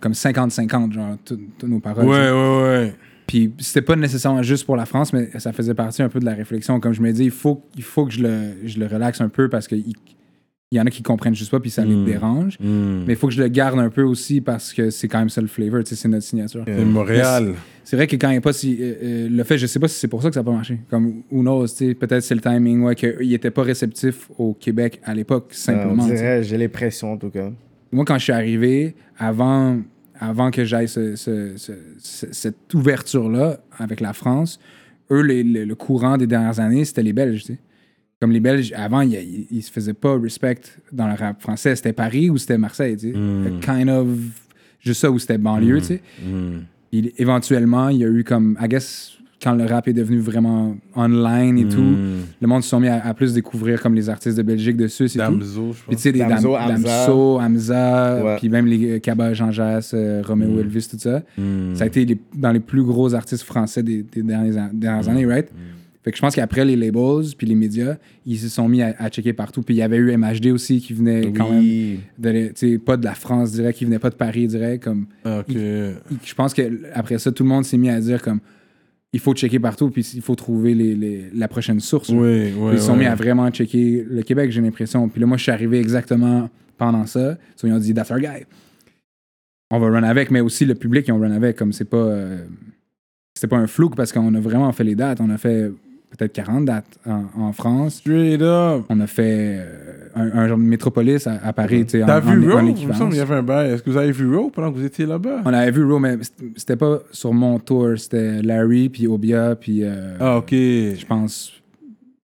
Speaker 5: comme 50-50, genre, tout- toutes nos paroles.
Speaker 3: Ouais, ouais, ouais.
Speaker 5: Puis c'était pas nécessairement juste pour la France, mais ça faisait partie un peu de la réflexion. Comme je me dis, il faut, il faut que je le, je le relaxe un peu parce qu'il il y en a qui comprennent juste pas, puis ça les dérange. Mais il faut que je le garde un peu aussi parce que c'est quand même ça le flavor, tu sais, c'est notre signature.
Speaker 3: C'est Montréal.
Speaker 5: C'est vrai que quand il n'y a pas si, euh, euh, le fait, je sais pas si c'est pour ça que ça n'a pas marché. Comme, who knows, tu sais, peut-être c'est le timing, ouais, qu'ils n'étaient pas réceptifs au Québec à l'époque, simplement.
Speaker 4: Euh, on
Speaker 5: tu sais.
Speaker 4: dirait, j'ai l'impression, en tout cas.
Speaker 5: Moi, quand je suis arrivé, avant, avant que j'aille ce- ce- ce- ce- cette ouverture-là avec la France, eux, les- le, le courant des dernières années, c'était les Belges. tu sais. Comme les Belges, avant, ils- ils ils se faisaient pas respect dans le rap français. C'était Paris ou c'était Marseille. tu sais. Kind of. Juste ça, ou c'était banlieue. tu sais. Il- éventuellement, il y a eu comme. I guess, quand le rap est devenu vraiment online et tout, le monde se sont mis à, à plus découvrir comme les artistes de Belgique, de Suisse et tout.
Speaker 3: Damso, je
Speaker 5: Puis
Speaker 3: pense.
Speaker 5: tu sais, des Dam-
Speaker 4: Damso, Hamza.
Speaker 5: Damso, Hamza,
Speaker 4: Ouais.
Speaker 5: puis même les euh, Kaba, Jean Jass, euh, Roméo Elvis, tout ça. Ça a été les- dans les plus gros artistes français des, des dernières, an- dernières années, right? Fait que je pense qu'après les labels, puis les médias, ils se sont mis à, à checker partout. Puis il y avait eu MHD aussi qui venait quand même,
Speaker 4: Oui.
Speaker 5: de, les- tu sais, pas de la France direct, qui venait pas de Paris direct. Comme,
Speaker 3: Ok.
Speaker 5: je pense qu'après ça, tout le monde s'est mis à dire comme il faut checker partout, puis il faut trouver les, les- la prochaine source. là.
Speaker 3: Oui, oui,
Speaker 5: Puis ils sont
Speaker 3: oui.
Speaker 5: mis à vraiment checker le Québec, j'ai l'impression. Puis là, moi, je suis arrivé exactement pendant ça. So, ils ont dit, that's our guy. On va run avec, mais aussi le public, ils ont run avec. Comme c'est pas. euh, c'était pas un flou parce qu'on a vraiment fait les dates. On a fait peut-être 40 dates en, en France.
Speaker 3: Straight up.
Speaker 5: On a fait euh, un, un genre de métropolis à, à Paris. tu sais, en-
Speaker 3: T'as
Speaker 5: en-
Speaker 3: vu
Speaker 5: en
Speaker 3: Row? Il me
Speaker 5: équivalence.
Speaker 3: semble qu'il y avait un bail. Est-ce que vous avez vu Row pendant que vous étiez là-bas?
Speaker 5: On avait vu Row, mais c'était- c'était pas sur mon tour. C'était Larry, puis Obia, puis. euh,
Speaker 3: Ah, ok.
Speaker 5: je pense,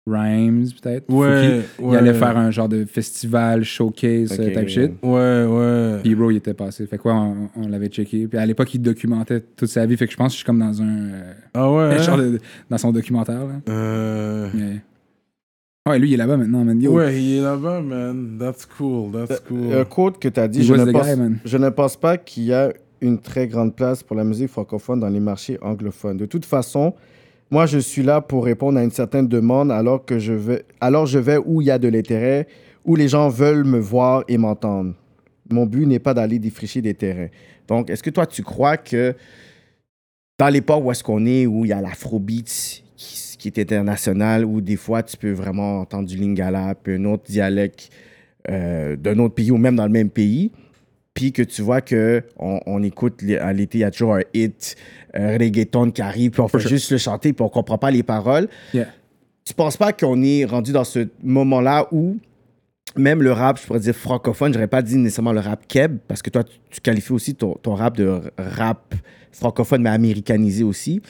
Speaker 5: Rhymes, peut-être.
Speaker 3: Ouais,
Speaker 5: Fouki. Il
Speaker 3: ouais.
Speaker 5: allait faire un genre de festival, showcase,
Speaker 6: Ok.
Speaker 5: euh, type shit.
Speaker 3: Ouais, ouais.
Speaker 5: Puis Bro, il était passé. Fait quoi, on, on l'avait checké. Puis à l'époque, il documentait toute sa vie. Fait que je pense que je suis comme dans un. euh,
Speaker 3: Ah ouais.
Speaker 5: genre
Speaker 3: hein?
Speaker 5: de- dans son documentaire, là.
Speaker 3: Euh,
Speaker 5: Mais- Ouais, lui, il est là-bas maintenant, man. Yo, Euh,
Speaker 3: Ouais, il est là-bas, man. That's cool, that's
Speaker 4: Un
Speaker 3: cool.
Speaker 4: Euh, quote que tu as dit,
Speaker 5: He
Speaker 4: je
Speaker 5: was
Speaker 4: ne,
Speaker 5: the
Speaker 4: pense,
Speaker 5: guy, man.
Speaker 4: je ne pense pas qu'il y a une très grande place pour la musique francophone dans les marchés anglophones. De toute façon, moi, je suis là pour répondre à une certaine demande alors, que je, vais, alors je vais où il y a de l'intérêt, où les gens veulent me voir et m'entendre. Mon but n'est pas d'aller défricher des terrains. Donc, est-ce que toi, tu crois que dans les ports où est-ce qu'on est, où il y a l'afrobeat qui, s- qui est international, où des fois, tu peux vraiment entendre du lingala, puis un autre dialecte euh, d'un autre pays ou même dans le même pays, puis que tu vois que on, on écoute les- à l'été, il y a toujours un hit euh, reggaeton qui arrive, puis on fait juste le chanter, puis on comprend pas les paroles.
Speaker 5: Yeah.
Speaker 4: Tu penses pas qu'on est rendu dans ce moment-là où même le rap, je pourrais dire francophone, j'aurais pas dit nécessairement le rap keb, parce que toi, tu, tu qualifies aussi ton, ton rap de rap francophone, mais américanisé aussi.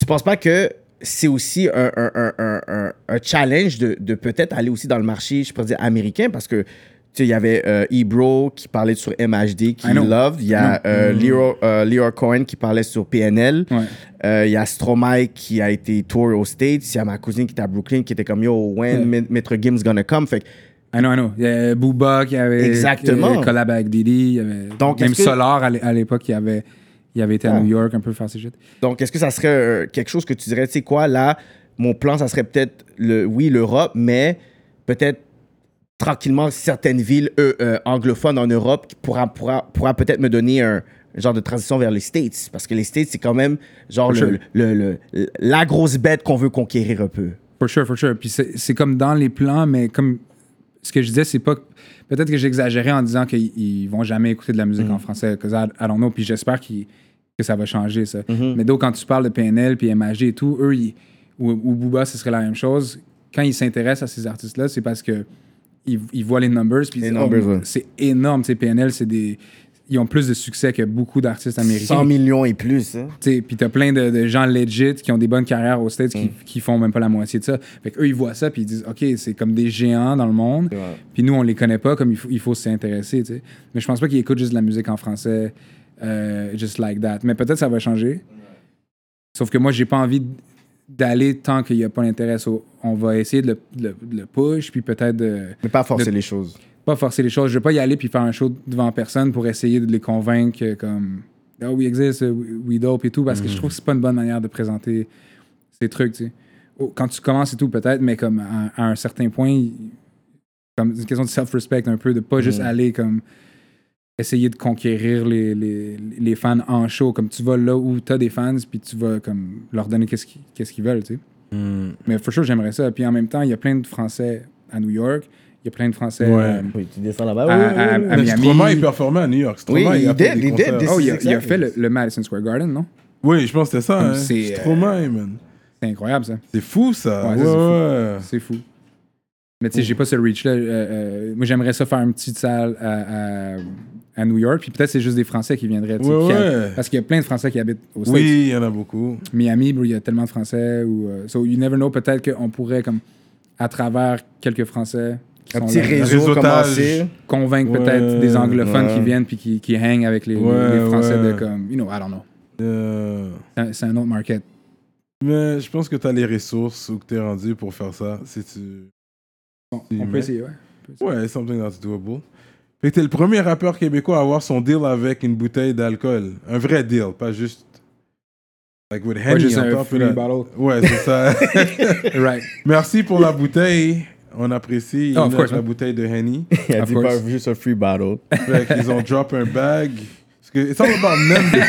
Speaker 4: Tu penses pas que c'est aussi un, un- un- un- un- un challenge de, de peut-être aller aussi dans le marché, je pourrais dire américain, parce que tu sais, il y avait euh, Ebro qui parlait sur MHD, qui
Speaker 5: I know.
Speaker 4: Love, il y a euh, Leroy, euh, Leroy Cohen qui parlait sur PNL, euh,
Speaker 5: Ouais.
Speaker 4: il y a Stromae qui a été tour aux States, il y a ma cousine qui était à Brooklyn qui était comme Yo, when Ma- Maître Gim's gonna come? Fait que
Speaker 5: I know, I know. Il y avait Booba qui avait.
Speaker 4: Exactement.
Speaker 5: qui avait collab avec Didi. Il y avait
Speaker 4: Donc,
Speaker 5: même
Speaker 4: est-ce que-
Speaker 5: Solar à l'é- à l'époque, il avait, il avait été à New York un peu faire ses shit.
Speaker 4: Donc, est-ce que ça serait euh, quelque chose que tu dirais, tu sais quoi, là, mon plan, ça serait peut-être, le, oui, l'Europe, mais peut-être tranquillement certaines villes euh, euh, anglophones en Europe qui pourra, pourra, pourra peut-être me donner un genre de transition vers les States. Parce que les States, c'est quand même genre
Speaker 5: Sure.
Speaker 4: le, le- le- le- la grosse bête qu'on veut conquérir un peu.
Speaker 5: For sure, for sure. Puis c'est c'est comme dans les plans, mais comme ce que je disais, c'est pas. Peut-être que j'exagérais en disant qu'ils ils vont jamais écouter de la musique
Speaker 4: Mhm.
Speaker 5: en français, que ça, I don't know. Puis j'espère qu'ils- que ça va changer, ça.
Speaker 4: Mhm.
Speaker 5: Mais donc, quand tu parles de PNL, puis MHD et tout, eux, ils- ou, ou Booba, ce serait la même chose. Quand ils s'intéressent à ces artistes-là, c'est parce que ils, ils voient les numbers, puis ils
Speaker 4: Les
Speaker 5: disent,
Speaker 4: numbers,
Speaker 5: oh,
Speaker 4: ouais.
Speaker 5: c'est énorme, ces PNL, c'est des. Ils ont plus de succès que beaucoup d'artistes américains.
Speaker 4: 100 millions et plus. hein.
Speaker 5: Tu sais, Puis t'as plein de, de gens legit qui ont des bonnes carrières aux States qui, qui font même pas la moitié de ça. Fait qu'eux, ils voient ça puis ils disent, OK, c'est comme des géants dans le monde. Puis nous, on les connaît pas, comme il faut, il faut s'intéresser. tu sais. Mais je pense pas qu'ils écoutent juste de la musique en français, euh, just like that. Mais peut-être ça va changer. Sauf que moi, j'ai pas envie d'aller tant qu'il y a pas l'intérêt. So, on va essayer de le, de le- de le push, puis peut-être de
Speaker 4: Mais pas forcer
Speaker 5: De-
Speaker 4: les choses.
Speaker 5: pas forcer les choses. Je vais pas y aller puis faire un show devant personne pour essayer de les convaincre que, comme oh we exist, euh, we we dope et tout parce que je trouve que c'est pas une bonne manière de présenter ces trucs. Tu sais. Oh, Quand tu commences et tout peut-être, mais comme à, à un certain point, il- comme c'est une question de self-respect un peu de pas juste aller comme essayer de conquérir les, les, les fans en show comme tu vas là où tu as des fans puis tu vas comme leur donner qu'est-ce qu'ils qu'est-ce qu'ils veulent tu sais. mais for sure j'aimerais ça puis en même temps il y a plein de français à New York il y a plein de français
Speaker 3: Ouais.
Speaker 5: euh,
Speaker 4: Oui, tu descends là-bas.
Speaker 5: à, à- à
Speaker 3: Mais
Speaker 5: Miami.
Speaker 3: Stromae, il performait à New York. Stromae,
Speaker 4: Oui,
Speaker 3: a fait
Speaker 4: il did,
Speaker 3: des
Speaker 4: il did,
Speaker 3: concerts.
Speaker 4: did.
Speaker 5: Oh, il a, il a
Speaker 4: Exact.
Speaker 5: fait le, le Madison Square Garden, non?
Speaker 3: Oui, je pense que c'était ça.
Speaker 5: Comme
Speaker 3: Hein.
Speaker 5: c'est, euh,
Speaker 3: Stromae, man.
Speaker 5: C'est incroyable, ça.
Speaker 3: C'est fou, ça.
Speaker 5: Ouais,
Speaker 3: Ouais,
Speaker 5: ça, c'est fou.
Speaker 3: ouais.
Speaker 5: C'est fou. Mais tu sais, j'ai pas ce reach-là. Euh, euh, moi, j'aimerais ça faire une petite salle à, à- à New York. Puis peut-être c'est juste des Français qui viendraient. tu sais,
Speaker 3: Ouais,
Speaker 5: qui
Speaker 3: ouais.
Speaker 5: hab- Parce qu'il y a plein de Français qui habitent au States.
Speaker 3: Oui, il y en a beaucoup.
Speaker 5: Miami, bro, il y a tellement de Français. Ou, euh, so, you never know, peut-être qu'on pourrait, comme, à travers quelques Français, qui
Speaker 4: Un
Speaker 5: sont
Speaker 4: petit
Speaker 5: là,
Speaker 4: réseau
Speaker 3: Réseautage.
Speaker 4: commencé.
Speaker 5: convaincre
Speaker 3: Ouais,
Speaker 5: peut-être des anglophones
Speaker 4: ouais.
Speaker 5: qui viennent puis qui, qui hang avec les, les-
Speaker 3: Ouais,
Speaker 5: les Français
Speaker 3: ouais.
Speaker 5: de comme, you know, I don't know.
Speaker 3: Euh,
Speaker 5: C'est un- C'est un autre market.
Speaker 3: Mais je pense que t'as les ressources ou que t'es rendu pour faire ça. Si tu...
Speaker 5: Bon,
Speaker 3: Si,
Speaker 5: on
Speaker 3: mais-
Speaker 5: peut essayer, ouais.
Speaker 3: Ouais, something that's doable. Fait que t'es le premier rappeur québécois à avoir son deal avec une bouteille d'alcool. Un vrai deal, pas juste. Like with Henny
Speaker 5: juste
Speaker 3: on
Speaker 5: un
Speaker 3: top of
Speaker 5: free
Speaker 3: that.
Speaker 5: bottle.
Speaker 3: Ouais, c'est ça.
Speaker 5: Right.
Speaker 3: Merci pour la bouteille. On apprécie
Speaker 5: Oh, of
Speaker 3: la,
Speaker 5: course,
Speaker 3: la
Speaker 5: hein.
Speaker 3: bouteille de Henny.
Speaker 4: Il a
Speaker 5: Of
Speaker 4: dit
Speaker 5: course.
Speaker 4: pas juste un free battle.
Speaker 3: Fait qu'ils ont drop un bag. Parce que it's all about numbers.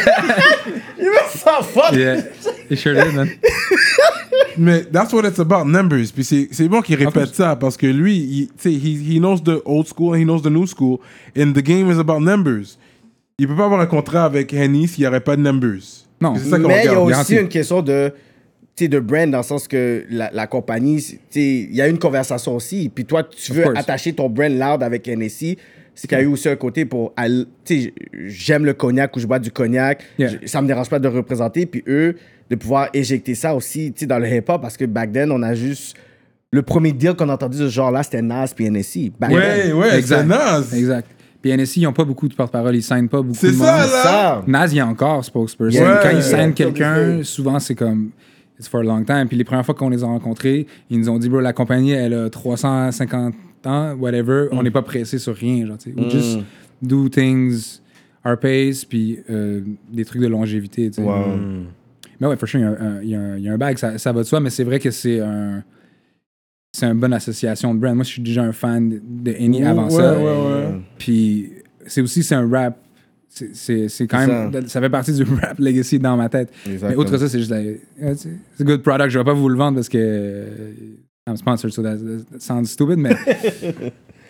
Speaker 4: Ça fuck!
Speaker 5: Yeah. It sure did, man.
Speaker 3: Mais that's what it's about, numbers. Puis c'est c'est bon qu'il répète ça parce que lui, il- tu sais, he, he knows the old school and he knows the new school. And the game is about numbers. Il peut pas avoir un contrat avec Henny s'il n'y aurait pas de numbers.
Speaker 5: Non.
Speaker 3: C'est ça qu'on
Speaker 4: Mais il y a
Speaker 3: regarde.
Speaker 4: aussi
Speaker 5: garanti.
Speaker 4: une question de, tu sais, de brand dans le sens que la, la compagnie, tu sais, il y a une conversation aussi. Puis toi, tu veux
Speaker 5: course.
Speaker 4: attacher ton brand loud avec NSI. C'est qu'il y a eu aussi un côté pour. al- Tu sais, j'aime le cognac ou je bois du cognac.
Speaker 5: Yeah.
Speaker 4: Je- Ça me dérange pas de représenter. Puis eux, de pouvoir éjecter ça aussi, tu sais, dans le hip-hop. Parce que back then, on a juste. Le premier deal qu'on a entendu de ce genre-là, c'était Nas puis NSI. Back
Speaker 3: Ouais,
Speaker 4: then.
Speaker 3: ouais, c'est
Speaker 5: Exact.
Speaker 3: naze.
Speaker 5: Exact. Puis NSI, ils n'ont pas beaucoup de porte-parole, ils signent pas beaucoup
Speaker 3: C'est
Speaker 5: de
Speaker 3: ça,
Speaker 5: monde.
Speaker 3: là.
Speaker 4: Ça.
Speaker 5: Nas, il y a encore spokesperson.
Speaker 3: Yeah.
Speaker 5: Quand
Speaker 3: Ouais.
Speaker 5: ils signent
Speaker 4: Yeah.
Speaker 5: quelqu'un, souvent c'est comme it's for a long time. Puis les premières fois qu'on les a rencontrés, ils nous ont dit bro, la compagnie elle a 350 ans, whatever,
Speaker 3: Mm.
Speaker 5: on n'est pas pressé sur rien, genre. tu sais. We just do things our pace, puis euh, des trucs de longévité. tu sais. Hmm. Mais ouais, for sure, il y a un- un- il y, a un- il y a un bag, ça, ça va de soi, mais c'est vrai que c'est un. C'est une bonne association de brand. Moi, je suis déjà un fan de- de Annie avant
Speaker 3: ouais,
Speaker 5: ça.
Speaker 3: ouais, ouais.
Speaker 5: Puis c'est aussi, c'est un rap. C'est- C'est c'est quand
Speaker 4: C'est
Speaker 5: même. Ça. fait partie du rap legacy dans ma tête. Mais
Speaker 4: Exactement.
Speaker 5: autre que ça, c'est juste. like, ah, tu sais, C'est un good product. Je vais pas vous le vendre parce que. euh, I'm sponsored, so that, that sounds stupid, mais c'est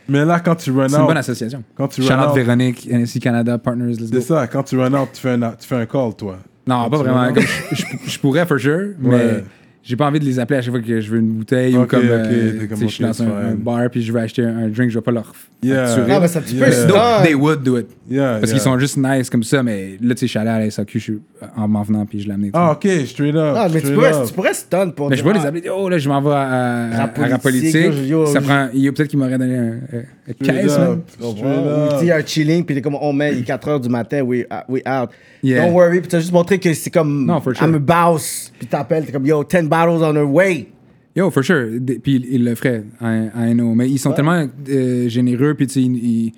Speaker 3: Mais là, quand tu run
Speaker 5: une bonne
Speaker 3: out,
Speaker 5: association.
Speaker 3: quand tu
Speaker 5: Shout
Speaker 3: run
Speaker 5: out
Speaker 3: out,
Speaker 5: Véronique, NSC Canada, Partners, let's go.
Speaker 3: c'est ça, quand tu run out, tu fais un, tu fais un call, toi.
Speaker 5: Non, pas vraiment. Comme je, je- je pourrais, for sure, mais
Speaker 3: Ouais.
Speaker 5: j'ai pas envie de les appeler à chaque fois que je veux une bouteille ou
Speaker 3: Ok,
Speaker 5: comme.
Speaker 3: ok,
Speaker 5: euh,
Speaker 3: t'es
Speaker 5: tu
Speaker 3: comme,
Speaker 5: sais, je suis
Speaker 3: ok,
Speaker 5: dans un,
Speaker 3: fine.
Speaker 5: un bar puis je veux acheter un, un drink, je vais pas leur
Speaker 3: Yeah.
Speaker 5: facturer. Euh,
Speaker 4: Ah, mais ça, tu peux.
Speaker 3: Yeah.
Speaker 4: c'est
Speaker 5: Donc,
Speaker 4: dans-
Speaker 5: they would do it.
Speaker 3: Yeah,
Speaker 5: Parce
Speaker 3: yeah.
Speaker 5: qu'ils sont juste nice comme ça, mais là, tu sais, je suis allé à la SAQ je suis- euh, en m'en venant puis je l'ai amené. tu sais.
Speaker 3: Ah, ok, straight up.
Speaker 4: Ah, mais tu
Speaker 3: straight
Speaker 4: pourrais,
Speaker 3: up.
Speaker 4: tu pourrais stun pour.
Speaker 5: mais je
Speaker 4: dire,
Speaker 5: vois les
Speaker 4: ah,
Speaker 5: appeler, oh là, je m'en vais à, à,
Speaker 4: Rap
Speaker 5: à Rap
Speaker 4: politique,
Speaker 5: Politique.
Speaker 4: là, je- oh, yo,
Speaker 5: ça
Speaker 4: je-
Speaker 5: prend, il y a peut-être qu'il m'aurait donné un, un- un
Speaker 3: Straight
Speaker 5: caisse, man.
Speaker 3: up, straight
Speaker 4: Ou tu
Speaker 3: up.
Speaker 4: sais, il y a un chilling, puis t'es comme, on met, il est 4 h du matin, we, uh, we out.
Speaker 5: Yeah.
Speaker 4: Don't worry, puis t'as juste montré que c'est comme,
Speaker 5: Non, for sure.
Speaker 4: I'm a boss, puis t'appelles, t'es comme, yo, 10 bottles on our way.
Speaker 5: Yo, for sure. Des- Puis ils- ils le feraient, I, I know. Mais ils sont tellement euh, généreux, puis tu sais, ils, ils-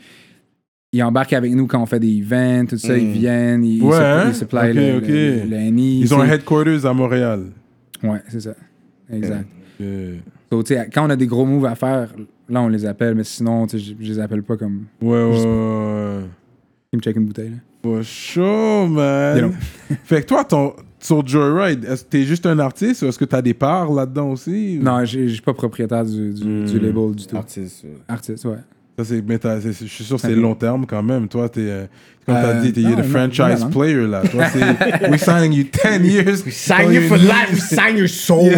Speaker 5: ils embarquent avec nous quand on fait des events, tout ça, ils viennent, ils, ils
Speaker 3: Hmm. Ouais,
Speaker 5: supp-
Speaker 3: hein?
Speaker 5: ils supply le,
Speaker 3: Ok,
Speaker 5: le-
Speaker 3: ok.
Speaker 5: le- le NI,
Speaker 3: Ils
Speaker 5: tu
Speaker 3: ont un
Speaker 5: sais.
Speaker 3: headquarters à Montréal.
Speaker 5: Ouais, c'est ça. Exact.
Speaker 3: Ok.
Speaker 5: So, tu sais, quand on a des gros moves à faire, là, on les appelle, mais sinon, tu sais, je, je les appelle pas comme.
Speaker 3: Ouais, ouais, ouais.
Speaker 5: Ils me checkent une bouteille, là.
Speaker 3: For sure,
Speaker 5: You
Speaker 3: man. fait que toi, ton, sur Joyride, est-ce que t'es juste un artiste ou est-ce que t'as des parts là-dedans aussi? ou-
Speaker 5: Non, je je suis pas propriétaire du, du,
Speaker 3: Hmm.
Speaker 5: du label du tout.
Speaker 4: Artiste.
Speaker 5: Artiste, ouais.
Speaker 3: Ça, c'est, mais t'as- c'est- je suis sûr que c'est
Speaker 5: Ok.
Speaker 3: long terme quand même. Toi, t'es, euh, comme t'as
Speaker 5: Euh,
Speaker 3: dit, t'es
Speaker 5: non,
Speaker 3: le
Speaker 5: non,
Speaker 3: franchise
Speaker 5: non, non.
Speaker 3: player là. Toi, c'est, we signing you 10 years. We
Speaker 4: Sign you for life, sign your soul.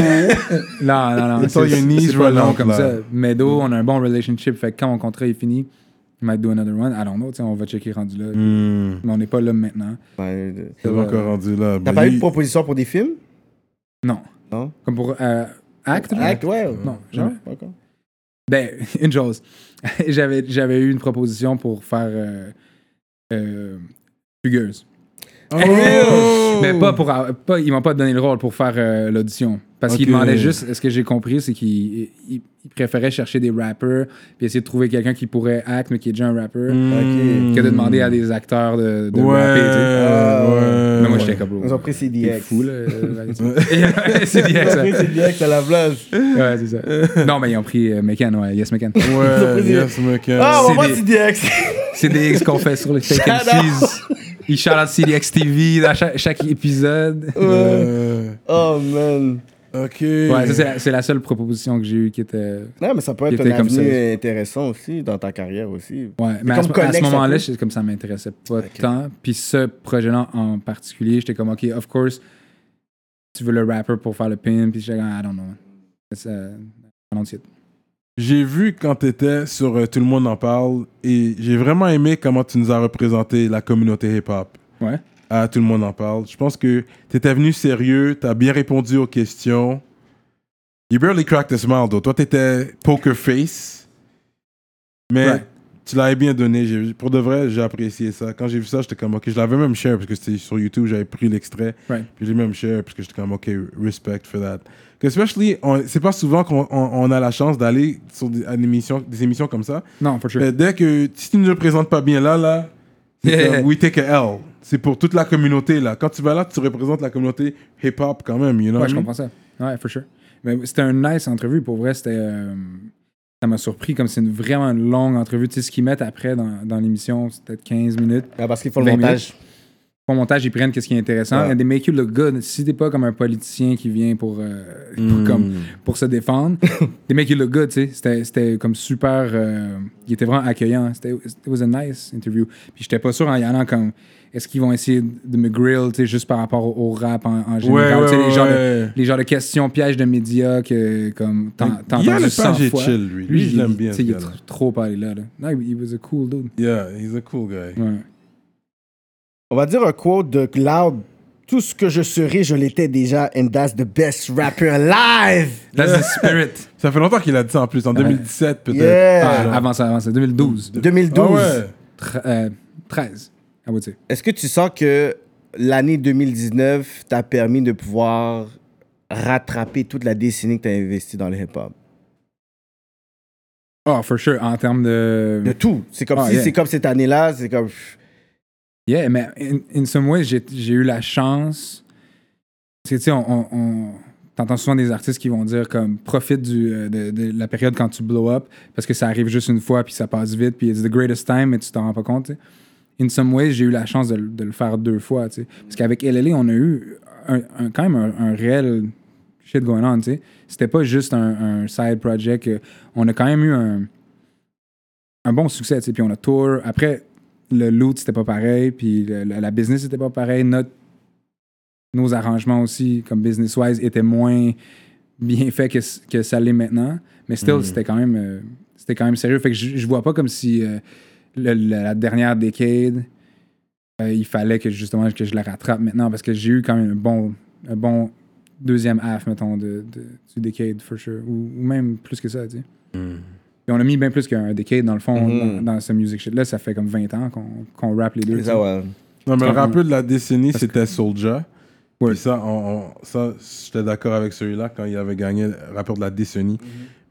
Speaker 5: Non, non, non.
Speaker 3: It's all
Speaker 5: c'est-
Speaker 3: your knees
Speaker 5: c'est pas long
Speaker 3: relent,
Speaker 5: comme
Speaker 3: là.
Speaker 5: ça. Mm. Meadow, on a un bon relationship. Fait que quand mon contrat est fini, il might do another one. I don't know, tu sais, on va checker rendu là. Mais on n'est pas là maintenant.
Speaker 4: Ben,
Speaker 3: T'es pas Hmm. encore rendu là.
Speaker 4: T'as
Speaker 3: Ben,
Speaker 4: pas eu
Speaker 3: lui-
Speaker 4: de proposition pour des films?
Speaker 5: Non.
Speaker 4: Non.
Speaker 5: Comme pour euh, Act? Mm. là?
Speaker 4: Act, ouais.
Speaker 5: Non, jamais.
Speaker 4: pas encore.
Speaker 5: Ben, une chose. j'avais, j'avais eu une proposition pour faire euh, euh, Fugueuse.
Speaker 3: Oh!
Speaker 5: Mais pas pour. Pas, ils m'ont pas donné le rôle pour faire euh, l'audition. Parce qu'ils
Speaker 3: Ok.
Speaker 5: demandaient juste. Ce que j'ai compris, c'est qu'ils ils- ils préféraient chercher des rappers puis essayer de trouver quelqu'un qui pourrait act, mais qui est déjà un rapper,
Speaker 3: Hmm.
Speaker 5: que de demander à des acteurs de, de
Speaker 3: ouais,
Speaker 5: rapper. tu sais.
Speaker 3: ouais.
Speaker 5: Ah, Mais moi, j'étais comme. bro,
Speaker 4: Ils ont pris
Speaker 5: t'es
Speaker 4: CDX.
Speaker 5: fou, là. euh, c'est
Speaker 4: Ils
Speaker 5: bien,
Speaker 4: ont
Speaker 5: ça.
Speaker 4: pris CDX à la place.
Speaker 5: Ouais, c'est ça. Non, mais ils ont pris euh, Mekan, ouais. Yes, Mekan.
Speaker 3: Ouais, yes, Mekan.
Speaker 4: Ah, on
Speaker 5: C'est
Speaker 4: va
Speaker 5: des-
Speaker 4: CDX.
Speaker 5: CDX qu'on fait sur les Fake MCs. Ils shout out CDX TV dans chaque, chaque épisode.
Speaker 3: Euh,
Speaker 4: Oh, man.
Speaker 3: ok.
Speaker 5: Ouais, ça, c'est la, c'est la seule proposition que j'ai eue qui était.
Speaker 4: Non, mais ça peut
Speaker 5: Il
Speaker 4: être un
Speaker 5: était comme
Speaker 4: avenue
Speaker 5: ça.
Speaker 4: intéressant aussi, dans ta carrière aussi.
Speaker 5: Ouais, mais à
Speaker 4: comme
Speaker 5: ce, à ce
Speaker 4: Connex, un
Speaker 5: moment-là,
Speaker 4: peu.
Speaker 5: c'est comme ça m'intéressait pas tant. Puis ce projet-là en particulier, j'étais comme, OK, of course, tu veux le rapper pour faire le pin. Puis j'étais comme, I don't know. man. That's, uh, I don't see it.
Speaker 3: J'ai vu quand tu étais sur euh, Tout le monde en parle et j'ai vraiment aimé comment tu nous as représenté la communauté hip-hop.
Speaker 5: Ouais.
Speaker 3: À Tout le monde en parle. Je pense que tu étais venu sérieux, tu as bien répondu aux questions. You barely cracked a smile, though. Toi, tu étais poker face. Mais
Speaker 5: Right.
Speaker 3: tu l'avais bien donné. J'ai- Pour de vrai, j'ai apprécié ça. Quand j'ai vu ça, j'étais comme, OK, je l'avais même share parce que c'était sur YouTube, j'avais pris l'extrait.
Speaker 5: Right.
Speaker 3: Puis j'ai même share parce que j'étais comme, OK, respect for that. Que especially, on- c'est pas souvent qu'on on- on a la chance d'aller sur des, à une émission- des émissions comme ça.
Speaker 5: Non, for sure.
Speaker 3: Mais dès que, si tu ne le présentes pas bien là, là, c'est
Speaker 5: Yeah.
Speaker 3: comme, we take a L. C'est pour toute la communauté, là. Quand tu vas là, tu représentes la communauté hip-hop quand même, you know?
Speaker 5: Ouais, je
Speaker 3: what I mean?
Speaker 5: comprends ça. Ouais, for sure. Mais c'était une nice entrevue. Pour vrai, c'était. euh, ça m'a surpris comme c'est une, vraiment une longue entrevue. Tu sais, ce qu'ils mettent après dans, dans l'émission, c'est peut-être 15 minutes.
Speaker 4: Ah, parce qu'il faut le
Speaker 5: 20 minutes.
Speaker 4: montage.
Speaker 5: Ils au montage, ils prennent qu'est-ce qui est
Speaker 3: Ah.
Speaker 5: intéressant.
Speaker 4: Ouais.
Speaker 5: And they make you look good. Si t'es pas comme un politicien qui vient pour, euh, pour,
Speaker 3: Hmm.
Speaker 5: comme, pour se défendre, they make you look good, tu sais. C'était- C'était comme super... euh, il était vraiment accueillant. C'était it was a nice interview. Puis j'étais pas sûr en y allant comme... Est-ce qu'ils vont essayer de me grill, tu sais, juste par rapport au, au rap en, en général?
Speaker 3: Ouais,
Speaker 5: Tu sais,
Speaker 3: ouais,
Speaker 5: les, genres
Speaker 3: ouais.
Speaker 5: de, les genres de questions pièges de médias que, comme, t'en- t'as
Speaker 3: Il y a
Speaker 5: entendu
Speaker 3: le
Speaker 5: 100
Speaker 3: page est
Speaker 5: fois.
Speaker 3: chill, lui. Lui, je
Speaker 5: il-
Speaker 3: l'aime bien,
Speaker 5: tu sais,
Speaker 3: ce
Speaker 5: Il est
Speaker 3: gars-là.
Speaker 5: tr- trop allé là, là. Non, he was a cool dude.
Speaker 3: Yeah, he's a cool guy.
Speaker 5: Ouais.
Speaker 7: On va dire un quote de Cloud. Tout ce que je serai, je l'étais déjà, and that's the best rapper alive.
Speaker 5: That's the spirit.
Speaker 3: Ça fait longtemps qu'il a dit ça en plus, en 2017 peut-être.
Speaker 7: Yeah.
Speaker 3: Ah, genre.
Speaker 5: avant ça, avant ça. 2012.
Speaker 7: 2012.
Speaker 3: Ah ouais.
Speaker 5: Tre- euh, 13, I would say.
Speaker 4: Est-ce que tu sens que l'année 2019 t'a permis de pouvoir rattraper toute la décennie que t'as investi dans le hip-hop?
Speaker 5: Oh, for sure, en termes de...
Speaker 4: De tout. C'est comme
Speaker 5: Ah,
Speaker 4: si
Speaker 5: yeah.
Speaker 4: c'est comme cette année-là, c'est comme.
Speaker 5: Yeah, mais in, in some ways, j'ai j'ai eu la chance. Tu sais, tu sais, on. on- on- T'entends souvent des artistes qui vont dire comme profite du, euh, de, de la période quand tu blow up parce que ça arrive juste une fois puis ça passe vite puis it's the greatest time mais tu t'en rends pas compte. tu sais. In some ways, j'ai eu la chance de, le- de le faire deux fois. tu sais. Parce qu'avec LLA, on a eu un, un- quand même un, un réel shit going on. tu sais. C'était pas juste un, un side project. euh, On a quand même eu un, un bon succès. tu sais. Puis on a tour. Après, le loot, c'était pas pareil, puis le- le- la business, c'était pas pareil. Notre, nos arrangements aussi, comme business-wise, étaient moins bien faits que, c- que ça l'est maintenant. Mais still, c'était quand même euh, c'était quand même sérieux. Fait que je, je vois pas comme si euh, le- la, la dernière décade, euh, il fallait que justement que je la rattrape maintenant, parce que j'ai eu quand même un bon, un bon deuxième half, mettons, de, de- du décade, for sure. Ou, ou même plus que ça, tu sais. Puis on a mis bien plus qu'un décade, dans le fond,
Speaker 4: Mhm.
Speaker 5: dans, dans ce music shit-là. Ça fait comme 20 ans qu'on qu'on rappe les deux. tu sais.
Speaker 4: ouais.
Speaker 3: Non, mais le
Speaker 5: Parce
Speaker 3: rappeur de la décennie, c'était Soulja.
Speaker 5: Ouais.
Speaker 3: Puis ça, on- on- ça j'étais d'accord avec celui-là quand il avait gagné le rappeur de la décennie.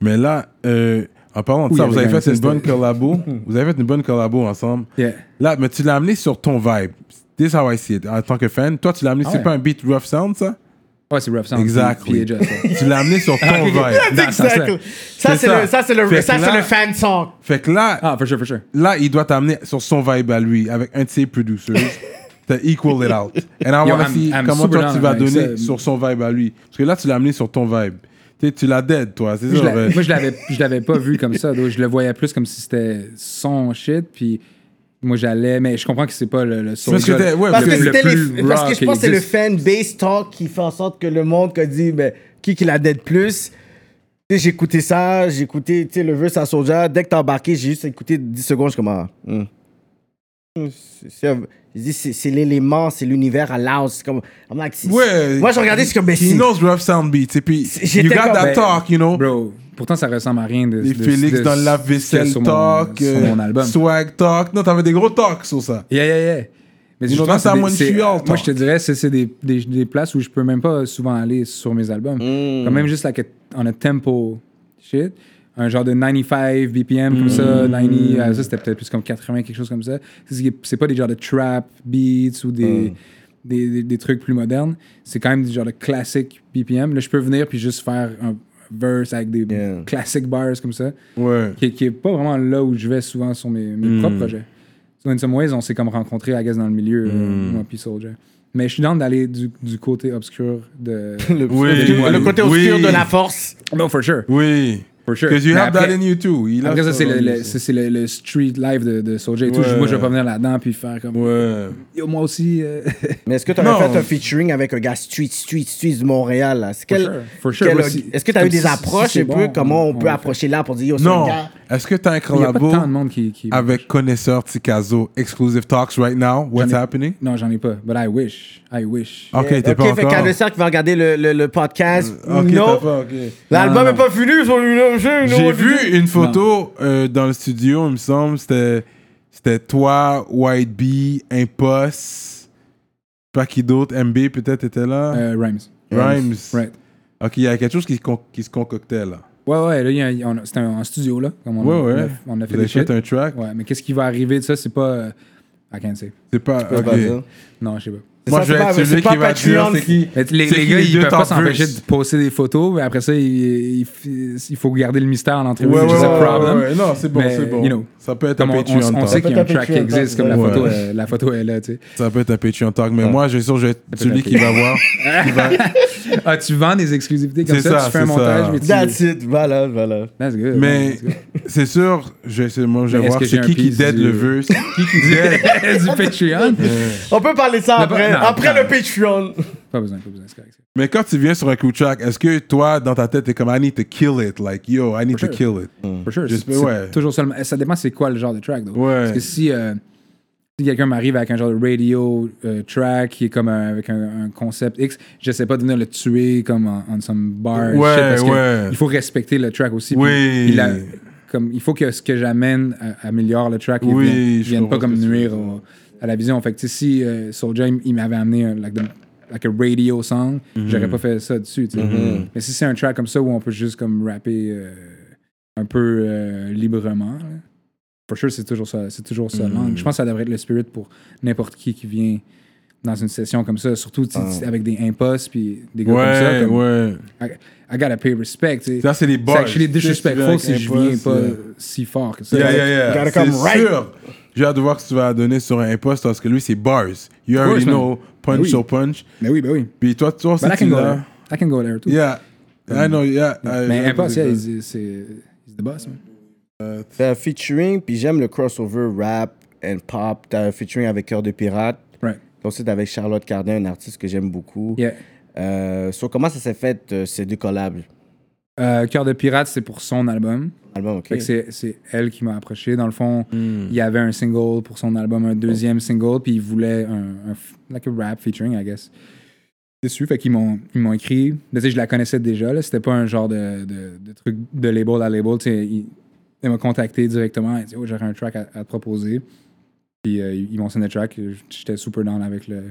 Speaker 3: Mais là, euh, en parlant de
Speaker 5: Oui,
Speaker 3: ça,
Speaker 5: Mhm. il
Speaker 3: vous
Speaker 5: avait
Speaker 3: avez
Speaker 5: gagné,
Speaker 3: fait
Speaker 5: ça,
Speaker 3: une bonne
Speaker 5: c'était-
Speaker 3: collabo. vous avez fait une bonne collabo ensemble.
Speaker 5: Yeah.
Speaker 3: Là, mais tu l'as amené sur ton vibe. This how I see it. En tant que fan, toi, tu l'as amené.
Speaker 5: Ah
Speaker 3: C'est
Speaker 5: ouais.
Speaker 3: pas un beat rough sound, ça
Speaker 5: Ouais, Ah, c'est Rough Sound.
Speaker 3: Exactly.
Speaker 5: PHS, ouais. Ah,
Speaker 3: Tu l'as amené sur ton vibe.
Speaker 5: Dans ce sens-là.
Speaker 4: Ça,
Speaker 3: Ah, C'est
Speaker 4: c'est
Speaker 3: ça.
Speaker 4: le, ça, c'est le,
Speaker 3: Fait
Speaker 4: ça,
Speaker 3: que
Speaker 4: c'est
Speaker 3: là-
Speaker 4: le fan song.
Speaker 3: Fait que là,
Speaker 5: Ah, for sure, for sure.
Speaker 3: là, il doit t'amener sur son vibe à lui avec un de ses producers. T'as equal it out. And I
Speaker 5: Yo,
Speaker 3: wanna
Speaker 5: I'm-
Speaker 3: see
Speaker 5: I'm
Speaker 3: comment
Speaker 5: super
Speaker 3: toi tu
Speaker 5: down
Speaker 3: vas
Speaker 5: avec
Speaker 3: donner
Speaker 5: ça.
Speaker 3: sur son vibe à lui. Parce que là, tu l'as amené sur ton vibe. Tu sais, tu l'as dead, toi. C'est
Speaker 5: Moi,
Speaker 3: ça.
Speaker 5: je l'avais-
Speaker 3: ouais.
Speaker 5: moi, je l'avais, je l'avais pas vu comme ça. donc Je le voyais plus comme si c'était son shit. Puis moi, j'allais, mais je comprends que c'est pas le, le son.
Speaker 3: Parce que t'es- ouais,
Speaker 4: Parce
Speaker 3: Le-
Speaker 4: que,
Speaker 3: le
Speaker 4: c'était les- parce que je pense que c'est le fan base talk qui fait en sorte que le monde qui a dit ben, qui qui la dette plus. Tu sais, J'ai écouté ça, j'ai écouté tu sais, le verse à Soulja. Dès que t'as embarqué, j'ai juste écouté 10 secondes. Je suis comme ah, hmm. Hmm, c'est- c'est- je dis, C'est c'est l'élément, c'est l'univers à l'house. C'est Comme, I'm like, c'est-
Speaker 3: Ouais.
Speaker 4: Moi, je regardais, je suis comme ben,
Speaker 3: He
Speaker 4: c'est-
Speaker 3: knows rough sound beats. Et puis,
Speaker 4: J'étais
Speaker 3: you got
Speaker 4: comme-
Speaker 3: that
Speaker 4: Ben,
Speaker 3: talk, you know.
Speaker 5: Bro, pourtant, ça ressemble à rien de.
Speaker 3: Les
Speaker 5: de-
Speaker 3: Félix
Speaker 5: de-
Speaker 3: dans la
Speaker 5: qu'il y a
Speaker 3: vaisselle
Speaker 5: sur mon-
Speaker 3: talk,
Speaker 5: Sur
Speaker 3: euh,
Speaker 5: mon album.
Speaker 3: swag talk. Non, t'avais des gros talks sur ça.
Speaker 5: Yeah, yeah, yeah. Mais
Speaker 3: Ils
Speaker 5: je
Speaker 3: ont
Speaker 5: pense
Speaker 3: dans
Speaker 5: que
Speaker 3: ta
Speaker 5: c'est- c'est-
Speaker 3: Montreal,
Speaker 5: Moi, je te dirais, c'est c'est des, des, des places où je peux même pas souvent aller sur mes albums. Quand même, juste like a- on a tempo shit. Un genre de 95 BPM comme ça, 90, euh, ça c'était peut-être plus comme 80, quelque chose comme ça. C'est ce qui est- C'est pas des genres de trap beats ou des, des, des- des trucs plus modernes. C'est quand même des genres de classique BPM. Là, je peux venir puis juste faire un verse avec des
Speaker 4: Yeah.
Speaker 5: classic bars comme ça
Speaker 3: Ouais.
Speaker 5: qui, qui est pas vraiment là où je vais souvent sur mes, mes propres projets. So, in some ways, on s'est comme rencontrés, à guess, dans le milieu, euh, moi puis Soulja. Mais je suis dans d'aller du, du côté obscur de...
Speaker 3: Oui.
Speaker 4: le côté obscur
Speaker 3: Oui.
Speaker 4: de la force.
Speaker 5: Non, for sure.
Speaker 3: Oui.
Speaker 5: For sure.
Speaker 3: Because you
Speaker 5: Mais
Speaker 3: have that
Speaker 5: après-
Speaker 3: in you too. Il a
Speaker 5: Après ça, c'est le,
Speaker 3: dans
Speaker 5: le-
Speaker 3: lui, ça.
Speaker 5: c'est- c'est le- le street live de, de Soulja et tout.
Speaker 3: Ouais.
Speaker 5: Moi, je vais pas venir là-dedans puis faire comme...
Speaker 3: Ouais.
Speaker 5: Yo, moi aussi... euh,
Speaker 4: Mais est-ce que tu
Speaker 3: Non.
Speaker 4: fait un featuring avec un gars street, street, street de Montréal? là? C'est quel-
Speaker 5: sure, for sure.
Speaker 4: quel-
Speaker 5: Moi, si-
Speaker 4: Est-ce que tu as eu
Speaker 5: comme si-
Speaker 4: des
Speaker 5: si
Speaker 4: approches
Speaker 5: c'est
Speaker 4: un peu?
Speaker 5: bon,
Speaker 4: comment
Speaker 5: on-
Speaker 4: on,
Speaker 5: on
Speaker 4: peut
Speaker 5: le
Speaker 4: approcher là pour dire, yo, c'est
Speaker 3: Non.
Speaker 4: un gars?
Speaker 3: Est-ce que t'as un
Speaker 5: Il y a pas
Speaker 3: collabo
Speaker 5: tant de monde qui... qui-
Speaker 3: avec Connaisseur Ticazo, Exclusive Talks right now? What's
Speaker 5: ai-
Speaker 3: happening?
Speaker 5: Non, j'en ai pas. But I wish. I wish.
Speaker 3: Ok, t'es pas
Speaker 4: Ok, fait
Speaker 3: encore.
Speaker 4: qu'à le cercle, qui va regarder le, le, le podcast.
Speaker 3: Ok, t'as
Speaker 4: non.
Speaker 3: pas, ok.
Speaker 4: L'album
Speaker 5: Non,
Speaker 4: est
Speaker 5: non.
Speaker 4: pas fini, ils sont là, monsieur, ils
Speaker 3: J'ai
Speaker 4: ont-
Speaker 3: vu une photo euh, dans le studio, il me semble, c'était c'était toi, White Bee, Impost, pas qui d'autre, MB peut-être était là,
Speaker 5: Euh, Rhymes.
Speaker 3: Rhymes.
Speaker 5: Right.
Speaker 3: Ok, il y a quelque chose qui, se con- qui se concoctait là.
Speaker 5: Ouais, ouais, là, il y a- on a- c'était un- en studio, là. Comme on,
Speaker 3: Ouais,
Speaker 5: a-
Speaker 3: ouais.
Speaker 5: on a, on a fait
Speaker 3: Vous
Speaker 5: des
Speaker 3: avez
Speaker 5: shit.
Speaker 3: fait un track,
Speaker 5: Ouais, mais qu'est-ce qui va arriver de ça, c'est pas. euh, I can't say.
Speaker 3: c'est pas.
Speaker 4: peux
Speaker 3: ok.
Speaker 4: pas dire.
Speaker 5: Non, je sais pas.
Speaker 4: C'est
Speaker 3: Moi,
Speaker 4: ça,
Speaker 3: je vais
Speaker 4: c'est
Speaker 3: être
Speaker 4: pas-
Speaker 3: celui
Speaker 4: c'est pas
Speaker 3: qui va dire
Speaker 4: Patreon,
Speaker 3: c'est qui.
Speaker 5: Les, les
Speaker 3: c'est qui
Speaker 5: gars, ils
Speaker 3: deux
Speaker 5: peuvent pas
Speaker 3: top
Speaker 5: s'empêcher
Speaker 3: verse.
Speaker 5: de poster des photos, mais après ça, il, il, il faut garder le mystère en entrevue.
Speaker 3: Ouais, ouais,
Speaker 5: which is a
Speaker 3: ouais,
Speaker 5: problem.
Speaker 3: ouais, ouais. Non, c'est bon,
Speaker 5: Mais,
Speaker 3: c'est bon.
Speaker 5: you know,
Speaker 3: ça peut être un
Speaker 5: Comme on, on-
Speaker 3: Patreon
Speaker 5: on
Speaker 3: talk.
Speaker 5: sait qu'il y a un track qui
Speaker 4: Peut-être un
Speaker 5: existe, comme la
Speaker 4: Patreon,
Speaker 5: photo,
Speaker 3: ouais.
Speaker 5: euh, la photo est là, tu sais.
Speaker 3: Ça peut être un Patreon talk, mais moi, je suis sûr que je vais être celui qui va voir.
Speaker 5: Ah, tu vends des exclusivités comme
Speaker 3: C'est
Speaker 5: ça,
Speaker 3: ça,
Speaker 5: tu fais un
Speaker 3: c'est ça.
Speaker 5: montage, mais tu...
Speaker 4: That's it, voilà, voilà.
Speaker 5: That's good.
Speaker 3: Mais
Speaker 5: that's good.
Speaker 3: c'est sûr, je vais moi, je vais
Speaker 5: Mais est-ce
Speaker 3: voir
Speaker 5: que j'ai
Speaker 3: c'est
Speaker 5: un
Speaker 3: qui qui
Speaker 5: piece
Speaker 3: dead
Speaker 5: du-
Speaker 3: le verse. Qui qui dead.
Speaker 5: du Patreon.
Speaker 4: On peut parler de ça
Speaker 5: Mais pas-
Speaker 4: après,
Speaker 5: non,
Speaker 4: après
Speaker 5: non.
Speaker 4: le Patreon.
Speaker 5: Pas besoin, pas besoin, c'est correct.
Speaker 3: Mais quand tu viens sur un crew track, est-ce que toi, dans ta tête, t'es comme I need to kill it, like yo, I need to
Speaker 5: sure. Hmm.
Speaker 3: kill it.
Speaker 5: For sure.
Speaker 3: J'espère-
Speaker 5: c'est-
Speaker 3: Mm. ouais.
Speaker 5: c'est Toujours seulement. Ça dépend c'est quoi le genre de track. donc.
Speaker 3: Ouais.
Speaker 5: Parce que si, euh, si quelqu'un m'arrive avec un genre de radio euh, track qui est comme un- avec un, un concept X, j'essaie pas de venir le tuer comme en, en some bar.
Speaker 3: Ouais,
Speaker 5: shit, parce que
Speaker 3: ouais.
Speaker 5: Il faut respecter le track aussi. puis
Speaker 3: Oui.
Speaker 5: Il a- comme, il faut que ce que j'amène euh, améliore le track. Il
Speaker 3: Oui,
Speaker 5: vienne,
Speaker 3: je
Speaker 5: vienne pas
Speaker 3: comprends
Speaker 5: comme
Speaker 3: ce que tu veux
Speaker 5: nuire
Speaker 3: dire.
Speaker 5: au- à la vision. Fait que tu sais, si euh, Soulja, il- il m'avait amené un like, the- like a radio song,
Speaker 3: Mhm.
Speaker 5: j'aurais pas fait ça dessus. tu sais. Mais si c'est un track comme ça où on peut juste comme rapper euh, un peu euh, librement, là, for sure c'est toujours ça, c'est toujours
Speaker 3: Mhm.
Speaker 5: ça langue. Je pense que ça devrait être le spirit pour n'importe qui qui vient dans une session comme ça, surtout tu sais, avec des impostes puis des gars comme ça.
Speaker 3: Ah. Ouais,
Speaker 5: comme,
Speaker 3: ouais.
Speaker 5: I, I gotta pay respect. tu sais.
Speaker 3: Ça, c'est les
Speaker 5: C'est
Speaker 3: bars.
Speaker 5: actually disrespectful
Speaker 3: Tu sais,
Speaker 5: si
Speaker 3: tu
Speaker 5: je
Speaker 3: viens
Speaker 5: viens
Speaker 3: avec
Speaker 5: pas
Speaker 3: un poste,
Speaker 5: si fort que ça.
Speaker 3: Yeah, yeah, yeah.
Speaker 4: gotta
Speaker 3: C'est
Speaker 4: come right.
Speaker 3: sûr. J'ai hâte de voir ce que tu vas donner sur un impost parce que lui, c'est bars. You
Speaker 5: course,
Speaker 3: already
Speaker 5: man.
Speaker 3: know, punch
Speaker 5: Ben oui.
Speaker 3: or punch.
Speaker 5: Mais oui, ben oui.
Speaker 3: Puis toi, toi aussi,
Speaker 5: But I
Speaker 3: tu
Speaker 5: can go
Speaker 3: l'as.
Speaker 5: there. I can go there too.
Speaker 3: Yeah. I know, yeah. I-
Speaker 5: Mais
Speaker 3: I-
Speaker 5: Impost, yeah, he's, c'est he's the boss, man.
Speaker 4: T'as un featuring, puis j'aime le crossover rap and pop. T'as un featuring avec Cœur de Pirate.
Speaker 5: Right.
Speaker 4: Ensuite, avec Charlotte Cardin, une artiste que j'aime beaucoup.
Speaker 5: Yeah.
Speaker 4: Euh, so, comment ça s'est fait, euh, ces deux collabs
Speaker 5: Euh, Cœur de pirate, c'est pour son album.
Speaker 4: Album, ok. Hmm.
Speaker 5: Fait que c'est- c'est elle qui m'a approché. Dans le fond, il y avait un single pour son album, un deuxième
Speaker 4: Oh.
Speaker 5: single, puis il voulait un, un f- like a rap featuring, I guess. Dessus, fait qu'ils m'ont ils m'ont écrit. Mais tu sais, je la connaissais déjà, là. C'était pas un genre de, de, de truc de label à label. Tu sais, ils- elle m'a contacté directement. Elle dit Oh, j'aurais un track à, à te proposer. Puis euh, ils m'ont signé le track. J'étais super down avec le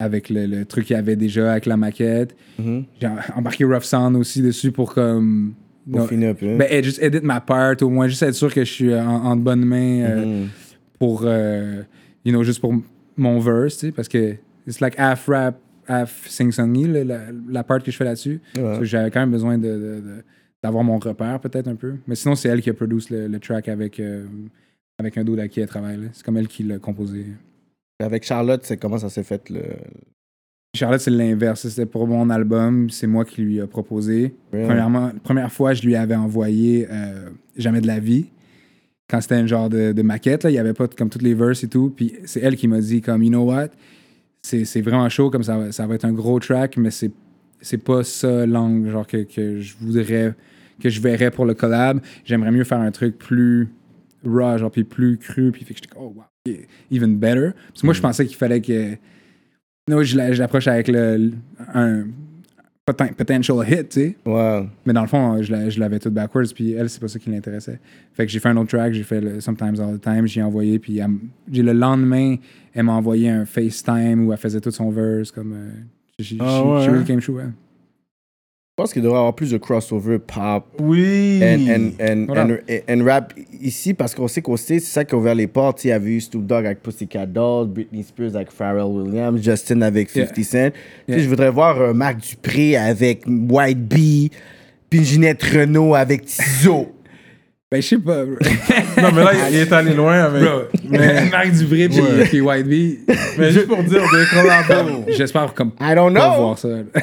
Speaker 5: avec le, le truc qu'il y avait déjà, avec la maquette.
Speaker 4: Mhm.
Speaker 5: J'ai embarqué Rough Sound aussi dessus pour comme.
Speaker 4: Pour
Speaker 5: non,
Speaker 4: finir un peu.
Speaker 5: ben, ed- juste edit ma part, au moins, juste être sûr que je suis euh, en, en bonne main euh,
Speaker 4: Mhm.
Speaker 5: pour, euh, you know, juste pour m- mon verse, tu sais, parce que c'est like half rap, half sing-songy, là, la, la part que je fais là-dessus.
Speaker 4: Ah.
Speaker 5: Parce que J'avais quand même besoin de- de- de- d'avoir mon repère, peut-être un peu. Mais sinon, c'est elle qui a produit le, le track avec, euh, avec un dude à qui elle travaille. là. C'est comme elle qui l'a composé.
Speaker 4: Avec Charlotte, c'est comment ça s'est fait le.
Speaker 5: Charlotte, c'est l'inverse. C'était pour mon album, c'est moi qui lui ai proposé. Premièrement, première fois, je lui avais envoyé euh, Jamais de la vie. Quand c'était un genre de, de maquette, là, il n'y avait pas t- comme toutes les verses et tout. Puis c'est elle qui m'a dit, comme, you know what, c'est c'est vraiment chaud, comme ça, va- ça va être un gros track, mais c'est c'est pas ça l'angle genre que, que je voudrais, que je verrais pour le collab. J'aimerais mieux faire un truc plus raw, genre, puis plus cru. Puis fait que j'étais comme, oh wow, yeah, even better. Parce que moi, je pensais qu'il fallait que. Non, je la- je l'approche avec le, un poten- potential hit, tu sais.
Speaker 4: Ouais.
Speaker 5: Mais dans le fond, je la- je l'avais tout backwards, puis elle, c'est pas ça qui l'intéressait. Fait que j'ai fait un autre track, j'ai fait le Sometimes All the Time, j'ai envoyé, puis elle m- j'ai le lendemain, elle m'a envoyé un FaceTime où elle faisait tout son verse, comme. euh, she, she-
Speaker 3: Ah ouais,
Speaker 5: she really
Speaker 3: hein?
Speaker 5: came true, ouais.
Speaker 4: Je pense qu'il devrait y avoir plus de crossover pop
Speaker 3: Oui.
Speaker 4: and, and, and,
Speaker 5: Voilà.
Speaker 4: and- and- and rap ici parce qu'on sait qu'au States, c'est ça qui a ouvert les portes. Il y avait eu Snoop Dogg avec Pussycat Dolls, Britney Spears avec Pharrell Williams, Justin avec 50 Cent. Tu sais, Je voudrais voir euh, Marc Dupré avec White Bee, puis Ginette Renault avec Tizo.
Speaker 5: Ben, je sais pas, bro.
Speaker 3: Non, mais là, il est allé loin avec.
Speaker 5: Mais Marc Dubré, puis,
Speaker 3: Ouais.
Speaker 5: puis White Bee,
Speaker 3: Mais juste pour dire, des collabos.
Speaker 5: j'espère comme
Speaker 4: I don't
Speaker 5: pas
Speaker 4: know.
Speaker 5: voir ça.
Speaker 3: Mais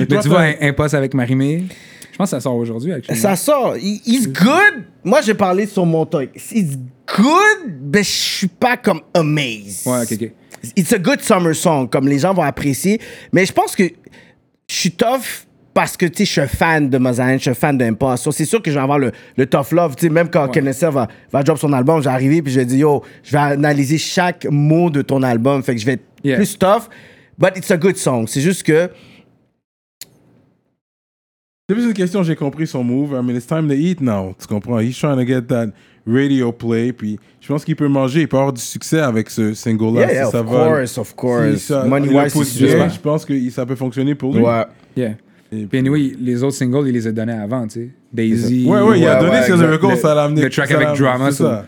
Speaker 5: Mais
Speaker 3: toi,
Speaker 5: tu vois,
Speaker 3: t'as-
Speaker 5: un, un poste avec Marimé, je pense que ça sort aujourd'hui, actually.
Speaker 3: Mm.
Speaker 4: Ça sort. He- He's good. Moi, j'ai parlé sur mon truc. He's good, mais je suis pas comme amazed.
Speaker 5: Ouais, ok, ok.
Speaker 4: It's a good summer song, comme les gens vont apprécier. Mais je pense que je suis tough parce que, tu sais, je suis un fan de Mozaïne, je suis un fan d'Impasse. So, C'est sûr que je vais avoir le, le tough love. Tu sais, même quand Kenneth va, va drop son album, je vais arriver puis je vais dire, yo, je vais analyser chaque mot de ton album. Fait que je vais être
Speaker 5: Yeah.
Speaker 4: plus tough. But it's a good song. C'est juste que...
Speaker 3: C'est plus une question, j'ai compris son move. I mean, it's time to eat now. Tu comprends? He's trying to get that radio play. Puis je pense qu'il peut manger. Il peut avoir du succès avec ce single-là.
Speaker 4: yeah, yeah,
Speaker 3: si ça
Speaker 4: of
Speaker 3: va.
Speaker 4: course, of course.
Speaker 3: Si ça-
Speaker 4: Money
Speaker 3: il le
Speaker 4: wise,
Speaker 3: pousse
Speaker 4: c'est
Speaker 3: bien,
Speaker 4: sûr.
Speaker 3: Je pense que ça peut fonctionner pour lui.
Speaker 4: Ouais.
Speaker 5: Yeah.
Speaker 3: Et
Speaker 5: Puis anyway, les autres singles, il les a donnés avant, tu sais. Daisy.
Speaker 3: Ouais, ouais, il a
Speaker 4: Ouais,
Speaker 3: donné
Speaker 4: ouais,
Speaker 3: ses
Speaker 4: exact.
Speaker 3: records,
Speaker 5: Le-
Speaker 3: ça l'a amené.
Speaker 5: le track
Speaker 3: ça
Speaker 5: avec
Speaker 3: l'a-
Speaker 5: Drama,
Speaker 3: c'est
Speaker 5: ça.
Speaker 3: ça.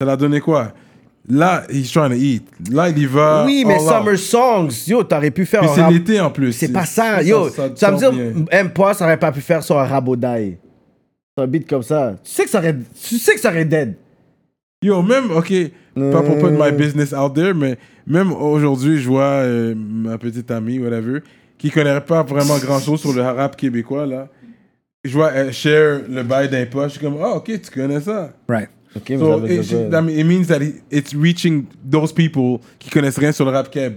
Speaker 3: Ça l'a donné quoi Là, he's trying to eat. Là, il y va.
Speaker 4: Oui, mais
Speaker 3: all out.
Speaker 4: Summer Songs, yo, t'aurais pu faire
Speaker 3: Puis
Speaker 4: un
Speaker 3: c'est
Speaker 4: rap-
Speaker 3: l'été en plus.
Speaker 4: C'est pas ça, yo. Tu vas me
Speaker 3: sort
Speaker 4: dire,
Speaker 3: bien.
Speaker 4: M. Post aurait pas pu faire sur un rabodaille. Sur un beat comme ça. Tu sais que ça aurait, tu sais que ça aurait dead.
Speaker 3: Yo, même, ok, pas pour put
Speaker 4: Hmm.
Speaker 3: my business out there, mais même aujourd'hui, je vois euh, ma petite amie, whatever, qui connaît pas vraiment grand chose sur le rap québécois, là. Je vois, elle share le bail d'un poche. Je suis comme, ah, ok, tu connais ça.
Speaker 5: Right.
Speaker 4: Ok, mais
Speaker 3: So,
Speaker 4: ça veut dire
Speaker 3: it, she-
Speaker 4: quoi?
Speaker 3: I mean, it means that it- it's reaching those people qui connaissent rien sur le rap keb.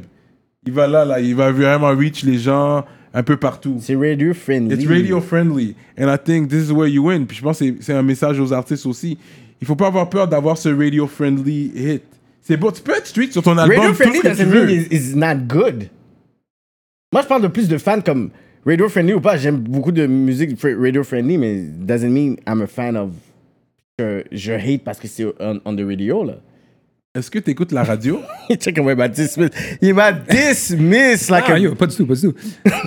Speaker 3: Il va là, là, il va vraiment reach les gens un peu partout.
Speaker 4: C'est radio friendly.
Speaker 3: It's radio friendly. And I think this is where you win. Puis je pense que c'est- c'est un message aux artistes aussi. Il faut pas avoir peur d'avoir ce radio friendly hit. C'est beau. Tu peux être street sur ton album.
Speaker 4: Radio
Speaker 3: tout
Speaker 4: friendly
Speaker 3: ce que tu
Speaker 4: doesn't
Speaker 3: veux.
Speaker 4: mean is, is not good. Moi, je parle de plus de fans comme radio friendly ou pas. J'aime beaucoup de musique fr- radio friendly, mais doesn't mean I'm a fan of. que je hate parce que c'est on, on the radio là.
Speaker 3: Est-ce que tu écoutes la radio?
Speaker 4: Check comment il m'a dismiss. Il m'a dismiss like
Speaker 5: Ah,
Speaker 4: a
Speaker 5: yo, pas du tout, pas du tout.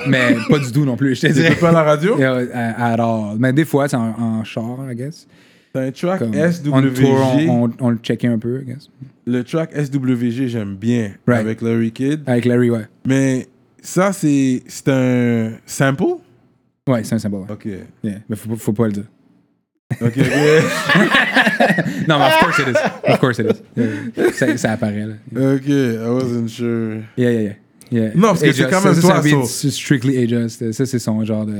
Speaker 5: mais pas du tout non plus, je te dirais.
Speaker 3: T'écoutes pas la radio?
Speaker 5: Yo, euh, at all. Mais des fois, c'est en, en char, I guess.
Speaker 3: T'as un track
Speaker 5: Comme, on
Speaker 3: SWG.
Speaker 5: tour, on, on- on le checkait un peu, I guess.
Speaker 3: Le track SWG, j'aime bien.
Speaker 5: Right. Ah.
Speaker 3: Avec Larry Kidd.
Speaker 5: Avec Larry, ouais.
Speaker 3: Mais ça, c'est c'est un sample?
Speaker 5: Ouais, c'est un symbole. ouais.
Speaker 3: Ok.
Speaker 5: Yeah. Mais faut, pas- faut pas le dire.
Speaker 3: Ok, ok.
Speaker 5: Non, mais of course it is. Of course it is. Yeah, yeah. Ça, ça apparaît, là.
Speaker 3: ok, I wasn't sure.
Speaker 5: Yeah, yeah, yeah. Yeah.
Speaker 3: Non, parce que c'est
Speaker 5: Aja-
Speaker 3: quand
Speaker 5: ça,
Speaker 3: même
Speaker 5: ça,
Speaker 3: toi,
Speaker 5: ça vient
Speaker 3: ça.
Speaker 5: de- c'est strictly Aja. c'est- Ça, c'est son genre de.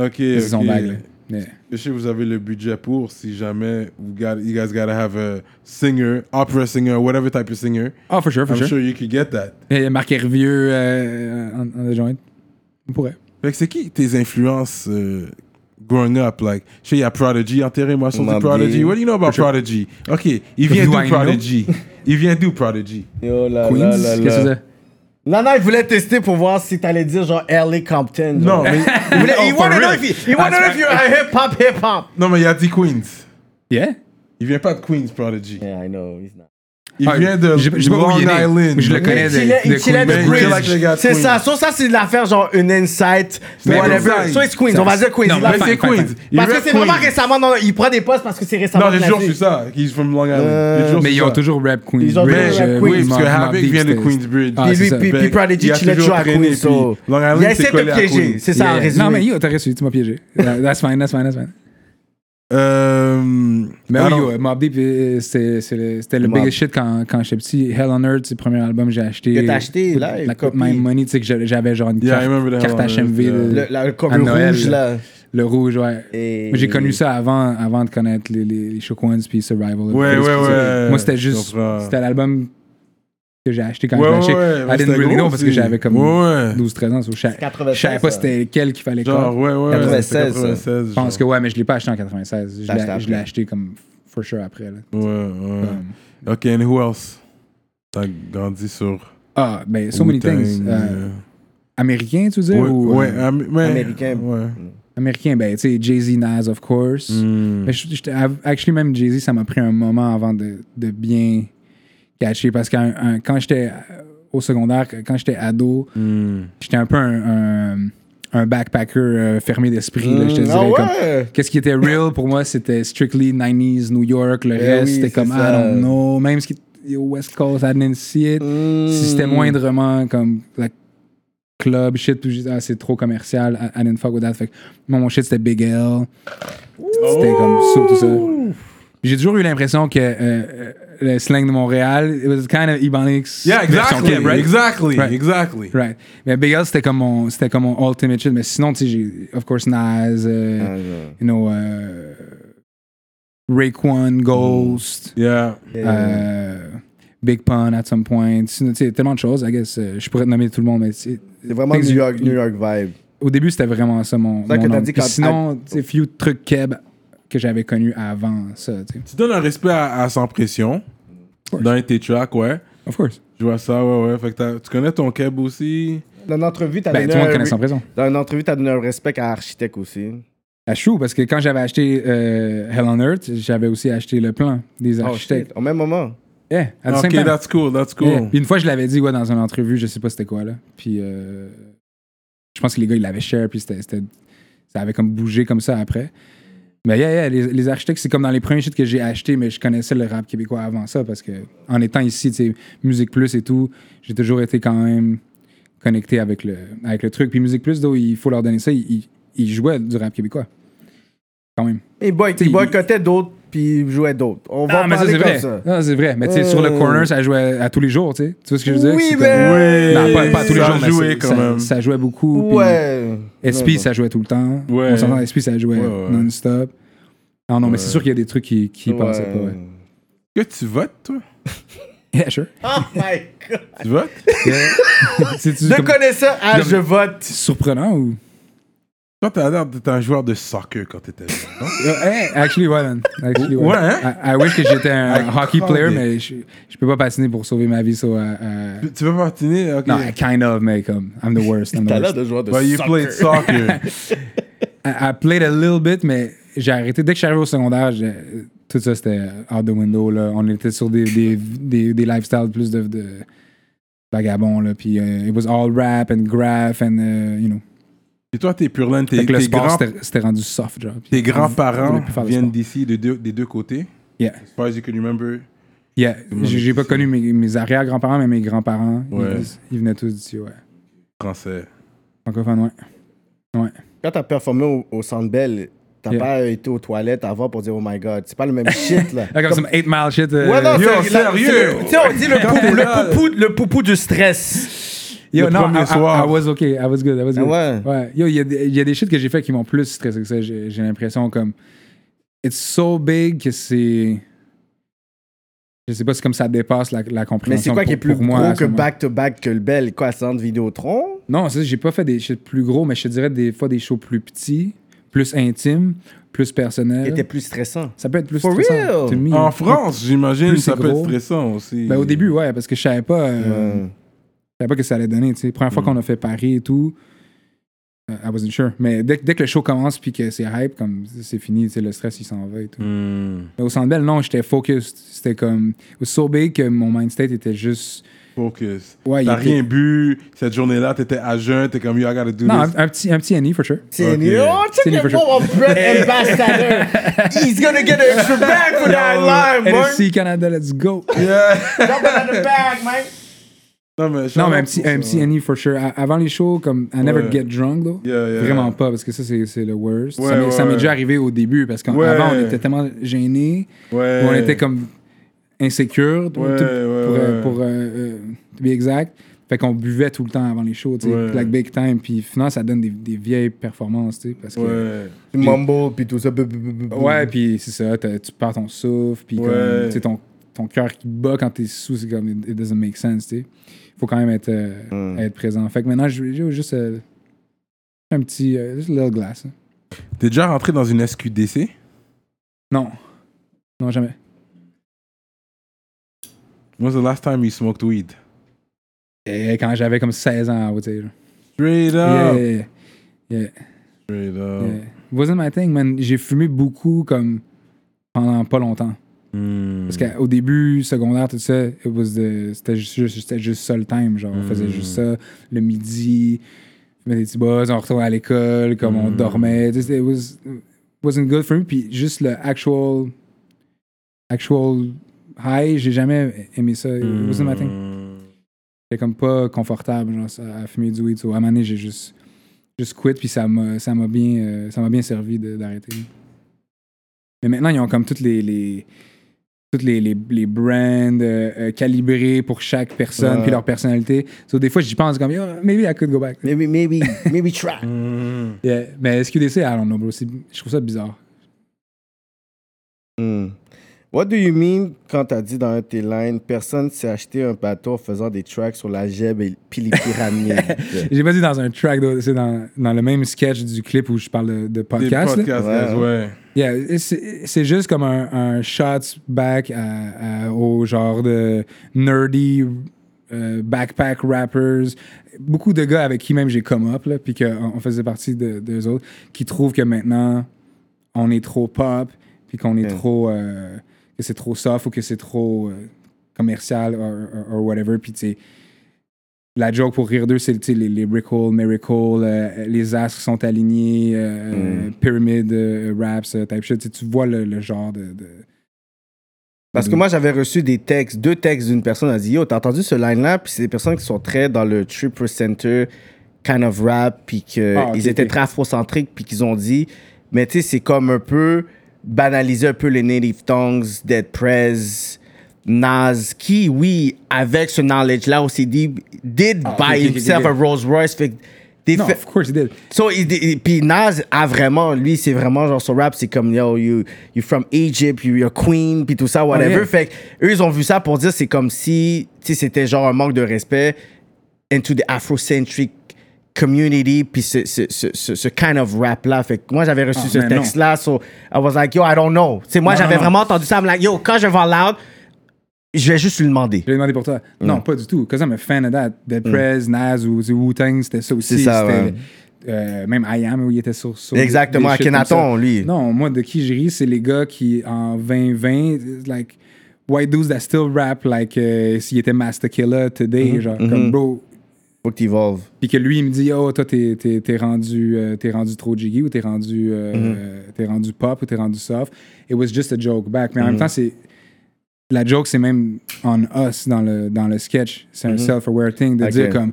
Speaker 3: Ok,
Speaker 5: C'est
Speaker 3: ok.
Speaker 5: son bag, là. Yeah.
Speaker 3: Je sais que vous avez le budget pour si jamais vous got, you guys gotta have a singer, opera singer, whatever type of singer.
Speaker 5: Oh, for sure, for
Speaker 3: I'm
Speaker 5: sure.
Speaker 3: sure you could get that.
Speaker 5: Il y a Marc Hervieux euh, en, en adjoint. On pourrait.
Speaker 3: Fait que c'est qui tes influences euh, growing up? Like, je sais, il y a Prodigy, enterrez-moi sur du
Speaker 4: Mobb
Speaker 3: Prodigy.
Speaker 4: Deep.
Speaker 3: What do you know about Prodigy? Ok, il vient
Speaker 5: do
Speaker 3: d'où
Speaker 5: I know?
Speaker 3: Prodigy? Il vient d'où Prodigy?
Speaker 4: Yo, là,
Speaker 5: Queens?
Speaker 4: là, là,
Speaker 5: Qu'est-ce que
Speaker 4: là.
Speaker 5: c'est ça?
Speaker 4: Non, non, il voulait tester pour voir si t'allais dire genre LA Compton.
Speaker 3: Non,
Speaker 4: genre.
Speaker 3: mais.
Speaker 4: Il voulait, he
Speaker 3: Oh, for
Speaker 4: wanna know
Speaker 3: real?
Speaker 4: if, he- he wanna know if you're a hip hop, hip hop.
Speaker 3: Non, mais il a dit Queens.
Speaker 5: Yeah?
Speaker 3: Il vient pas de Queens, Prodigy.
Speaker 4: Yeah, I know, he's not.
Speaker 3: Il
Speaker 5: Ah,
Speaker 3: vient de
Speaker 5: je- je sais pas où
Speaker 3: Long
Speaker 5: il est né,
Speaker 3: Island.
Speaker 5: mais je le connais.
Speaker 4: Il chillait- il chillait
Speaker 5: Queens.
Speaker 4: de
Speaker 3: Mais il chillait avec les gars
Speaker 4: Queens.
Speaker 3: de
Speaker 4: C'est
Speaker 3: Queens.
Speaker 4: ça. So, ça, c'est de l'affaire genre une insight,
Speaker 3: Mais
Speaker 4: whatever.
Speaker 3: insight.
Speaker 4: So, it's Queens. On va dire Queens.
Speaker 5: Non,
Speaker 4: Il
Speaker 5: mais
Speaker 4: va-
Speaker 3: Mais c'est
Speaker 5: Fine, fine,
Speaker 3: Queens.
Speaker 5: fine.
Speaker 3: Il
Speaker 4: parce
Speaker 3: reste
Speaker 4: que c'est vraiment
Speaker 3: Queens.
Speaker 4: récemment. Non, non, il prend des postes parce que c'est récemment.
Speaker 3: Non, j'ai toujours
Speaker 4: placé.
Speaker 3: su ça. He's from Long Island. J'ai toujours
Speaker 5: Euh, Mais
Speaker 3: su
Speaker 5: ils ont
Speaker 3: ça.
Speaker 5: toujours rap Queensbridge.
Speaker 4: Ils ont
Speaker 3: Mais
Speaker 4: toujours rap
Speaker 5: euh,
Speaker 4: Queens.
Speaker 5: oui,
Speaker 3: oui, parce que
Speaker 5: Mobb-
Speaker 3: Havoc
Speaker 5: Mobb
Speaker 3: vient de
Speaker 5: Deep, c'était-
Speaker 3: Queensbridge.
Speaker 5: Ah,
Speaker 4: Puis
Speaker 5: c'est
Speaker 4: lui,
Speaker 5: ça.
Speaker 4: puis puis
Speaker 3: Fait
Speaker 4: Prodigy,
Speaker 3: il a
Speaker 4: tu l'as
Speaker 3: toujours
Speaker 4: toujours à
Speaker 3: traîné,
Speaker 4: Queens.
Speaker 3: puis
Speaker 4: so-
Speaker 3: Long Island,
Speaker 4: Il a
Speaker 3: c'est
Speaker 4: essayé de
Speaker 3: collé
Speaker 4: te
Speaker 3: à
Speaker 4: piéger.
Speaker 3: Queens.
Speaker 4: C'est ça, en
Speaker 5: Yeah. Non, mais
Speaker 4: résumé.
Speaker 5: yo, t'as reçu, tu m'as piégé. That- That's fine, that's fine, that's fine.
Speaker 3: Euh,
Speaker 5: Mais
Speaker 3: I
Speaker 5: oui,
Speaker 3: don't-
Speaker 5: yo, Mobb Deep, euh, c'était c'est le, c'était le
Speaker 4: Mobb.
Speaker 5: biggest shit quand, quand j'étais petit. Hell on Earth, c'est le premier album que j'ai acheté.
Speaker 4: Que t'as acheté, là,
Speaker 5: La
Speaker 4: une
Speaker 5: Coupe
Speaker 4: copie.
Speaker 5: My Money, tu sais que j'avais- j'avais genre une
Speaker 3: Yeah, I
Speaker 5: carte,
Speaker 3: remember the Hell
Speaker 5: carte
Speaker 3: on Earth,
Speaker 5: HMV.
Speaker 3: yeah.
Speaker 5: le-
Speaker 4: Le, la- le
Speaker 5: À
Speaker 4: comme le
Speaker 5: Noël,
Speaker 4: rouge, là.
Speaker 5: Le rouge, ouais.
Speaker 4: Et-
Speaker 5: Moi, J'ai connu ça avant, avant de connaître les, les, les Shook Ones puis Survival. of the
Speaker 3: Ouais,
Speaker 5: Fittest,
Speaker 3: ouais,
Speaker 5: puis ça.
Speaker 3: ouais.
Speaker 5: Moi, c'était
Speaker 3: Je
Speaker 5: juste.
Speaker 3: comprends.
Speaker 5: C'était l'album que j'ai acheté quand
Speaker 3: Ouais,
Speaker 5: je l'ai acheté.
Speaker 3: ouais, ouais, mais
Speaker 5: I didn't
Speaker 3: c'était
Speaker 5: really
Speaker 3: gros
Speaker 5: know parce que
Speaker 3: aussi.
Speaker 5: j'avais comme
Speaker 3: Ouais, ouais.
Speaker 5: 12-13 ans. so Je savais- je
Speaker 4: 96,
Speaker 5: savais pas
Speaker 4: ça.
Speaker 5: c'était lequel qu'il fallait
Speaker 3: Genre,
Speaker 5: quoi.
Speaker 3: ouais, ouais.
Speaker 4: 96,
Speaker 3: c'était 96,
Speaker 5: Je pense que
Speaker 3: genre.
Speaker 5: ouais, mais je l'ai pas acheté en 96. Je
Speaker 4: T'as acheté
Speaker 5: l'ai- Je l'ai
Speaker 4: après.
Speaker 5: acheté comme for sure après. Là. Um,
Speaker 3: Ouais, ouais. Ok, and who else? T'as grandi sur.
Speaker 5: Ah, ben, so many
Speaker 3: Wu-Tang,
Speaker 5: things. Euh,
Speaker 3: euh,
Speaker 5: américain, tu veux dire?
Speaker 3: ouais,
Speaker 5: ou,
Speaker 3: ouais, hein.
Speaker 5: euh,
Speaker 3: Am- mais-
Speaker 4: Américain.
Speaker 3: Ouais.
Speaker 5: américain, ben, tu sais, Jay-Z, Nas, of course.
Speaker 3: Mm.
Speaker 5: Mais je- j'étais- av- actually, même Jay-Z, ça m'a pris un moment avant de, de bien catcher. Parce que quand j'étais euh, au secondaire, quand j'étais ado,
Speaker 3: Mm.
Speaker 5: j'étais un peu un, un- un backpacker euh, fermé d'esprit. là, je te
Speaker 4: Mm,
Speaker 5: dirais,
Speaker 4: ah
Speaker 5: comme-
Speaker 4: ouais?
Speaker 5: Qu'est-ce qui était real pour moi, c'était strictly 90s, New York. Le
Speaker 4: Eh
Speaker 5: reste,
Speaker 4: oui,
Speaker 5: c'était
Speaker 4: c'est
Speaker 5: comme,
Speaker 4: ça.
Speaker 5: I don't know. Même ce qui était au West Coast, I didn't see it.
Speaker 4: Mm.
Speaker 5: Si c'était moindrement comme la club, shit, tout juste, ah, c'est trop commercial, I, I didn't fuck with that. Fait que, moi, mon shit, c'était Big L. C'était comme ça, tout ça. J'ai toujours eu l'impression que euh, euh, le slang de Montréal, it was kind of Ebonics.
Speaker 3: Yeah,
Speaker 5: version
Speaker 3: exactly.
Speaker 5: Québec.
Speaker 3: Exactly,
Speaker 5: Right.
Speaker 3: exactly.
Speaker 5: Right. Mais Big L, c'était comme mon, c'était comme mon ultimate shit. Mais sinon, tu sais, j'ai, of course, Nas, euh,
Speaker 4: Ah,
Speaker 5: you know, euh, Raekwon, Ghost,
Speaker 3: Yeah.
Speaker 4: Mm.
Speaker 5: euh, Big Pun at some point. Sinon, Tu sais, tellement de choses, I guess. euh, je pourrais te nommer tout le monde, mais c'est-
Speaker 4: C'est vraiment
Speaker 5: Things
Speaker 4: New
Speaker 5: you-
Speaker 4: York, New York vibe.
Speaker 5: au début, c'était vraiment ça mon.
Speaker 4: ça que
Speaker 5: mon
Speaker 4: t'as
Speaker 5: angle.
Speaker 4: dit
Speaker 5: Puis
Speaker 4: quand-
Speaker 5: sinon, tu sais, few trucs keb que j'avais connus avant ça, tu sais.
Speaker 3: Tu donnes un respect à, à Sans Pression
Speaker 5: course.
Speaker 3: dans tes tracks, ouais.
Speaker 5: Of course.
Speaker 3: Je vois ça, ouais, ouais. Fait que t'as- tu connais ton keb aussi.
Speaker 4: Dans une entrevue, t'as
Speaker 5: Ben,
Speaker 4: donné
Speaker 5: tout le monde
Speaker 4: un-
Speaker 5: connaît sans prison.
Speaker 4: Dans une entrevue, t'as donné un respect à Architect aussi.
Speaker 5: À chou, parce que quand j'avais acheté euh, Hell on Earth, j'avais aussi acheté le plan des
Speaker 4: Oh,
Speaker 5: architectes.
Speaker 4: shit. Au même moment.
Speaker 5: Yeah, at the
Speaker 3: Ok,
Speaker 5: same time.
Speaker 3: that's cool, that's cool.
Speaker 5: Yeah. Puis une fois, je l'avais dit ouais, dans une entrevue, je sais pas c'était quoi là. Puis euh, je pense que les gars, ils l'avaient share, puis c'était, c'était- ça avait comme bougé comme ça après. Mais yeah, yeah, les, les architectes, c'est comme dans les premiers shit que j'ai acheté, mais je connaissais le rap québécois avant ça parce que en étant ici, tu sais, Musique Plus et tout, j'ai toujours été quand même connecté avec le, avec le truc. Puis Musique Plus, though, il faut leur donner ça, ils, ils- ils jouaient du rap québécois. Quand même.
Speaker 4: Ils boy-
Speaker 5: T'sais,
Speaker 4: ils boycottaient d'autres, puis ils jouaient d'autres. On va
Speaker 5: Ah,
Speaker 4: en
Speaker 5: mais ça,
Speaker 4: parler
Speaker 5: c'est
Speaker 4: comme
Speaker 5: vrai.
Speaker 4: ça.
Speaker 5: Ah, c'est vrai. Mais tu sais, sur le
Speaker 4: Euh.
Speaker 5: corner, ça jouait à tous les jours, tu sais. Tu vois ce que je veux dire?
Speaker 4: Oui,
Speaker 5: C'est
Speaker 4: mais-
Speaker 5: Non, pas, pas à tous les
Speaker 3: Ça
Speaker 5: jours, mais
Speaker 3: jouait
Speaker 5: c'est-
Speaker 3: quand
Speaker 5: ça,
Speaker 3: même.
Speaker 5: ça jouait beaucoup. puis-
Speaker 4: Ouais.
Speaker 5: SP, ça jouait tout le temps.
Speaker 3: Ouais.
Speaker 5: On s'entend, SP, ça jouait
Speaker 3: Ouais, ouais.
Speaker 5: non-stop. Ah non, mais c'est sûr qu'il y a des trucs qui, qui passaient pas. Ouais.
Speaker 3: Que tu votes, toi
Speaker 5: Yeah, sure.
Speaker 4: Oh my God.
Speaker 3: Tu votes
Speaker 5: C'est-tu
Speaker 4: De
Speaker 5: comme-
Speaker 4: connaisseur à
Speaker 5: Comme-
Speaker 4: je vote.
Speaker 5: surprenant ou.
Speaker 3: Toi, t'as l'air d'être un joueur de soccer quand t'étais jeune, non
Speaker 5: Euh, hey, actually, ouais, man. Actually, ouais.
Speaker 3: Ouais, hein?
Speaker 5: I, I wish que j'étais un
Speaker 3: Ah,
Speaker 5: hockey player,
Speaker 3: crap.
Speaker 5: mais je, je peux pas patiner pour sauver ma vie. So, euh, euh,
Speaker 3: Tu- Tu veux pas patiner Ok.
Speaker 5: non, kind of, mais comme, I'm the worst. I'm the
Speaker 4: T'as l'air
Speaker 5: worst.
Speaker 4: de joueur de
Speaker 3: But you
Speaker 4: soccer.
Speaker 3: played soccer.
Speaker 5: I, I played a little bit, mais j'ai arrêté. Dès que je suis arrivé au secondaire, j'ai- tout ça, c'était out the window. Là. On était sur des, des, des, des lifestyles plus de, de vagabonds. Là. Puis, euh, it was all rap and graph and, euh, you know.
Speaker 3: Et toi, t'es pur laine,
Speaker 5: Fait
Speaker 3: Tes
Speaker 5: que le
Speaker 3: tes
Speaker 5: sport,
Speaker 3: grands-
Speaker 5: c'était- c'était rendu soft, genre. Puis
Speaker 3: tes
Speaker 5: on voulait
Speaker 3: grands-parents
Speaker 5: plus faire de
Speaker 3: viennent
Speaker 5: sport.
Speaker 3: d'ici de deux- des deux côtés.
Speaker 5: Yeah.
Speaker 3: As far as you can remember.
Speaker 5: Yeah. J'ai j'ai pas connu mes, mes arrière-grands-parents, mais mes grands-parents, ils-
Speaker 3: Ouais.
Speaker 5: ils, venaient tous d'ici, ouais.
Speaker 3: Français.
Speaker 5: Francophone, ouais.
Speaker 7: Quand t'as performé au, au Centre Bell, t'as
Speaker 5: Yeah.
Speaker 7: pas été aux toilettes avant pour dire « Oh my God », c'est pas le même shit, là.
Speaker 5: Là, Ah, comme some 8 mile shit. euh,
Speaker 4: Ouais, non,
Speaker 3: Yo,
Speaker 4: c'est- la-
Speaker 3: sérieux?
Speaker 4: c'est le- Tu sais, on dit le
Speaker 3: Quand t'es
Speaker 4: poupou,
Speaker 3: là-
Speaker 4: le poupou, le poupou du stress.
Speaker 5: Yo,
Speaker 3: Le
Speaker 5: non,
Speaker 3: premier
Speaker 5: I, I-
Speaker 3: soir.
Speaker 5: I was okay, I was good, I was good.
Speaker 4: Ah ouais?
Speaker 5: Yo, il y, a des- il y a des shit que j'ai fait qui m'ont plus stressé que ça. J'ai j'ai l'impression comme. It's so big que c'est. Je sais pas si comme ça dépasse la, la compréhension.
Speaker 4: Mais c'est quoi
Speaker 5: pour-
Speaker 4: qui est plus
Speaker 5: pour moi, à
Speaker 4: gros
Speaker 5: ce
Speaker 4: que
Speaker 5: moment.
Speaker 4: back-to-back que le bel? Quoi, centre Vidéotron?
Speaker 5: Non, ça, j'ai pas fait des shit plus gros, mais je te dirais des fois des shows plus petits, plus intimes, plus
Speaker 4: Il
Speaker 5: personnels.
Speaker 4: était plus stressant.
Speaker 5: Ça peut être plus
Speaker 4: For
Speaker 5: stressant.
Speaker 4: real?
Speaker 5: to me.
Speaker 3: En France, j'imagine,
Speaker 5: Mm. Plus
Speaker 3: ça
Speaker 5: c'est
Speaker 3: peut être
Speaker 5: gros.
Speaker 3: stressant aussi.
Speaker 5: Ben, au début, ouais, parce que je savais pas. euh,
Speaker 4: Euh,
Speaker 5: Je savais pas que ça allait donner, tu sais. Première
Speaker 3: Mm.
Speaker 5: fois qu'on a fait Paris et tout, euh, I wasn't sure. Mais dès, que- dès que le show commence puis que c'est hype, comme c'est fini, tu sais, le stress, il s'en va et tout.
Speaker 3: Hmm.
Speaker 5: Mais au Centre Bell, non, j'étais focused. C'était comme... au so big que mon mind state était juste...
Speaker 3: Focus.
Speaker 5: Ouais, il
Speaker 3: T'as
Speaker 5: était-
Speaker 3: rien bu. Cette journée-là, t'étais à jeun. T'es comme, yo, I gotta do
Speaker 5: Non,
Speaker 3: this.
Speaker 5: un, un petit, un petit Annie, for sure.
Speaker 4: C'est
Speaker 3: Ok.
Speaker 4: oh, check
Speaker 5: C'est
Speaker 4: the
Speaker 5: for sure.
Speaker 4: former bread ambassador. He's gonna get an extra bag for that line, boy.
Speaker 5: LFC Canada, let's go!
Speaker 4: Drop it in the bag, man.
Speaker 3: Non, mais,
Speaker 5: non, mais un petit, un petit Annie, for sure. À- avant les shows, comme I never
Speaker 3: Ouais.
Speaker 5: get drunk, though.
Speaker 3: Yeah, yeah.
Speaker 5: Vraiment pas, parce que ça, c'est c'est le worst.
Speaker 3: Ouais,
Speaker 5: ça m'est
Speaker 3: ouais,
Speaker 5: ça m'est
Speaker 3: ouais.
Speaker 5: déjà arrivé au début, parce qu'avant,
Speaker 3: Ouais.
Speaker 5: on était tellement gênés.
Speaker 3: Ouais.
Speaker 5: Où on était comme insécure, tout-
Speaker 3: Euh, Ouais,
Speaker 5: tout-
Speaker 3: ouais,
Speaker 5: pour, euh,
Speaker 3: ouais.
Speaker 5: pour euh, euh, to be exact. Fait qu'on buvait tout le temps avant les shows, tu sais,
Speaker 3: Ouais.
Speaker 5: like big time. Puis finalement, ça donne des, des vieilles performances, tu sais, parce que... Ouais,
Speaker 3: Ouais.
Speaker 7: Mumble, puis tout ça. bu- bu- bu- bu-
Speaker 5: puis c'est ça, t'as- tu perds ton souffle, puis comme,
Speaker 3: Ouais.
Speaker 5: tu sais, ton, ton cœur qui bat quand t'es sous, c'est comme, it, it doesn't make sense, tu sais. Faut quand même être, euh,
Speaker 7: Mm.
Speaker 5: être présent. Fait que maintenant, je- j'ai juste euh, un petit... euh, juste a little glass. hein.
Speaker 3: T'es déjà rentré dans une SQDC
Speaker 5: Non. Non, jamais.
Speaker 3: When's the last time you smoked weed
Speaker 5: Et quand j'avais comme 16 ans, tu sais. là.
Speaker 3: Straight
Speaker 5: Yeah,
Speaker 3: up.
Speaker 5: yeah, yeah. Yeah.
Speaker 3: Straight up.
Speaker 5: Euh, wasn't my thing, man. J'ai fumé beaucoup comme pendant pas longtemps.
Speaker 3: Hmm.
Speaker 5: Parce qu'au début, secondaire, tout ça, it was the- c'était juste, juste- c'était juste ça le time. Genre, on faisait juste ça le midi, on fumait des petits buzz, on retournait à l'école, comme on dormait. Just, it was, it wasn't good for me. Puis juste le actual, actual high, j'ai jamais aimé ça. It wasn't my thing. C'était comme pas confortable genre, ça, à fumer du weed. So, à un moment donné, j'ai juste, juste quit, puis ça m'a ça m'a bien, euh, ça m'a bien servi de- d'arrêter. Mais maintenant, ils ont comme toutes les. les toutes les, les, les brands euh, euh, calibrés pour chaque personne puis leur personnalité. So, des fois, j'y pense comme, Yo, maybe I could go back.
Speaker 4: Maybe, maybe, maybe try.
Speaker 3: Hmm.
Speaker 5: Yeah. Mais SQDC, I don't know, bro. C'est- Je trouve ça bizarre.
Speaker 7: Hmm. What do you mean quand t'as dit dans un de tes lines, personne s'est acheté un bateau en faisant des tracks sur la Geb et puis les pyramides?
Speaker 5: J'ai pas dit dans un track, though, c'est dans, dans le même sketch du clip où je parle de, de
Speaker 3: Des
Speaker 5: podcast. là.
Speaker 3: podcasts,
Speaker 7: Ouais.
Speaker 3: ouais. ouais.
Speaker 5: Yeah, et c'est c'est juste comme un, un shot back à- à- au genre de nerdy euh, backpack rappers. Beaucoup de gars avec qui même j'ai come up, là, puis qu'on on faisait partie de, d'eux autres, qui trouvent que maintenant on est trop pop, puis qu'on est trop. euh, que c'est trop soft ou que c'est trop euh, commercial or, or- or whatever. Puis tu sais, la joke pour rire d'eux, c'est tu sais, les, les Rick Hole, Miracle, euh, les astres qui sont alignés, euh,
Speaker 4: Hmm.
Speaker 5: Pyramid euh, Raps, euh, type shit. Tu sais, tu vois le, le genre de. de-
Speaker 4: Parce
Speaker 5: Mhm.
Speaker 4: que moi, j'avais reçu des textes, deux textes d'une personne elle a dit Yo, t'as entendu ce line-là Puis c'est des personnes qui sont très dans le true presenter kind of rap, puis qu'ils
Speaker 5: Ah, ok,
Speaker 4: étaient
Speaker 5: ok.
Speaker 4: très afrocentriques, puis qu'ils ont dit Mais tu sais, c'est comme un peu banaliser un peu les native tongues, Dead Prez, Nas, qui, oui, avec ce knowledge-là aussi, dit, did
Speaker 5: Ah, ok,
Speaker 4: buy
Speaker 5: ok, ok,
Speaker 4: himself
Speaker 5: ok.
Speaker 4: a Rolls Royce. Fait que des
Speaker 5: Non,
Speaker 4: fa-
Speaker 5: of course it did.
Speaker 4: So, il- il- puis Nas a vraiment, lui, c'est vraiment genre son rap, c'est comme yo, you, you from Egypt, you, you're queen, puis tout ça, whatever.
Speaker 5: Oh, yeah.
Speaker 4: Fait que eux, ils ont vu ça pour dire c'est comme si, tu sais, c'était genre un manque de respect into the Afrocentric community, puis ce, ce, ce, ce, ce kind of rap-là. Fait que moi, j'avais reçu
Speaker 5: Ah,
Speaker 4: ce
Speaker 5: mais non.
Speaker 4: texte-là, so I was like, yo, I don't know. Tu sais, moi,
Speaker 5: Non, non,
Speaker 4: j'avais
Speaker 5: non.
Speaker 4: vraiment entendu ça, I'm like, yo, quand je vais loud, je vais juste lui demander.
Speaker 5: Je l'ai demandé pour toi.
Speaker 4: Hmm.
Speaker 5: Non, pas du tout. Cause I'm a fan of that. The Prez, Nas ou ou Wu-Tang, c'était ça aussi.
Speaker 4: C'est ça,
Speaker 5: c'était,
Speaker 4: ouais.
Speaker 5: euh, même I Am, où il était sur. sur
Speaker 4: Exactement,
Speaker 5: des shit comme
Speaker 4: Akhenaton,
Speaker 5: ça.
Speaker 4: lui.
Speaker 5: Non, moi, de qui je ris, c'est les gars qui, en 2020, it's like, white dudes that still rap, like, euh, s'il était Master Killer today,
Speaker 4: Mm-hmm.
Speaker 5: genre, comme bro.
Speaker 4: Faut que t'evolves.
Speaker 5: Puis que lui, il me dit, oh, toi, t'es, t'es, t'es rendu, euh, t'es rendu trop jiggy ou t'es rendu, euh, t'es rendu pop ou t'es rendu soft. It was just a joke back. Mais en même temps, c'est. La joke, c'est même on us dans le, dans le sketch. C'est un self-aware thing de
Speaker 4: Ok.
Speaker 5: dire comme.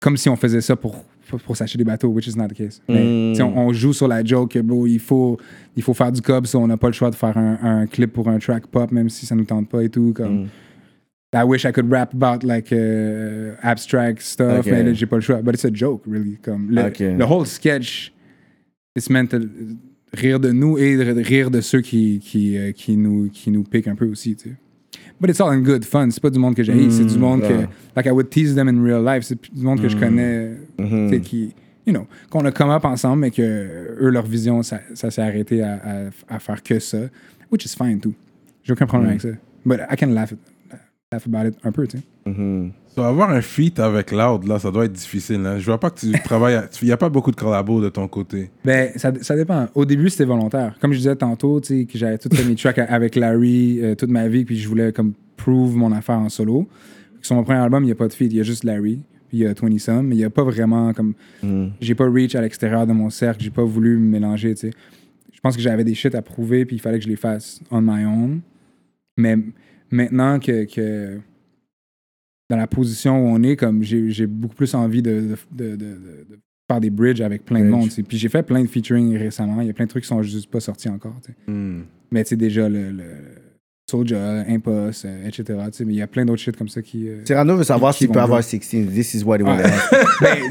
Speaker 5: Comme si on faisait ça pour, pour, pour s'acheter des bateaux, which is not the case. Mais, tu sais, on, on joue sur la joke que, bro, il faut, il faut faire du cob, so on n'a pas le choix de faire un, un clip pour un track pop, même si ça nous tente pas et tout. Comme, I wish I could rap about like euh, abstract stuff,
Speaker 4: Ok.
Speaker 5: mais là, j'ai pas le choix. But it's a joke, really. Comme le,
Speaker 4: Ok.
Speaker 5: le whole sketch, it's meant to rire de nous et de de rire de ceux qui, qui, euh, qui, nous, qui nous piquent un peu aussi, tu sais. But it's all in good fun. C'est pas du monde que j'ai c'est du monde
Speaker 4: ouais.
Speaker 5: que, like I would tease them in real life. C'est du monde que je connais, tu sais, qui, you know, qu'on a come up ensemble, mais que euh, eux, leur vision, ça, ça s'est arrêté à, à, à faire que ça, which is fine, tout. J'ai aucun problème avec ça. But I can laugh, laugh about it un peu, tu sais.
Speaker 3: So, avoir un feat avec Loud, là, ça doit être difficile. Là. Je vois pas que tu travailles. à- Il n'y a pas beaucoup de collabos de ton côté.
Speaker 5: Ben, ça, ça dépend. Au début, c'était volontaire. Comme je disais tantôt, tu sais, que j'avais tout fait mes tracks avec Larry euh, toute ma vie, puis je voulais comme prove mon affaire en solo. Sur mon premier album, il n'y a pas de feed, il y a juste Larry, puis il y a 20 Some, mais il n'y a pas vraiment comme. J'ai pas reach à l'extérieur de mon cercle, j'ai pas voulu me mélanger, tu sais. Je pense que j'avais des shit à prouver, puis il fallait que je les fasse on my own. Mais maintenant que, que dans la position où on est, comme j'ai j'ai beaucoup plus envie de, de- de- de- de- de faire des bridges avec plein de
Speaker 4: Bridge.
Speaker 5: monde. tu sais. Puis j'ai fait plein de featuring récemment. Il y a plein de trucs qui sont juste pas sortis encore. tu sais.
Speaker 4: Hmm.
Speaker 5: Mais tu sais, déjà le, le Soulja, Impost, euh, etc. tu sais. Mais il y a plein d'autres shit comme ça qui. euh,
Speaker 4: Cyrano veut savoir
Speaker 5: Qui
Speaker 4: s'il
Speaker 5: vont
Speaker 4: peut avoir
Speaker 5: drop.
Speaker 4: 16. This is what he Ben, wanted.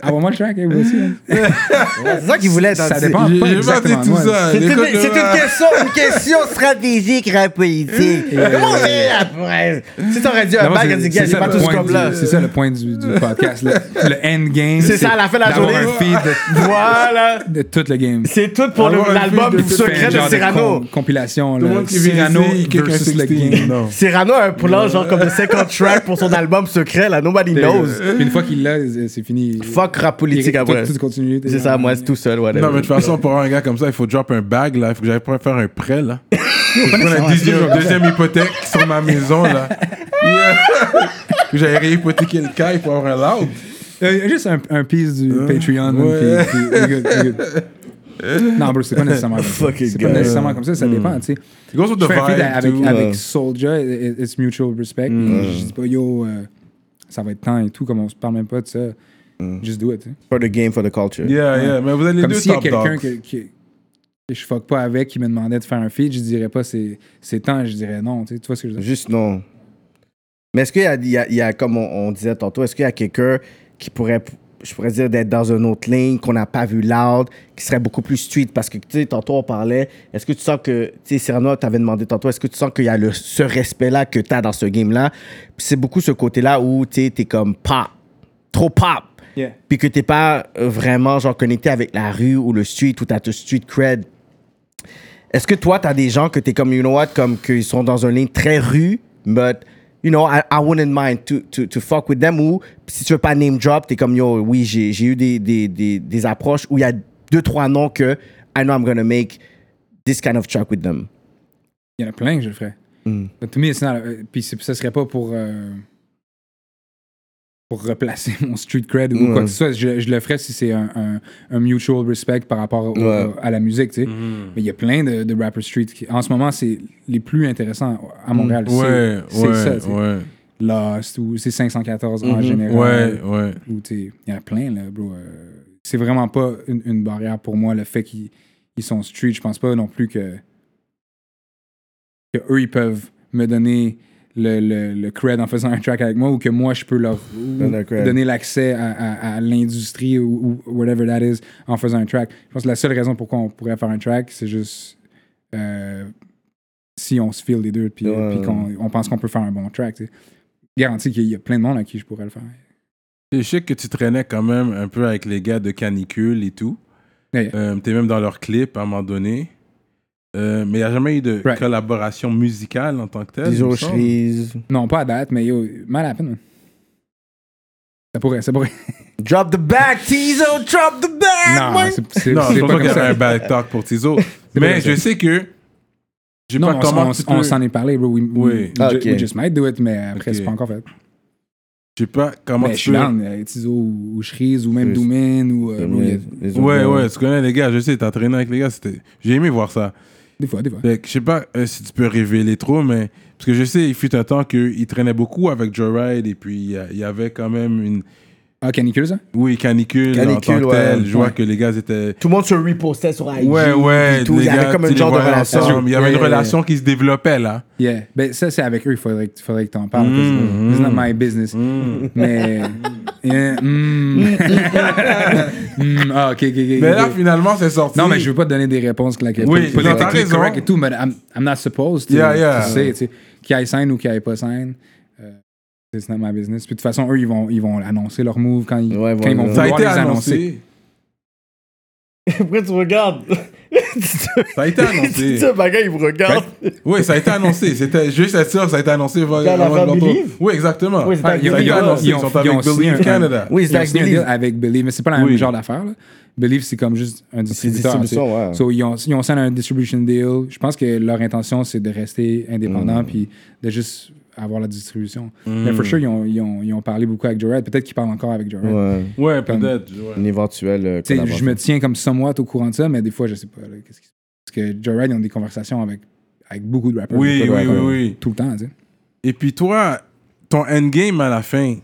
Speaker 5: Ah, moi le track, eh, vous aussi, hein?
Speaker 4: C'est ça qu'il voulait.
Speaker 5: Ça
Speaker 4: dans-
Speaker 5: dépend
Speaker 3: J'ai-
Speaker 5: pas
Speaker 3: j'ai pas dit
Speaker 5: exactement.
Speaker 3: tout
Speaker 5: moi.
Speaker 3: ça. euh,
Speaker 4: C'est
Speaker 3: Les
Speaker 4: une,
Speaker 3: codes de
Speaker 4: c'est
Speaker 3: rap.
Speaker 4: une question, une question stratégique, rap politique. Comment on fait après? Si t'aurais dit un
Speaker 5: euh, Non, moi,
Speaker 4: bac,
Speaker 5: c'est-
Speaker 4: elle dit,
Speaker 5: c'est
Speaker 4: gars, j'ai
Speaker 5: ça
Speaker 4: pas
Speaker 5: le
Speaker 4: tout ce
Speaker 5: point du-
Speaker 4: là
Speaker 5: C'est ça le point du, du podcast. Le, le end game.
Speaker 4: C'est ça, à la fin de la
Speaker 5: d'avoir
Speaker 4: journée.
Speaker 5: un feed de-
Speaker 4: Voilà.
Speaker 5: de, tout le game.
Speaker 4: C'est tout pour le-
Speaker 3: ouais,
Speaker 4: l'album
Speaker 3: puis de-
Speaker 4: secret
Speaker 5: Fait
Speaker 4: de
Speaker 5: genre
Speaker 4: Cyrano.
Speaker 5: com- compilation.
Speaker 3: Tout le
Speaker 5: là,
Speaker 3: monde qui
Speaker 5: Cyrano
Speaker 3: vérifie, il kick un
Speaker 5: versus le
Speaker 3: 16.
Speaker 5: game.
Speaker 3: Non.
Speaker 4: Cyrano a un plan genre comme de 50 tracks pour son album secret, là. Nobody knows.
Speaker 5: Puis une fois qu'il l'a, c'est c'est fini.
Speaker 4: Fuck rap politique
Speaker 5: Tout-
Speaker 4: après.
Speaker 5: tout hein. continue, t'es
Speaker 4: C'est
Speaker 5: dans-
Speaker 4: ça, moi, c'est tout seul, whatever.
Speaker 3: Non, mais de toute façon, pour avoir un gars comme ça, il faut drop un bag, là. Il faut que j'aille pas faire un prêt, là. Faut que je prenne la deuxième, deuxième hypothèque sur ma maison, là. Yeah. Faut que j'aille réhypothéquer le caille pour avoir un loud.
Speaker 5: Euh, juste un, un piece du Patreon.
Speaker 3: Euh, ouais.
Speaker 5: puis- puis- you're good, you're good. non, bro, c'est pas nécessairement comme ça.
Speaker 4: Fucking
Speaker 5: C'est pas
Speaker 4: guy.
Speaker 5: nécessairement comme ça,
Speaker 4: Hmm.
Speaker 5: ça dépend, tu sais.
Speaker 3: It goes with
Speaker 5: Je
Speaker 3: the
Speaker 5: fais un feed avec,
Speaker 3: vibe, too.
Speaker 5: avec Soulja, it- it's mutual respect.
Speaker 4: Hmm.
Speaker 5: Je dis pas, yo, euh, ça va être temps et tout, comme on se parle même pas de ça.
Speaker 4: Hmm.
Speaker 5: Just do it, tu sais.
Speaker 4: For the game, for the culture.
Speaker 3: Yeah, yeah. Mais vous êtes les
Speaker 5: Comme
Speaker 3: deux
Speaker 5: s'il y a
Speaker 3: top
Speaker 5: quelqu'un
Speaker 3: dogs.
Speaker 5: que, que, que je fuck pas avec qui me demandait de faire un feed, je dirais pas c'est c'est temps, je dirais non. Tu sais, tu vois ce que je veux dire?
Speaker 4: Juste non. Mais est-ce qu'il y a, il y a- il y a, comme on, on disait tantôt, est-ce qu'il y a quelqu'un qui pourrait, je pourrais dire, d'être dans une autre ligne, qu'on n'a pas vu loud, qui serait beaucoup plus street? Parce que, tu sais, tantôt on parlait, est-ce que tu sens que, tu sais, Cyrano t'avais demandé tantôt, est-ce que tu sens qu'il y a le, ce respect-là que tu as dans ce game-là? Puis c'est beaucoup ce côté-là où, tu sais, t'es comme pop, trop pop.
Speaker 5: Yeah.
Speaker 4: Puis que t'es pas euh, vraiment, genre, connecté avec la rue ou le street ou t'as tout street cred. Est-ce que toi, t'as des gens que t'es comme, you know what, comme qu'ils sont dans un ligne très rue, but, you know, I, I wouldn't mind to, to, to fuck with them, ou si tu veux pas name drop, t'es comme, yo, oui, j'ai j'ai eu des, des, des, des approches où il y a deux, trois noms que I know I'm gonna make this kind of track with them. Mm.
Speaker 5: Il y en a plein que je le ferais. But to me, it's not- euh, Puis c'est- ça serait pas pour. euh, pour replacer mon street cred ou
Speaker 4: Ouais.
Speaker 3: Mm.
Speaker 5: quoi que ce soit. Je, je le ferais si c'est un, un- un mutual respect par rapport au- euh,
Speaker 4: Ouais.
Speaker 5: à la musique, tu sais.
Speaker 3: Mm.
Speaker 5: Mais il y a plein de, de rappers street qui, en ce moment, c'est les plus intéressants à Montréal. C'est-
Speaker 3: Mm. Ouais,
Speaker 5: c'est ça,
Speaker 3: ouais,
Speaker 5: tu sais.
Speaker 3: ouais.
Speaker 5: Lost ou c'est 514
Speaker 3: Mm-hmm.
Speaker 5: en général.
Speaker 3: Ouais, ouais.
Speaker 5: Ou tu sais, il y en a plein, là, bro. Euh, c'est vraiment pas une, une barrière pour moi, le fait qu'ils ils sont street. Je pense pas non plus que, que eux, ils peuvent me donner le, le, le cred en faisant un track avec moi ou que moi, je peux leur ou
Speaker 4: Donne le cred.
Speaker 5: donner l'accès à, à- à l'industrie ou, ou whatever that is en faisant un track. Je pense que la seule raison pourquoi on pourrait faire un track, c'est juste euh, si on se file les deux puis,
Speaker 4: Ouais.
Speaker 5: puis qu'on on pense qu'on peut faire un bon track. tu sais. Garanti qu'il y a plein de monde à qui je pourrais le faire.
Speaker 3: Je sais que tu traînais quand même un peu avec les gars de Canicule et tout.
Speaker 5: Ouais.
Speaker 3: Euh, T'es même dans leur clip à un moment donné. Euh, mais il n'y a jamais eu de
Speaker 5: Right.
Speaker 3: collaboration musicale en tant que telle.
Speaker 4: Des
Speaker 3: il me semble.
Speaker 4: Oshries.
Speaker 5: Non, pas à date, mais yo, mal à peine. man. Ça pourrait, ça pourrait.
Speaker 4: Drop the bag, Tizo, drop the bag,
Speaker 5: Non,
Speaker 4: man.
Speaker 5: c'est c'est-
Speaker 3: Non,
Speaker 5: c'est
Speaker 3: je
Speaker 5: pas
Speaker 3: pense pas
Speaker 5: comme
Speaker 3: qu'il y avait
Speaker 5: ça.
Speaker 3: un bad talk pour Tizo.
Speaker 5: pas
Speaker 3: mais
Speaker 5: comme
Speaker 3: je
Speaker 5: ça.
Speaker 3: sais que. Je sais
Speaker 5: Non,
Speaker 3: pas
Speaker 5: on,
Speaker 3: comment
Speaker 5: on-
Speaker 3: tu
Speaker 5: on
Speaker 3: peux-
Speaker 5: s'en est parlé, bro. We, we-
Speaker 3: Oui. Ah,
Speaker 5: we ju-
Speaker 4: Ok.
Speaker 5: we just might do it, mais après,
Speaker 3: Ok.
Speaker 5: c'est pas encore fait.
Speaker 3: Je sais pas comment
Speaker 5: mais je
Speaker 3: tu
Speaker 5: suis
Speaker 3: peux.
Speaker 5: down, euh, Tizo ou, ou Shreeze ou même
Speaker 4: Shreeze.
Speaker 5: Doomin ou. euh, bro, il y a-
Speaker 3: Ouais, ouais, tu connais les gars, je sais, t'as traîné avec les gars, c'était... J'ai aimé voir ça.
Speaker 5: des fois, des fois.
Speaker 3: Fait que je sais pas euh, si tu peux révéler trop, mais... Parce que je sais, il fut un temps qu'ils traînaient beaucoup avec Joyride, et puis il y a- il y avait quand même une...
Speaker 5: Ah, canicule, ça?
Speaker 3: Oui, canicule, en
Speaker 4: Canicule,
Speaker 3: tant que
Speaker 4: ouais.
Speaker 3: tel. Je vois
Speaker 5: Ouais.
Speaker 3: que les gars étaient.
Speaker 4: Tout le monde se repostait sur IG.
Speaker 3: Ouais, ouais,
Speaker 4: et tout.
Speaker 3: les
Speaker 4: Il y
Speaker 3: gars,
Speaker 4: avait comme
Speaker 3: tu
Speaker 4: un
Speaker 3: les
Speaker 4: genre de
Speaker 3: voyais
Speaker 4: relation.
Speaker 3: ensemble. Il y avait
Speaker 4: Ouais,
Speaker 3: une
Speaker 4: ouais,
Speaker 3: relation qui se développait là.
Speaker 5: Yeah. Ben, ça, c'est avec eux, il faudrait, que- faudrait que t'en parles.
Speaker 3: Mm,
Speaker 5: parce que It's
Speaker 3: mm.
Speaker 5: not my business.
Speaker 4: Mm.
Speaker 5: Mais. Yeah, mm. Mm, Ah, ok, ok, ok.
Speaker 3: Mais
Speaker 5: ok.
Speaker 3: là, finalement, c'est sorti.
Speaker 5: Non, mais je veux pas te donner des réponses que la que
Speaker 3: Oui,
Speaker 5: pas
Speaker 3: non, t'as
Speaker 5: politiquement
Speaker 3: raison.
Speaker 5: correct et tout, mais I'm, I'm not supposed to.
Speaker 3: Yeah, yeah.
Speaker 5: Tu sais, tu sais, qu'il aille sign ou qu'il aille pas sign, euh, it's not my business. Puis de toute façon, eux, ils vont, ils vont annoncer leur move quand ils,
Speaker 4: Ouais,
Speaker 5: quand ils vont
Speaker 4: voilà.
Speaker 3: Ça a
Speaker 5: vouloir
Speaker 3: été
Speaker 5: les annoncer.
Speaker 3: annoncé.
Speaker 4: Après, tu regardes.
Speaker 3: Ça a été annoncé.
Speaker 4: Ce bagage, il me regarde.
Speaker 3: Oui, ça a été annoncé. C'était juste être sûr, ça a été annoncé.
Speaker 4: la
Speaker 3: avant de
Speaker 4: famille
Speaker 3: l'entendre.
Speaker 4: Live?
Speaker 3: Oui, exactement.
Speaker 4: Oui, c'était
Speaker 5: Ah,
Speaker 4: avec
Speaker 5: ils ont-
Speaker 3: Ça a été
Speaker 5: ils ont-
Speaker 3: annoncé.
Speaker 5: ils ont-
Speaker 3: Ben, Ils sont
Speaker 5: ils ont
Speaker 3: avec
Speaker 5: signé
Speaker 3: Believe
Speaker 5: un- euh,
Speaker 3: Canada.
Speaker 4: Oui,
Speaker 5: Ils
Speaker 4: c'est
Speaker 5: ont
Speaker 4: avec
Speaker 5: signé un deal
Speaker 4: Believe.
Speaker 5: avec Believe, mais c'est pas le même
Speaker 3: Oui.
Speaker 5: genre d'affaire. là. Believe, c'est comme juste un distributeur. tu sais.
Speaker 4: distribution, ouais.
Speaker 5: So, ils, ont, ils ont signé un distribution deal. Je pense que leur intention, c'est de rester
Speaker 4: Mm.
Speaker 5: indépendant puis de juste avoir la distribution.
Speaker 3: Mm.
Speaker 5: Mais for sure, ils ont, ils ont, ils ont parlé beaucoup avec Jared. Peut-être qu'ils parlent encore avec Jared.
Speaker 4: Ouais,
Speaker 3: Ouais, peut-être. ouais.
Speaker 4: une éventuelle. euh,
Speaker 5: Tu sais, je
Speaker 4: collaboration.
Speaker 5: me tiens comme somewhat au courant de ça, mais des fois, je sais pas. là, qu'est-ce qui- Parce que Joe Ride, ils ont des conversations avec, avec beaucoup de rappers.
Speaker 3: Oui,
Speaker 5: beaucoup de
Speaker 3: oui,
Speaker 5: rappers,
Speaker 3: oui, oui.
Speaker 5: Tout le temps, tu sais.
Speaker 3: Et puis toi, ton endgame à la fin,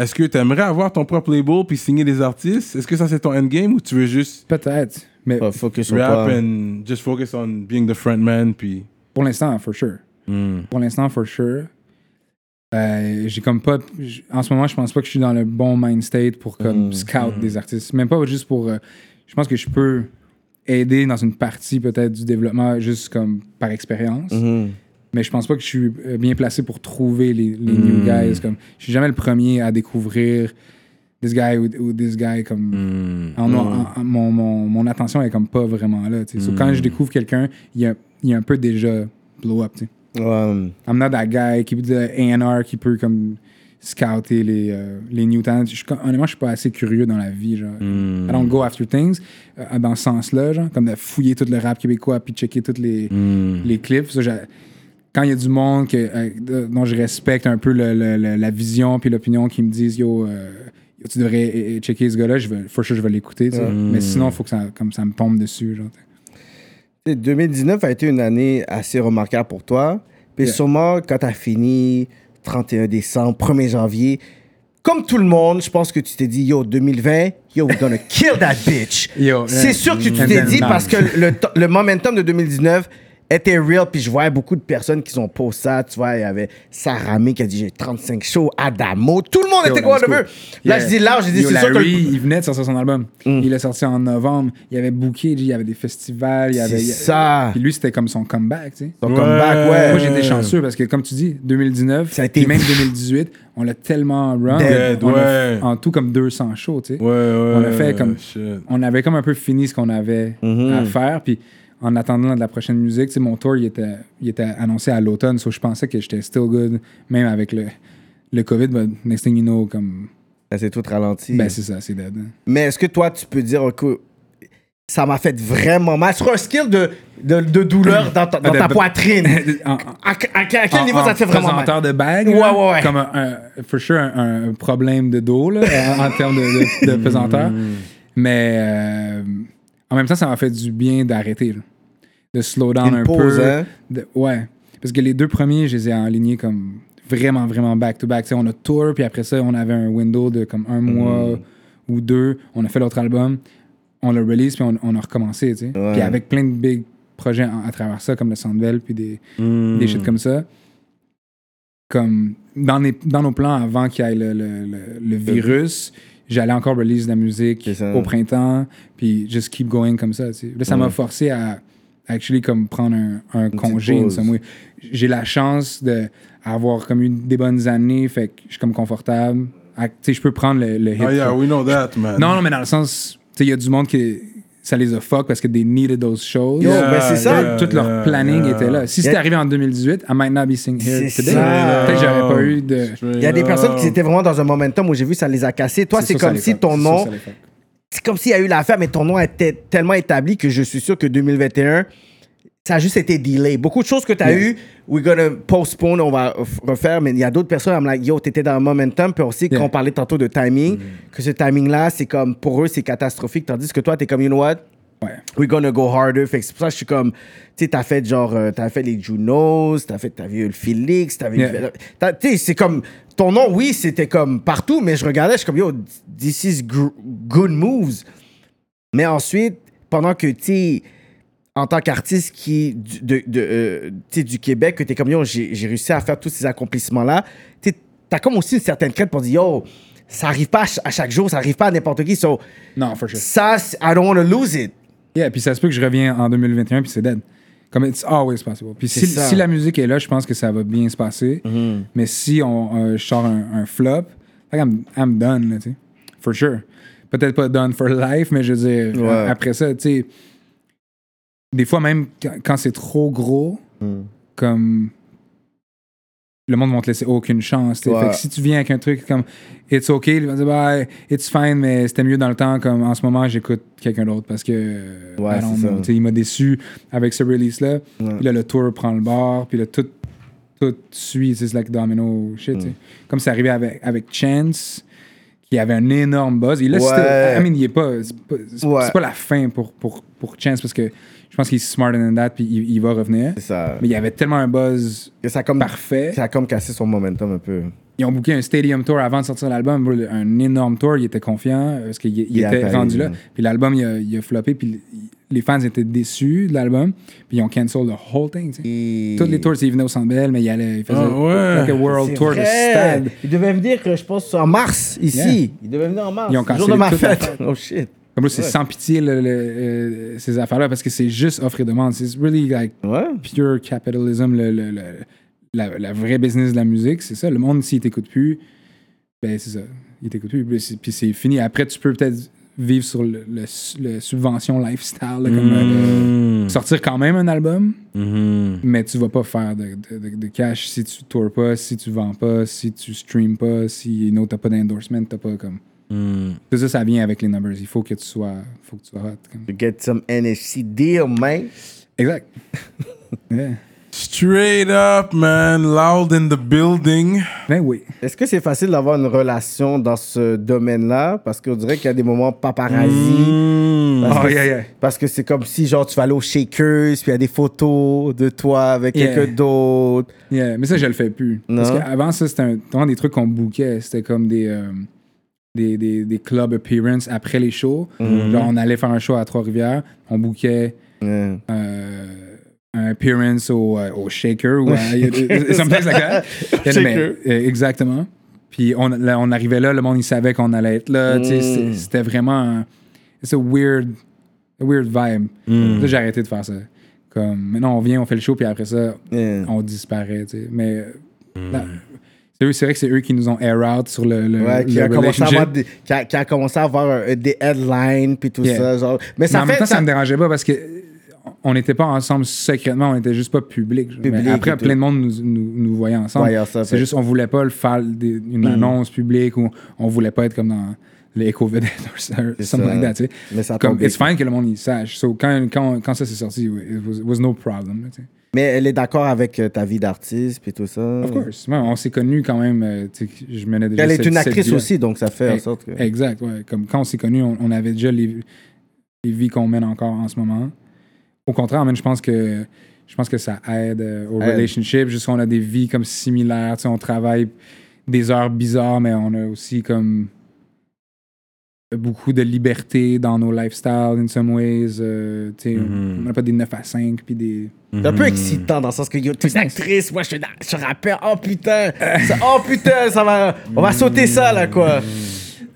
Speaker 3: est-ce que tu aimerais avoir ton propre label puis signer des artistes Est-ce que ça c'est ton endgame ou tu veux juste
Speaker 5: Peut-être. Mais
Speaker 4: Pas Ah, focus sur
Speaker 3: rap
Speaker 4: toi.
Speaker 3: and just focus on being the frontman puis
Speaker 5: pour l'instant, for sure.
Speaker 4: Hmm.
Speaker 5: Pour l'instant, for sure. Euh, j'ai comme pas. j- En ce moment, je pense pas que je suis dans le bon mind state pour comme scout des artistes. Même pas juste pour. euh, je pense que je peux aider dans une partie peut-être du développement juste comme par expérience.
Speaker 4: Mhm.
Speaker 5: mais je pense pas que je suis euh, bien placé pour trouver les, les new guys. Comme, je suis jamais le premier à découvrir this guy ou, ou this guy. Comme, en- en- en- mon, mon- mon attention est comme pas vraiment là. tu sais. So, quand je découvre quelqu'un, il y a, il y a un peu déjà blow up. tu sais.
Speaker 4: Ouais.
Speaker 5: I'm not that guy qui peut A&R qui peut comme scouter les, euh, les new talents. Je suis comme- honnêtement, je suis pas assez curieux dans la vie. Genre. I don't go after things euh, dans ce sens-là, genre, comme de fouiller tout le rap québécois puis checker toutes les, les clips. Ça, j'a- quand il y a du monde que, euh, de- dont je respecte un peu le- le- le- la vision puis l'opinion qui me disent yo, euh, yo, tu devrais eh, eh, checker ce gars-là, je vais, for sure, je vais l'écouter. tu sais. Mais sinon, il faut que ça, comme ça me tombe dessus. Genre.
Speaker 4: Tu sais, 2019 a été une année assez remarquable pour toi. Puis
Speaker 5: Yeah.
Speaker 4: sûrement, quand tu as fini, 31 décembre, 1er janvier, comme tout le monde, je pense que tu t'es dit, yo, 2020, yo, we're gonna kill that bitch.
Speaker 5: Yo, Mm-hmm.
Speaker 4: C'est
Speaker 5: yeah.
Speaker 4: sûr que tu
Speaker 5: And
Speaker 4: t'es
Speaker 5: then
Speaker 4: dit
Speaker 5: now.
Speaker 4: parce que le, to- le momentum de 2019 était real. Puis je voyais beaucoup de personnes qui sont pour ça. Tu vois, il y avait Saramé qui a dit, j'ai 35 shows, Adamo. Tout le monde
Speaker 5: Yo,
Speaker 4: était quoi,
Speaker 5: let's
Speaker 4: le
Speaker 5: go.
Speaker 4: veut. Là,
Speaker 5: Yeah.
Speaker 4: je dis, là, j'ai dit,
Speaker 5: Yo,
Speaker 4: c'est sûr que.
Speaker 5: Larry,
Speaker 4: le- Mm.
Speaker 5: il venait de sortir son album. Il l'a sorti en novembre. Il y avait Bookie, il y avait des festivals. Il y
Speaker 4: C'est
Speaker 5: avait,
Speaker 4: ça.
Speaker 5: Puis lui, c'était comme son comeback, tu sais.
Speaker 4: Son comeback, ouais.
Speaker 5: Moi, j'étais chanceux parce que, comme tu dis, 2019,
Speaker 4: Ça a été-
Speaker 5: et même 2018, on l'a tellement run.
Speaker 4: Dead,
Speaker 5: on a
Speaker 3: ouais.
Speaker 5: fait en tout comme 200 shows, tu sais.
Speaker 3: Ouais, ouais. Oh,
Speaker 5: On a fait comme-
Speaker 3: Euh, shit.
Speaker 5: On avait comme un peu fini ce qu'on avait à faire. Puis en attendant de la prochaine musique, tu sais, mon tour, il était, il était annoncé à l'automne. So, je pensais que j'étais still good, même avec le, le COVID. But next thing you know, comme.
Speaker 4: Ça s'est tout ralenti.
Speaker 5: Ben, c'est ça, c'est dead. hein.
Speaker 4: Mais est-ce que toi, tu peux dire, OK, ça m'a fait vraiment mal. Sur un skill de, de, de douleur dans ta, dans ta
Speaker 5: de-
Speaker 4: poitrine.
Speaker 5: En- en-
Speaker 4: À, à- à quel
Speaker 5: Ah, en-
Speaker 4: niveau ça te fait
Speaker 5: en
Speaker 4: vraiment mal?
Speaker 5: présenteur de bague.
Speaker 4: Ouais,
Speaker 5: là,
Speaker 4: ouais, ouais.
Speaker 5: Comme un, un- for sure, un, un problème de dos, là, en, en termes de, de, de
Speaker 4: Mm.
Speaker 5: pesanteur. Mais euh, en même temps, ça m'a fait du bien d'arrêter, là. de slow down
Speaker 4: Une
Speaker 5: un
Speaker 4: pause,
Speaker 5: peu.
Speaker 4: hein?
Speaker 5: De- ouais. Parce que les deux premiers, je les ai alignés comme vraiment, vraiment back-to-back. Tu sais, On a tour, puis après ça, on avait un window de comme
Speaker 4: Mm.
Speaker 5: un mois ou deux. On a fait l'autre album, on l'a release, puis on, on a recommencé. tu sais. Puis avec plein de big projets en- à travers ça, comme le Sandbell, puis des,
Speaker 4: Mm.
Speaker 5: des shit comme ça. Comme dans, les- dans nos plans avant qu'il y ait le, le- le- le virus, j'allais encore release de la musique
Speaker 4: C'est ça.
Speaker 5: au printemps, puis just keep going comme ça. tu sais. Là, ça m'a forcé à actually comme prendre un, un congé. in
Speaker 4: pause.
Speaker 5: some way. J'ai la chance d'avoir comme eu des bonnes années, fait que je suis comme confortable. Ah, tu sais, je peux prendre le, le hit.
Speaker 3: Ah, yeah,
Speaker 5: là.
Speaker 3: we know that, man.
Speaker 5: Non, non, mais dans le sens, tu sais, il y a du monde qui ça les a fuck parce que they needed those shows.
Speaker 4: Yo, ben, c'est ça.
Speaker 5: Tout leur planning était Euh, là. Si c'était
Speaker 4: Yeah.
Speaker 5: arrivé en 2018, I might not be sitting here
Speaker 4: C'est
Speaker 5: today.
Speaker 4: ça.
Speaker 5: Peut-être que j'aurais pas eu de.
Speaker 4: Il y a des personnes qui étaient vraiment dans un momentum où j'ai vu ça les a cassés. Toi, Ah, c'est
Speaker 5: sûr, ça
Speaker 4: comme
Speaker 5: les
Speaker 4: si
Speaker 5: fuck.
Speaker 4: ton
Speaker 5: C'est sûr,
Speaker 4: nom,
Speaker 5: ça les fuck.
Speaker 4: c'est comme s'il y a eu l'affaire, mais ton nom était tellement établi que je suis sûr que 2021, ça a juste été delay. Beaucoup de choses que tu as eues, we're gonna postpone, on va f- refaire, mais il y a d'autres personnes, I'm like, yo, t'étais dans un momentum, puis aussi,
Speaker 5: Yeah.
Speaker 4: quand on parlait tantôt de timing, que ce timing-là, c'est comme, pour eux, c'est catastrophique, tandis que toi, t'es comme, you know what?
Speaker 5: Ouais.
Speaker 4: We're gonna go harder. Fait que c'est pour ça que je suis comme, tu sais, t'as fait genre, euh, t'as fait les Junos, t'as fait, t'avais eu le Félix, t'avais eu-
Speaker 5: Yeah.
Speaker 4: t'as- Tu sais, c'est comme, ton nom, oui, c'était comme partout, mais je regardais, je suis comme, yo, this is gr- good moves. Mais ensuite, pendant que, tu sais, en tant qu'artiste qui du, de, de, euh, tu sais, du Québec, que t'es comme yo, j'ai j'ai réussi à faire tous ces accomplissements-là, tu sais, t'as comme aussi une certaine crainte pour dire yo, ça arrive pas à, ch- à chaque jour, ça arrive pas à n'importe qui. So,
Speaker 5: Non, for sure.
Speaker 4: ça, c'est- I don't want to lose it.
Speaker 5: Yeah, puis ça se peut que je reviens en 2021 puis c'est dead. Comme it's always possible. Puis
Speaker 4: C'est
Speaker 5: si,
Speaker 4: ça.
Speaker 5: si la musique est là, je pense que ça va bien se passer. Mais si on, euh, je sors un, un flop, like I'm, I'm done, là, tu sais. For sure. Peut-être pas done for life, mais je veux dire,
Speaker 4: Ouais.
Speaker 5: après ça, tu sais, des fois même quand, quand c'est trop gros, comme le monde va te laisser aucune chance. tu sais.
Speaker 4: Ouais.
Speaker 5: Fait que si tu viens avec un truc comme It's OK, ils vont dire bah, It's fine, mais c'était mieux dans le temps. Comme en ce moment, j'écoute quelqu'un d'autre parce que euh,
Speaker 4: Ouais,
Speaker 5: I don't
Speaker 4: c'est ça.
Speaker 5: know. Tu sais, il m'a déçu avec ce release-là. Puis là, le tour prend le bord, puis là, tout, tout suit. C'est like domino shit.
Speaker 4: Mm.
Speaker 5: tu sais. Comme c'est arrivé avec, avec Chance, qui avait un énorme buzz. Et là,
Speaker 4: Ouais.
Speaker 5: c'était. I mean, il est pas. C'est pas, c'est-
Speaker 4: Ouais.
Speaker 5: c'est pas la fin pour, pour, pour Chance parce que je pense qu'il est smarter than that, puis il, il va revenir.
Speaker 4: ça.
Speaker 5: Mais il y avait tellement un buzz
Speaker 4: ça a comme,
Speaker 5: parfait.
Speaker 4: ça a comme cassé son momentum un peu.
Speaker 5: Ils ont booké un stadium tour avant de sortir l'album, bro, un énorme tour. Il était confiant euh, parce qu'il il
Speaker 4: Il est à
Speaker 5: était
Speaker 4: Paris,
Speaker 5: rendu là.
Speaker 4: ouais.
Speaker 5: Puis l'album, il a, il a floppé. Puis l- les fans étaient déçus de l'album. Puis ils ont cancel the whole thing. tu sais. Toutes les tours, ils venaient au Centre Bell, mais ils allaient, ils faisaient
Speaker 3: Ah ouais.
Speaker 5: like a world
Speaker 4: C'est
Speaker 5: tour de
Speaker 4: vrai.
Speaker 5: stade.
Speaker 4: Il devait venir,
Speaker 7: euh,
Speaker 4: que je pense, en mars, ici.
Speaker 5: Yeah.
Speaker 4: Il devait venir en mars.
Speaker 5: Ils ont
Speaker 4: le jour de
Speaker 5: cancellé
Speaker 4: ma
Speaker 5: toute la
Speaker 4: fête. Oh shit.
Speaker 5: Comme bro, c'est sans pitié le- le- euh, ces affaires-là parce que c'est juste offre et demande. C'est really like
Speaker 4: Ouais.
Speaker 5: pure capitalism, le, le- le- la, la vraie business de la musique, c'est ça. Le monde, s'il t'écoute plus, ben c'est ça. Il t'écoute plus, puis c'est- puis c'est fini. Après, tu peux peut-être vivre sur le, le su- le subvention lifestyle, là, comme, euh, sortir quand même un album, mais tu vas pas faire de, de- de- de cash si tu tours pas, si tu vends pas, si tu streams pas, si non, t'as pas d'endorsement, t'as pas comme. Tout ça, ça vient avec les numbers. Il faut que tu sois, faut que tu sois hot. comme.
Speaker 4: To get some NFC deal, man.
Speaker 5: Exact. Yeah.
Speaker 3: Straight up, man. Loud in the building.
Speaker 5: Ben oui.
Speaker 7: Est-ce que c'est facile d'avoir une relation dans ce domaine-là? Parce qu'on dirait qu'il y a des moments paparazzi.
Speaker 4: Hmm.
Speaker 3: Mm.
Speaker 7: Parce, que,
Speaker 5: Oh, yeah, yeah.
Speaker 7: parce que c'est comme si, genre, tu vas aller au Shakers, puis il y a des photos de toi avec
Speaker 5: Yeah.
Speaker 7: quelqu'un d'autre.
Speaker 5: Yeah, mais ça, je le fais plus. Parce
Speaker 7: Non.
Speaker 5: qu'avant, ça, c'était un- vraiment des trucs qu'on bookait. C'était comme des, euh, des, des, des club appearances après les shows. Genre, on allait faire un show à Trois-Rivières, on bookait euh, un appearance au, euh, au Shaker ou à, some place like that. Yeah, mais,
Speaker 4: Shaker.
Speaker 5: euh, exactement. Puis on, là, on arrivait là, le monde, il savait qu'on allait être là. Tu sais,
Speaker 4: Mm.
Speaker 5: c'est- C'était vraiment... un- It's a weird, a weird vibe.
Speaker 4: Mm.
Speaker 5: Là, j'ai arrêté de faire ça. Comme, maintenant, on vient, on fait le show, puis après ça,
Speaker 4: Yeah. Mm.
Speaker 5: on disparaît, tu sais. Mais euh, la- c'est eux- c'est vrai que c'est eux qui nous ont air out sur le, le,
Speaker 4: Ouais, qui
Speaker 5: le
Speaker 4: a, commencé à avoir
Speaker 5: relationship.
Speaker 4: des, qui, a, qui a commencé à avoir euh, des headlines puis tout
Speaker 5: Yeah.
Speaker 4: ça. Genre. Mais
Speaker 5: Mais
Speaker 4: ça
Speaker 5: en
Speaker 4: fait.
Speaker 5: même temps, ça...
Speaker 4: ça-
Speaker 5: me dérangeait pas parce que euh, on n'était pas ensemble secrètement, on était juste pas public. genre. Mais
Speaker 4: Public et
Speaker 5: après,
Speaker 4: tout.
Speaker 5: plein de monde nous, nous, nous voyait ensemble.
Speaker 4: Voyait ça,
Speaker 5: c'est
Speaker 4: fait.
Speaker 7: Hmm.
Speaker 5: juste on voulait pas le faire des- une annonce publique ou on voulait pas être comme dans les éco-vedettes or something
Speaker 7: ça.
Speaker 5: like that, tu sais.
Speaker 7: Mais ça
Speaker 5: Comme,
Speaker 7: tombe
Speaker 5: it's fine que le monde y sache. So, quand, quand, quand ça s'est sorti, it was, it was no problem, là, tu sais.
Speaker 7: Mais elle est d'accord avec euh, ta vie d'artiste puis tout ça.
Speaker 5: Of course. Ouais, on s'est connus quand même. euh, tu sais, que je menais déjà
Speaker 7: Hmm. Elle est
Speaker 5: cette-
Speaker 7: une
Speaker 5: cette
Speaker 7: actrice
Speaker 5: vie-là.
Speaker 7: aussi, donc ça fait en
Speaker 5: Eh,
Speaker 7: sorte que.
Speaker 5: Exact, ouais. Comme quand on s'est connus, on, on avait déjà les, les vies qu'on mène encore en ce moment. Au contraire, man, je pense que je pense que ça aide euh, au
Speaker 7: Aide.
Speaker 5: relationship. Juste qu'on a des vies comme similaires. tu sais, on travaille des heures bizarres, mais on a aussi comme beaucoup de liberté dans nos lifestyles in some ways. euh, tu sais, On n'a pas des 9 à 5 puis des.
Speaker 4: C'est un peu
Speaker 5: Hmm.
Speaker 4: excitant dans le sens que yo, t'es une actrice, moi je suis, je suis rappeur, oh putain, ça- oh putain, ça va, on va sauter ça là quoi.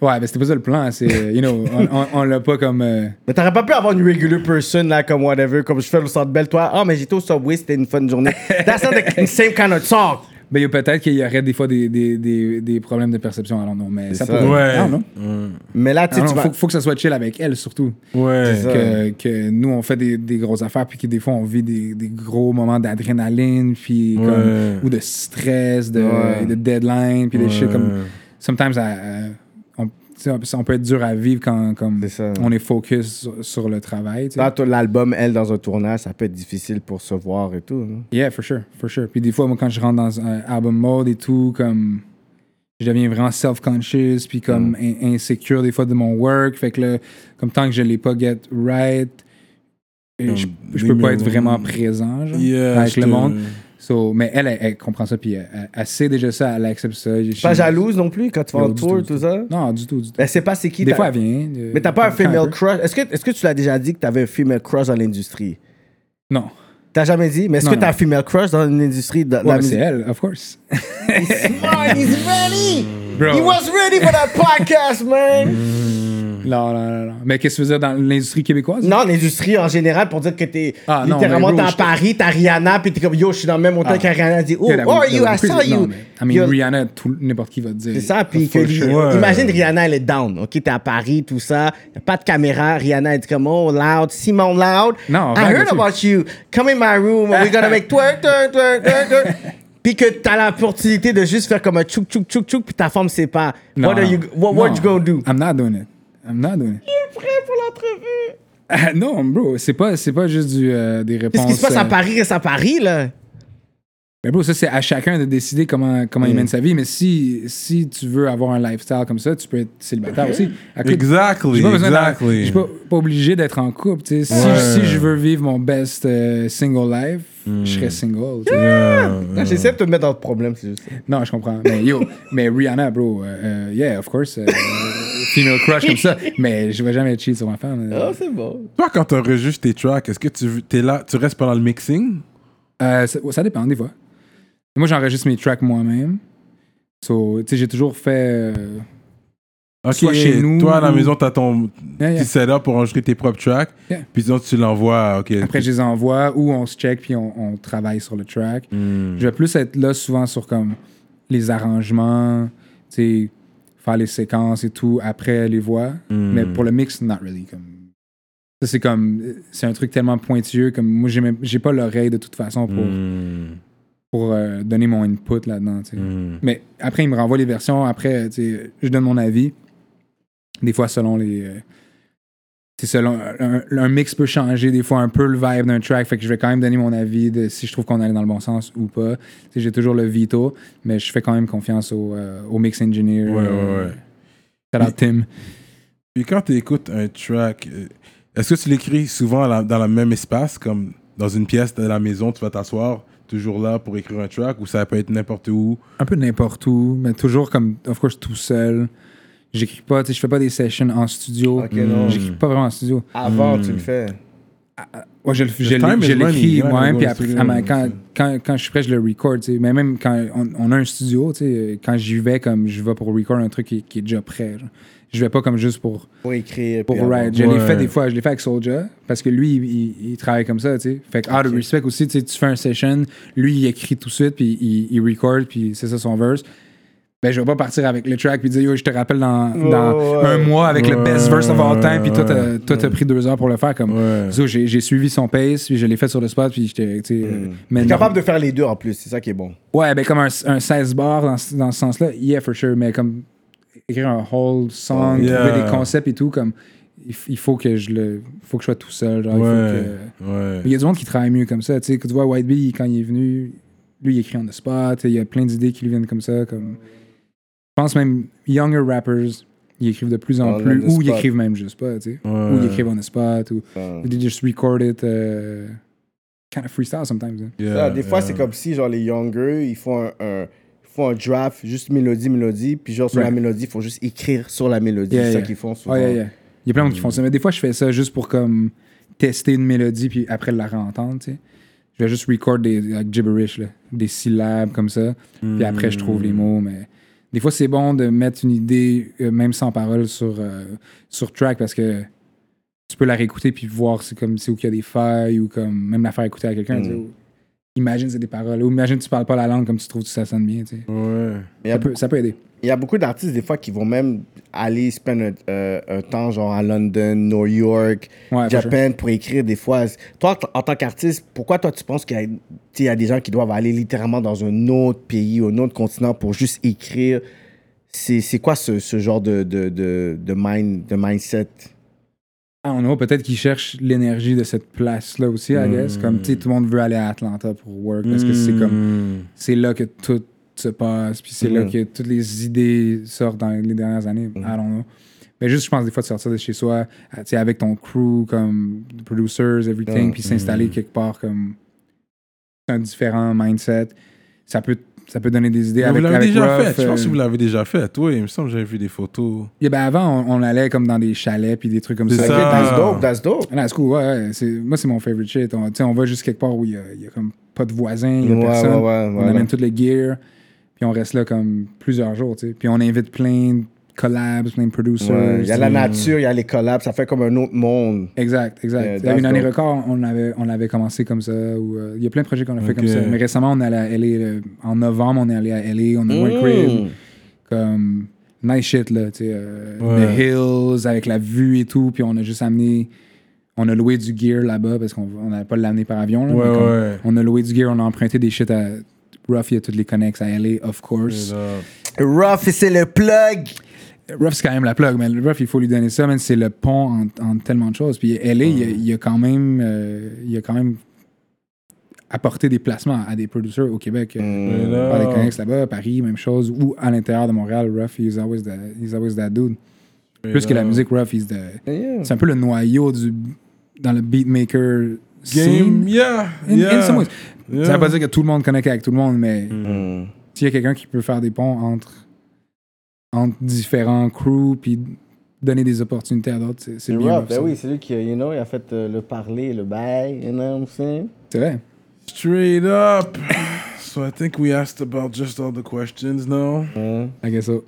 Speaker 5: Ouais, mais c'était pas ça le plan. C'est, euh, you know, on, on- on l'a pas comme. euh,
Speaker 4: Mais t'aurais pas pu avoir une regular person là comme whatever, comme je fais au centre belle, toi, ah mais j'étais au subway, c'était une fun journée. That's not the same kind of talk.
Speaker 5: Ben, il y a peut-être qu'il y aurait des fois des, des, des, des problèmes de perception à Londres, mais ça,
Speaker 4: ça. ben-
Speaker 5: pourrait-
Speaker 3: Ouais.
Speaker 5: Non, non.
Speaker 4: Mais là, tu sais,
Speaker 5: Ah
Speaker 4: tu
Speaker 5: non,
Speaker 4: vas.
Speaker 5: faut, faut que ça soit chill avec elle, surtout.
Speaker 3: Ouais.
Speaker 5: Que, que nous, on fait des, des grosses affaires, puis que des fois, on vit des, des gros moments d'adrénaline, puis comme-
Speaker 3: Ouais.
Speaker 5: ou de stress, de, de deadline, puis des shit comme. Sometimes, à- à- on, tu sais, on- on peut être dur à vivre quand comme,
Speaker 4: C'est ça. Bah,
Speaker 5: on est focus sur, sur le travail. tu sais.
Speaker 4: Là, toi, l'album, elle, dans un tournage, ça peut être difficile pour se voir et tout. non?
Speaker 5: Yeah, for sure, for sure. Puis des fois, moi, quand je rentre dans un album mode et tout, comme je deviens vraiment self-conscious, puis comme
Speaker 4: Mm.
Speaker 5: in- insécure des fois de mon work. Fait que là, comme tant que je l'ai pas get right, et je, je peux pas être vraiment présent genre,
Speaker 3: Yeah,
Speaker 5: avec
Speaker 3: je
Speaker 5: le
Speaker 3: te-
Speaker 5: monde. So, mais elle, elle, elle comprend ça, puis elle, elle- elle sait déjà ça, elle accepte ça. Je-
Speaker 4: Pas
Speaker 5: je-
Speaker 4: jalouse non plus quand tu vas en
Speaker 5: Yo, du
Speaker 4: tour,
Speaker 5: tout,
Speaker 4: tout ça.
Speaker 5: Non, du tout, du tout.
Speaker 4: Elle sait pas c'est qui.
Speaker 5: Des
Speaker 4: t'as-
Speaker 5: fois, elle vient. euh,
Speaker 4: Mais t'as pas un
Speaker 5: quand elle
Speaker 4: female
Speaker 5: peut.
Speaker 4: crush. Est-ce que, est-ce que tu l'as déjà dit que t'avais un female crush dans l'industrie?
Speaker 5: Non.
Speaker 4: T'as jamais dit, mais est-ce
Speaker 5: Non,
Speaker 4: que t'as
Speaker 5: non.
Speaker 4: un female crush dans l'industrie de
Speaker 5: Ouais,
Speaker 4: la
Speaker 5: mais c'est
Speaker 4: musique?
Speaker 5: elle, of course.
Speaker 4: Man, he's ready!
Speaker 5: Bro. Mm.
Speaker 4: He was ready for that podcast, man!
Speaker 5: Non, non, non, non. Mais qu'est-ce que tu faisais dans l'industrie québécoise?
Speaker 4: Non, l'industrie en général, pour dire que t'es
Speaker 5: Ah, non,
Speaker 4: littéralement
Speaker 5: mais
Speaker 4: t'es
Speaker 5: bro,
Speaker 4: à
Speaker 5: je-
Speaker 4: Paris, t'as Rihanna, puis t'es comme yo, je suis dans le même hôtel
Speaker 5: Ah.
Speaker 4: qu'Ariana dit, oh,
Speaker 5: Yeah, that
Speaker 4: who are
Speaker 5: would- that
Speaker 4: you?
Speaker 5: would
Speaker 4: I
Speaker 5: be
Speaker 4: saw
Speaker 5: crazy.
Speaker 4: you!
Speaker 5: Non, mais, I mean,
Speaker 4: You're-
Speaker 5: Rihanna, tout- n'importe qui va te dire.
Speaker 4: C'est ça, puis que
Speaker 5: For
Speaker 4: lui-
Speaker 5: sure.
Speaker 3: Ouais.
Speaker 4: imagine Rihanna, elle est down, ok? T'es à Paris, tout ça, y a pas de caméra, Rihanna, elle dit comme, oh, loud, Simon loud,
Speaker 5: Non,
Speaker 4: I
Speaker 5: rien
Speaker 4: heard
Speaker 5: là-dessus.
Speaker 4: about you, come in my room, we're gonna make twerk, twerk, twerk, twerk, twerk. Puis que t'as l'opportunité de juste faire comme un tchouk, tchouk, tchouk, tchouk, puis ta forme, c'est pas.
Speaker 5: Non,
Speaker 4: what are you, what, what
Speaker 5: non.
Speaker 4: you gonna do?
Speaker 5: I'm not doing it. I'm not doing it.
Speaker 4: Prêt pour l'entrevue?
Speaker 5: Ah, non, bro, c'est pas, c'est pas juste du, euh, des réponses.
Speaker 4: Qu'est-ce qui se passe
Speaker 5: euh,
Speaker 4: à Paris reste à Paris, là.
Speaker 5: Mais bro, ça, c'est à chacun de décider comment, comment
Speaker 4: Mm.
Speaker 5: il mène sa vie. Mais si, si tu veux avoir un lifestyle comme ça, tu peux être célibataire aussi. À coup-
Speaker 3: Exactly,
Speaker 5: J'ai pas besoin d'en-
Speaker 3: exactly.
Speaker 5: Je suis pas, pas obligé d'être en couple. tu sais. Si,
Speaker 3: Ouais.
Speaker 5: si je veux vivre mon best euh, single life, je
Speaker 3: Mm.
Speaker 5: serais single. tu sais.
Speaker 3: Euh,
Speaker 4: J'essaie de te mettre dans le problème, c'est juste ça.
Speaker 5: Non, je comprends. Mais yo, mais Rihanna, bro, euh, euh, yeah, of course. euh, female crush comme ça. Mais je vais jamais cheat sur ma femme. euh.
Speaker 4: Ah, c'est bon.
Speaker 3: Toi, quand tu enregistres tes tracks, est-ce que tu es là, tu restes pendant le mixing?
Speaker 5: Euh, ça, ça dépend des fois. Moi, j'enregistre mes tracks moi-même. So, tu sais, j'ai toujours fait. euh,
Speaker 3: Ok,
Speaker 5: Soit chez nous
Speaker 3: Toi, à la
Speaker 5: ou-
Speaker 3: maison, t'as ton
Speaker 5: Yeah, yeah.
Speaker 3: petit setup pour enregistrer tes propres tracks.
Speaker 5: Yeah.
Speaker 3: Puis sinon, tu l'envoies. ah, Ok.
Speaker 5: Après, je les envoie ou on se check puis on, on travaille sur le track.
Speaker 3: Hmm,
Speaker 5: Je vais plus être là souvent sur comme les arrangements, tu sais, faire les séquences et tout après les voix.
Speaker 3: hmm,
Speaker 5: Mais pour le mix, not really. Comme... Ça, c'est comme. C'est un truc tellement pointueux. Comme moi, j'ai même- j'ai pas l'oreille de toute façon pour.
Speaker 3: Hmm.
Speaker 5: pour euh, donner mon input là-dedans. tu sais.
Speaker 3: Hmm.
Speaker 5: Mais après, il me renvoie les versions. Après, tu sais, je donne mon avis. Des fois, selon les. euh, tu sais, selon, un, un mix peut changer des fois un peu le vibe d'un track, fait que je vais quand même donner mon avis de si je trouve qu'on allait dans le bon sens ou pas. Tu sais, J'ai toujours le veto, mais je fais quand même confiance au, euh, au mix engineer.
Speaker 3: Ouais, ouais,
Speaker 5: euh,
Speaker 3: ouais.
Speaker 5: shout out Tim.
Speaker 3: Puis quand tu écoutes un track, euh, est-ce que tu l'écris souvent à la- dans le même espace, comme dans une pièce de la maison, tu vas t'asseoir toujours là pour écrire un track, ou ça peut être n'importe où?
Speaker 5: un peu n'importe où, mais toujours comme, of course, tout seul. J'écris pas, tu sais, je fais pas des sessions en studio. Mm.
Speaker 4: Ok, non.
Speaker 5: J'écris pas vraiment en studio.
Speaker 4: Avant,
Speaker 5: Hmm.
Speaker 4: tu le fais.
Speaker 5: Ouais, je le- je
Speaker 3: time
Speaker 5: l'ai- je
Speaker 3: is money,
Speaker 5: l'écris
Speaker 3: yeah,
Speaker 5: moi-même,
Speaker 3: go
Speaker 5: puis
Speaker 3: to
Speaker 5: après,
Speaker 3: studio,
Speaker 5: ah, mais quand,
Speaker 3: c'est-
Speaker 5: quand, quand je suis prêt, je le record. tu sais. Mais même quand on, on a un studio, tu sais, euh, quand j'y vais, comme je vais pour record un truc qui, qui est déjà prêt. genre. Je vais pas comme juste pour,
Speaker 4: Pour écrire.
Speaker 5: pour
Speaker 4: puis avoir-
Speaker 5: ride. Je
Speaker 3: ouais.
Speaker 5: l'ai
Speaker 4: euh,
Speaker 5: fait des fois, je l'ai fait avec Soldier, parce que lui, il, il- il travaille comme ça. tu sais. Fait que, out of respect aussi, tu sais, tu fais un session, lui, il écrit tout de suite, puis il, il record, puis c'est ça son verse. Ben, je vais pas partir avec le track puis dire yo, je te rappelle dans, dans
Speaker 4: Ouais, ouais.
Speaker 5: un mois avec le best verse of all time, puis toi, t'as
Speaker 3: Ouais.
Speaker 5: toi, t'as pris deux heures pour le faire. Comme,
Speaker 3: Ouais.
Speaker 5: So, j'ai j'ai suivi son pace, puis je l'ai fait sur le spot, puis j'étais, tu sais, euh,
Speaker 4: Mm. T'es
Speaker 5: man-
Speaker 4: capable de faire les deux en plus, c'est ça qui est bon.
Speaker 5: Ouais, ben comme un, un 16 bars dans, ce- dans ce sens-là, yeah, for sure, mais comme écrire un whole song,
Speaker 3: Yeah.
Speaker 5: trouver des concepts et tout, comme il, f- il faut que je le, faut que je sois tout seul. genre, il faut
Speaker 3: Ouais,
Speaker 5: que-
Speaker 3: ouais.
Speaker 5: mais il y a du monde qui travaille mieux comme ça. Tu sais, que tu vois, White Bee, il- quand il est venu, lui, il écrit on the spot. tu sais, Il y a plein d'idées qui lui viennent comme ça. Comme... Je pense même, younger rappers, ils écrivent de plus en
Speaker 4: On
Speaker 5: plus,
Speaker 4: the
Speaker 5: ou ils
Speaker 4: spot.
Speaker 5: écrivent même juste pas, tu sais.
Speaker 3: Ouais.
Speaker 5: Ou ils écrivent on the spot, ou
Speaker 4: Enfin,
Speaker 5: they just record it, euh, kind of freestyle sometimes. hein.
Speaker 3: Yeah,
Speaker 4: ça, des fois,
Speaker 3: yeah.
Speaker 4: c'est comme si, genre, les younger, ils font un, un- ils font un draft, juste mélodie, mélodie, puis genre, sur
Speaker 5: Ouais.
Speaker 4: la mélodie, ils font juste écrire sur la mélodie.
Speaker 5: Yeah,
Speaker 4: c'est
Speaker 5: yeah.
Speaker 4: ça qu'ils font souvent.
Speaker 5: Ouais, yeah, yeah. Il y a plein de monde qui font ça. Mais des fois, je fais ça juste pour comme tester une mélodie, puis après la réentendre, tu sais. Je vais juste record des like, gibberish, là, des syllabes comme ça. Puis après, je trouve les mots. Mais des fois, c'est bon de mettre une idée, euh, même sans parole, sur, euh, sur track parce que tu peux la réécouter puis voir c'est comme c'est où qu'il y a des failles ou comme même la faire écouter à quelqu'un. dire, oh, Imagine c'est des paroles. Ou imagine tu parles pas la langue comme tu trouves que ça sonne bien. tu sais.
Speaker 3: Ouais.
Speaker 4: Mais il y a
Speaker 5: Ça, peut, ça peut aider.
Speaker 4: Il y a beaucoup d'artistes, des fois, qui vont même aller spend un, euh, un temps, genre, à London, New York,
Speaker 5: Ouais, for
Speaker 4: Japan, pour écrire des fois. Toi, t- en tant qu'artiste, pourquoi toi, tu penses qu'il y, a- tu sais, il y a des gens qui doivent aller littéralement dans un autre pays, un autre continent, pour juste écrire? C'est c'est quoi ce, ce genre de, de, de, de, mind, de mindset?
Speaker 5: Ah, on a peut-être qu'ils cherchent l'énergie de cette place-là aussi, I guess. Comme, tu sais, tout le monde veut aller à Atlanta pour work parce que c'est comme,
Speaker 3: Mm.
Speaker 5: c'est là que tout se passe, puis c'est là
Speaker 4: Mhm.
Speaker 5: que toutes les idées sortent dans les dernières années.
Speaker 3: Mm.
Speaker 5: I don't know. Mais juste, je pense, des fois, de sortir de chez soi, euh, tu sais, avec ton crew, comme, the producers, everything,
Speaker 3: Mm.
Speaker 5: puis s'installer quelque part comme un différent mindset, ça peut, ça peut donner des idées
Speaker 3: Mais Vous
Speaker 5: avec,
Speaker 3: l'avez
Speaker 5: avec
Speaker 3: déjà
Speaker 5: Ruff,
Speaker 3: fait. Je pense
Speaker 5: euh,
Speaker 3: que vous l'avez déjà fait. Oui, il me semble que j'avais vu des photos.
Speaker 5: yeah, ben, avant, on, on allait comme dans des chalets, puis des trucs comme
Speaker 3: C'est
Speaker 5: ça.
Speaker 3: ça.
Speaker 5: Ok,
Speaker 3: Ah.
Speaker 4: That's dope, that's dope.
Speaker 5: Ah, c'est cool, ouais, ouais, c'est- Moi, c'est mon favorite shit. On, tu sais, on va juste quelque part où il y a, il y a comme pas de voisins, il y a
Speaker 4: Ouais,
Speaker 5: personne.
Speaker 4: ouais, ouais,
Speaker 5: on
Speaker 4: voilà.
Speaker 5: amène tout le gear, puis on reste là comme plusieurs jours, tu sais. Puis on invite plein de collabs, plein de producers.
Speaker 4: Ouais, Il y a
Speaker 5: tu
Speaker 4: la
Speaker 5: sais.
Speaker 4: nature, il y a les collabs, ça fait comme un autre monde.
Speaker 5: Exact,
Speaker 4: Yeah,
Speaker 5: exact.
Speaker 4: that's
Speaker 5: une année
Speaker 4: dope.
Speaker 5: record, on avait, on avait commencé comme ça. ou, euh, il y a plein de projets qu'on a fait
Speaker 3: Ok.
Speaker 5: comme ça. Mais récemment, on est allé à LA. euh, en novembre, on est allé à LA,
Speaker 4: Mm.
Speaker 5: on a moins crib. Comme nice shit, là. Tu sais, euh,
Speaker 3: Ouais.
Speaker 5: The Hills, avec la vue et tout. Puis on a juste amené. On a loué du gear là-bas parce qu'on on n'allait pas l'amener par avion. là,
Speaker 3: Ouais,
Speaker 5: mais comme
Speaker 3: ouais.
Speaker 5: On a loué du gear, on a emprunté des shit à. Ruff, il y a toutes les connexes à LA, of course.
Speaker 4: Rough, c'est le plug!
Speaker 5: Ruff, c'est quand même la plug, mais Ruff, il faut lui donner ça, man, c'est le pont en, en tellement de choses. Puis LA, il, a, il a quand même, euh, il a quand même apporté des placements à des producteurs au Québec. euh,
Speaker 3: Mais là-
Speaker 5: par les connexes là-bas, à Paris, même chose. Ou à l'intérieur de Montréal, Ruff, he's always that, he's always that dude. Plus que la musique, Ruff, he's the- c'est un peu le noyau du, dans le beatmaker
Speaker 3: Game,
Speaker 5: scene.
Speaker 3: yeah.
Speaker 5: In-
Speaker 3: yeah.
Speaker 5: in some ways. Ça
Speaker 3: Yeah. Mm.
Speaker 5: veut pas dire que tout le monde connecte avec tout le monde, mais
Speaker 4: Mm.
Speaker 5: s'il y a quelqu'un qui peut faire des ponts entre, entre différents crews puis donner des opportunités à d'autres, c'est, c'est
Speaker 4: Le
Speaker 5: bien.
Speaker 4: rap,
Speaker 5: rough,
Speaker 4: ben
Speaker 5: ça.
Speaker 4: oui, c'est lui qui, you know, il a fait euh, le parler, le bail, you know what I'm saying?
Speaker 5: C'est vrai.
Speaker 3: Straight up. So I think we asked about just all the questions now.
Speaker 5: I guess so.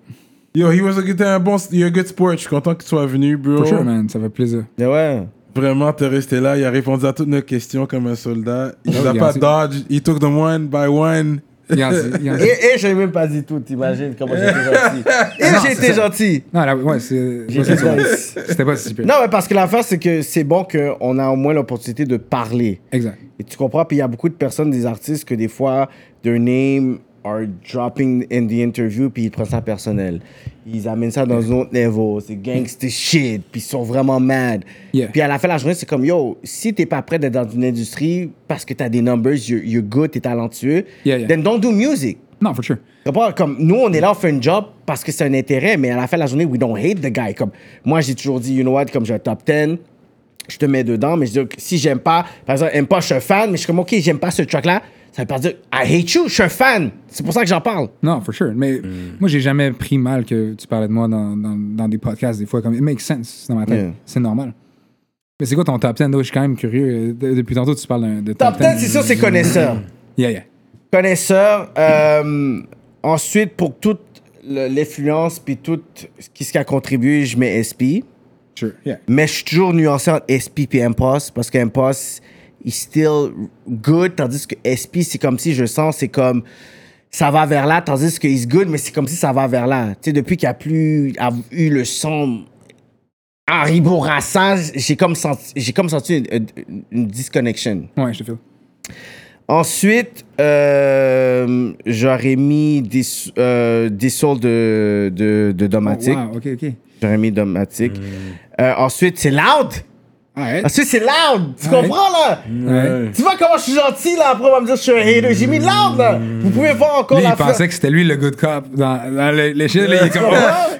Speaker 3: Yo, he was a, t'es un bon, you're a good sport. Je suis content que tu sois venu, bro.
Speaker 5: For sure, man. Ça fait plaisir.
Speaker 4: Mais Ben ouais.
Speaker 3: Vraiment, t'es resté là. Il a répondu à toutes nos questions comme un soldat. Il
Speaker 5: Oh,
Speaker 3: nous a
Speaker 5: il
Speaker 3: pas
Speaker 5: a-
Speaker 3: dodge. He took them one by one.
Speaker 5: Yancy- Yancy-
Speaker 4: Et, et j'ai même pas dit tout, t'imagines comment j'étais gentil. Et
Speaker 5: Non,
Speaker 4: j'ai
Speaker 5: c'est
Speaker 4: été
Speaker 5: ça.
Speaker 4: gentil.
Speaker 5: non, là, ouais, c'est,
Speaker 4: J'ai
Speaker 5: ouais, c'est
Speaker 4: été
Speaker 5: ça.
Speaker 4: nice.
Speaker 5: C'était pas si pire.
Speaker 4: Non, mais parce que l'affaire, c'est que c'est bon qu'on a au moins l'opportunité de parler.
Speaker 5: Exact.
Speaker 4: Et tu comprends? Puis il y a beaucoup de personnes, des artistes, que des fois, their name are dropping in the interview, puis ils prennent ça personnel. Ils amènent ça dans un autre niveau. C'est gangster shit, puis ils sont vraiment mad.
Speaker 5: Yeah.
Speaker 4: Puis à la fin de la journée, c'est comme, yo, si t'es pas prêt d'être dans une industrie parce que t'as des numbers, you're, you're good, t'es talentueux,
Speaker 5: Yeah, yeah.
Speaker 4: then don't do music.
Speaker 5: Non, for sure.
Speaker 4: Tu comprends? Comme nous, on est là, on fait un job parce que c'est un intérêt, mais à la fin de la journée, we don't hate the guy. Comme moi, j'ai toujours dit, you know what, comme j'ai un top 10, je te mets dedans, mais je dis, ok, si j'aime pas, par exemple, aime pas, je suis un fan, mais je suis comme, ok, j'aime pas ce track-là, ça veut pas dire, I hate you, je suis un fan. C'est pour ça que j'en parle.
Speaker 5: Non, for sure. Mais moi, j'ai jamais pris mal que tu parlais de moi dans, dans, dans des podcasts, des fois. Comme, it makes sense dans ma tête.
Speaker 4: Yeah.
Speaker 5: C'est normal. Mais c'est quoi ton top 10? though? Je suis quand même curieux. Euh, de- Depuis tantôt, tu parles d'un- de
Speaker 4: Top 10, c'est sûr, c'est connaisseur.
Speaker 5: Yeah, yeah.
Speaker 4: connaisseur. Euh, ensuite, pour toute le- l'influence, puis tout ce qui ce qui a contribué, je mets SP.
Speaker 5: Sure. Yeah.
Speaker 4: Mais je suis toujours nuancé entre SP et Impost parce qu'Impost il still good, tandis que SP, c'est comme si je sens, c'est comme ça va vers là, tandis que is good, mais c'est comme si ça va vers là. Tu sais, depuis qu'il n'y a plus a eu le son Henri Bourassa, j'ai comme senti, j'ai comme senti une, une- une disconnection.
Speaker 5: Oh, Ouais, je te file.
Speaker 4: Ensuite, euh, j'aurais mis des, sou- euh, des saules de, de, de Domatic.
Speaker 5: Oh, wow, ok, ok.
Speaker 4: J'aurais mis Domatic. Euh, ensuite, c'est loud!
Speaker 5: Ouais.
Speaker 4: Ensuite, c'est loud! Tu
Speaker 5: Ouais.
Speaker 4: comprends, là?
Speaker 5: Ouais.
Speaker 4: Tu vois comment je suis gentil, là? Après, on va me dire que je suis un hater. J'ai mis loud, là! Vous pouvez voir encore
Speaker 5: Lui,
Speaker 4: la
Speaker 5: il
Speaker 4: fra-
Speaker 5: pensait que c'était lui le good cop. Dans, dans le- l'échelle, là, il est comme.
Speaker 4: Ouais.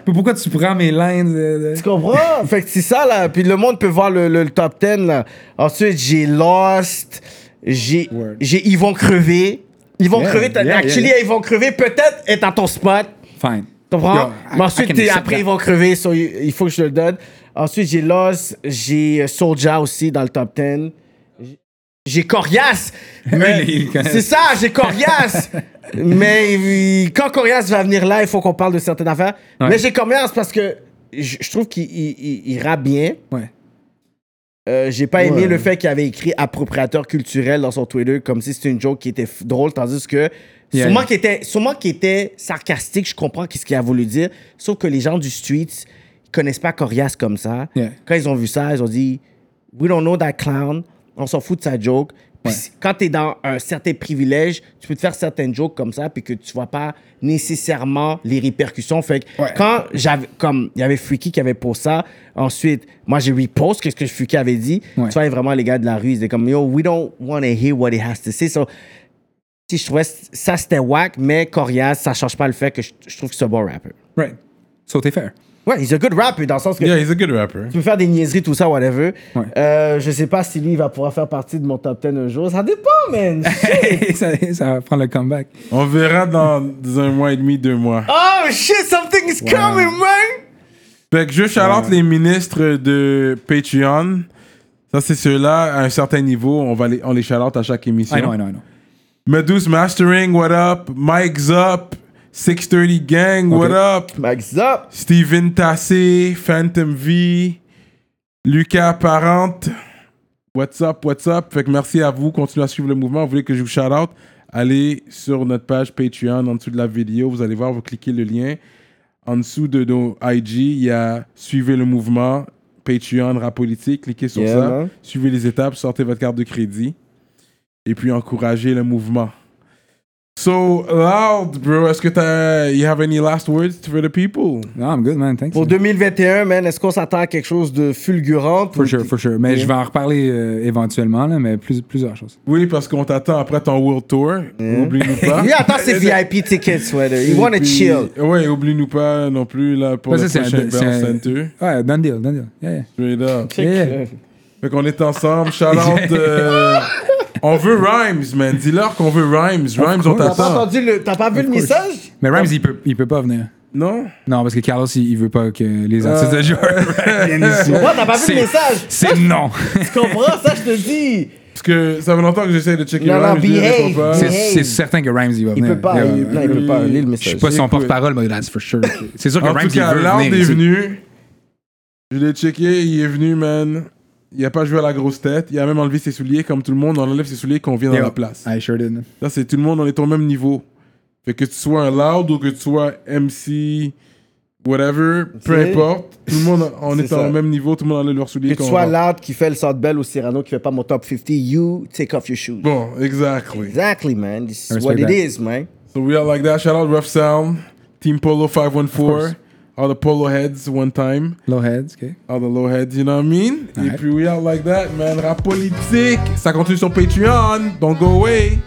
Speaker 5: Mais pourquoi tu prends mes lines de- de-
Speaker 4: Tu comprends? fait que c'est ça, là. Puis le monde peut voir le, le- le top 10, là. Ensuite, j'ai Lost. J'ai,
Speaker 5: Word.
Speaker 4: j'ai Ils vont crever. Ils vont
Speaker 5: Yeah,
Speaker 4: crever. t'as-
Speaker 5: yeah,
Speaker 4: actually,
Speaker 5: yeah.
Speaker 4: Ils vont crever. Peut-être est à ton spot.
Speaker 5: Fine.
Speaker 4: Tu comprends?
Speaker 5: Yo, I-
Speaker 4: Mais ensuite,
Speaker 5: I can
Speaker 4: t'es-
Speaker 5: accept
Speaker 4: après,
Speaker 5: that.
Speaker 4: ils vont crever. so, il il faut que je te le donne. Ensuite, j'ai Lost. J'ai euh, Soulja aussi dans le top 10. J'ai- J'ai Corias. Mais
Speaker 5: il connaît.
Speaker 4: c'est ça, j'ai Corias. mais il- quand Corias va venir là, il faut qu'on parle de certaines affaires.
Speaker 5: Ouais.
Speaker 4: Mais j'ai Corias parce que je je trouve qu'il il, il- il rappe bien.
Speaker 5: Ouais.
Speaker 4: Euh, j'ai pas aimé
Speaker 7: Ouais.
Speaker 4: le fait qu'il avait écrit appropriateur culturel dans son Twitter comme si c'était une joke qui était f- drôle, tandis que
Speaker 5: Yeah.
Speaker 4: sûrement qu'il était, sûrement qu'il était sarcastique, je comprends qu'est-ce qu'il a voulu dire, sauf que les gens du street ils connaissent pas Corias comme ça.
Speaker 5: Yeah.
Speaker 4: Quand ils ont vu ça, ils ont dit We don't know that clown, on s'en fout de sa joke. Puis
Speaker 5: Ouais.
Speaker 4: quand t'es dans un certain privilège, tu peux te faire certaines jokes comme ça, puis que tu vois pas nécessairement les répercussions. Fait que
Speaker 5: Ouais.
Speaker 4: quand j'avais, comme il y avait Freaky qui avait pour ça, ensuite, moi j'ai repost qu'est-ce que Freaky avait dit.
Speaker 5: Ouais.
Speaker 4: Tu vois, vraiment, les gars de la rue, ils étaient comme Yo, we don't want to hear what he has to say. So, si je trouvais c- ça c'était whack, mais Corias, ça change pas le fait que je, je trouve que c'est un bon rapper.
Speaker 5: Right. So t'es fair.
Speaker 4: Ouais, he's a good rapper dans le sens que
Speaker 3: Yeah, he's a good rapper.
Speaker 4: tu peux faire des niaiseries, tout ça, whatever.
Speaker 5: Ouais.
Speaker 4: Euh, je sais pas si lui, il va pouvoir faire partie de mon top 10 un jour. Ça dépend, man.
Speaker 5: ça, ça va prendre le comeback.
Speaker 3: On verra dans, dans un mois et demi, deux mois.
Speaker 4: oh, shit, something is coming, man.
Speaker 3: Fait que je chalote les ministres de Patreon. Ça, c'est ceux-là, à un certain niveau. On, va les, on les chalote à chaque émission.
Speaker 5: I know, I know, I know.
Speaker 3: Medus Mastering, what up? Mike's up. 630 Gang, what up?
Speaker 4: Max up.
Speaker 3: Steven Tassé, Phantom V, Lucas Parente. What's up, what's up? Fait que merci à vous. Continuez à suivre le mouvement. Vous voulez que je vous shout out? Allez sur notre page Patreon en dessous de la vidéo. Vous allez voir, vous cliquez le lien. En dessous de nos IG, il y a Suivez le mouvement, Patreon, Rap Politique. Cliquez sur
Speaker 7: Yeah,
Speaker 3: ça.
Speaker 7: man.
Speaker 3: Suivez les étapes, sortez votre carte de crédit. Et puis encouragez le mouvement. So loud, bro. Est-ce que t'as. You have any last words for the people?
Speaker 5: No, I'm good, man. Thanks.
Speaker 4: Pour 2021, man, est-ce qu'on s'attend à quelque chose de fulgurant?
Speaker 5: For sure, for sure. Mais je vais en reparler euh, éventuellement, là, mais plus, plusieurs choses.
Speaker 3: Oui, parce qu'on t'attend après ton World Tour. Oublie-nous pas.
Speaker 4: Lui, attends, c'est VIP tickets, whether. Mm. You wanna
Speaker 3: Puis-
Speaker 4: chill.
Speaker 3: Ouais, oublie-nous pas non plus là pour
Speaker 5: Ouais,
Speaker 3: le
Speaker 5: ça,
Speaker 3: prochain Bell
Speaker 5: c'est un- c'est un-
Speaker 3: Center.
Speaker 5: Ouais, done deal, done deal. Yeah, yeah.
Speaker 3: Straight up.
Speaker 5: Yeah, yeah.
Speaker 3: Fait qu'on est ensemble. Shout out, euh, on veut Rhymes, man. Dis-leur qu'on veut Rhymes. Rhymes, on
Speaker 5: course.
Speaker 4: T'as pas
Speaker 3: t'attend.
Speaker 4: entendu le, t'as pas vu le message?
Speaker 5: Mais Rams, il peut, il peut pas venir.
Speaker 3: Non?
Speaker 5: Non, parce que Carlos, il, il veut pas que
Speaker 4: Ah.
Speaker 5: les artistes de Jordan Rhymes viennent ici.
Speaker 4: Ouais, t'as pas vu
Speaker 5: C'est-
Speaker 4: le message?
Speaker 5: C'est non.
Speaker 4: Tu comprends ça, je te dis?
Speaker 3: Parce que ça fait longtemps que j'essaie de checker
Speaker 4: Non, non,
Speaker 3: Rhymes. je lui
Speaker 4: behave,
Speaker 3: réponds pas.
Speaker 5: C'est
Speaker 4: behave. Hey.
Speaker 5: c'est certain que Rhymes, il va
Speaker 4: Ah. Il
Speaker 5: venir.
Speaker 4: peut pas,
Speaker 5: Yeah,
Speaker 4: il,
Speaker 5: ouais.
Speaker 4: non, il peut pas, lis le
Speaker 5: Je suis
Speaker 4: message.
Speaker 5: pas son
Speaker 3: Écoute.
Speaker 5: porte-parole, mais that's for sure. C'est sûr que
Speaker 3: En
Speaker 5: Rhymes,
Speaker 3: tout
Speaker 5: il
Speaker 3: cas,
Speaker 5: veut
Speaker 3: Loud
Speaker 5: venir
Speaker 3: est
Speaker 5: ici.
Speaker 3: venu. Je l'ai checké, il est venu, man. Il a pas joué à la grosse tête. Il a même enlevé ses souliers, comme tout le monde. On enlève ses souliers quand on vient dans
Speaker 5: Yeah.
Speaker 3: la place.
Speaker 5: I sure did.
Speaker 3: Là, c'est tout le monde, on est au même niveau. Fait que tu sois un loud ou que tu sois MC, whatever, peu
Speaker 4: C'est-
Speaker 3: importe. Tout le monde, on est,
Speaker 4: c'est ça.
Speaker 3: au même niveau, tout le monde a leurs souliers.
Speaker 4: Que tu
Speaker 3: quand on
Speaker 4: sois
Speaker 3: rentre.
Speaker 4: loud qui fait le Sandbell ou Cyrano qui fait pas mon top 50, you take off your shoes.
Speaker 3: Bon, exact, oui.
Speaker 4: Exactly, man. This
Speaker 5: I
Speaker 4: is
Speaker 5: respect
Speaker 4: what it
Speaker 5: that.
Speaker 4: is, man.
Speaker 3: So we are like that. Shout out Rough Sound, Team Polo
Speaker 5: Of course.
Speaker 3: 514, all the polo heads one time,
Speaker 5: Low heads, OK.
Speaker 3: all the low heads, you know what I mean? Et
Speaker 5: Ouais.
Speaker 3: puis we are like that, man. Rap politique, ça continue sur Patreon, don't go away.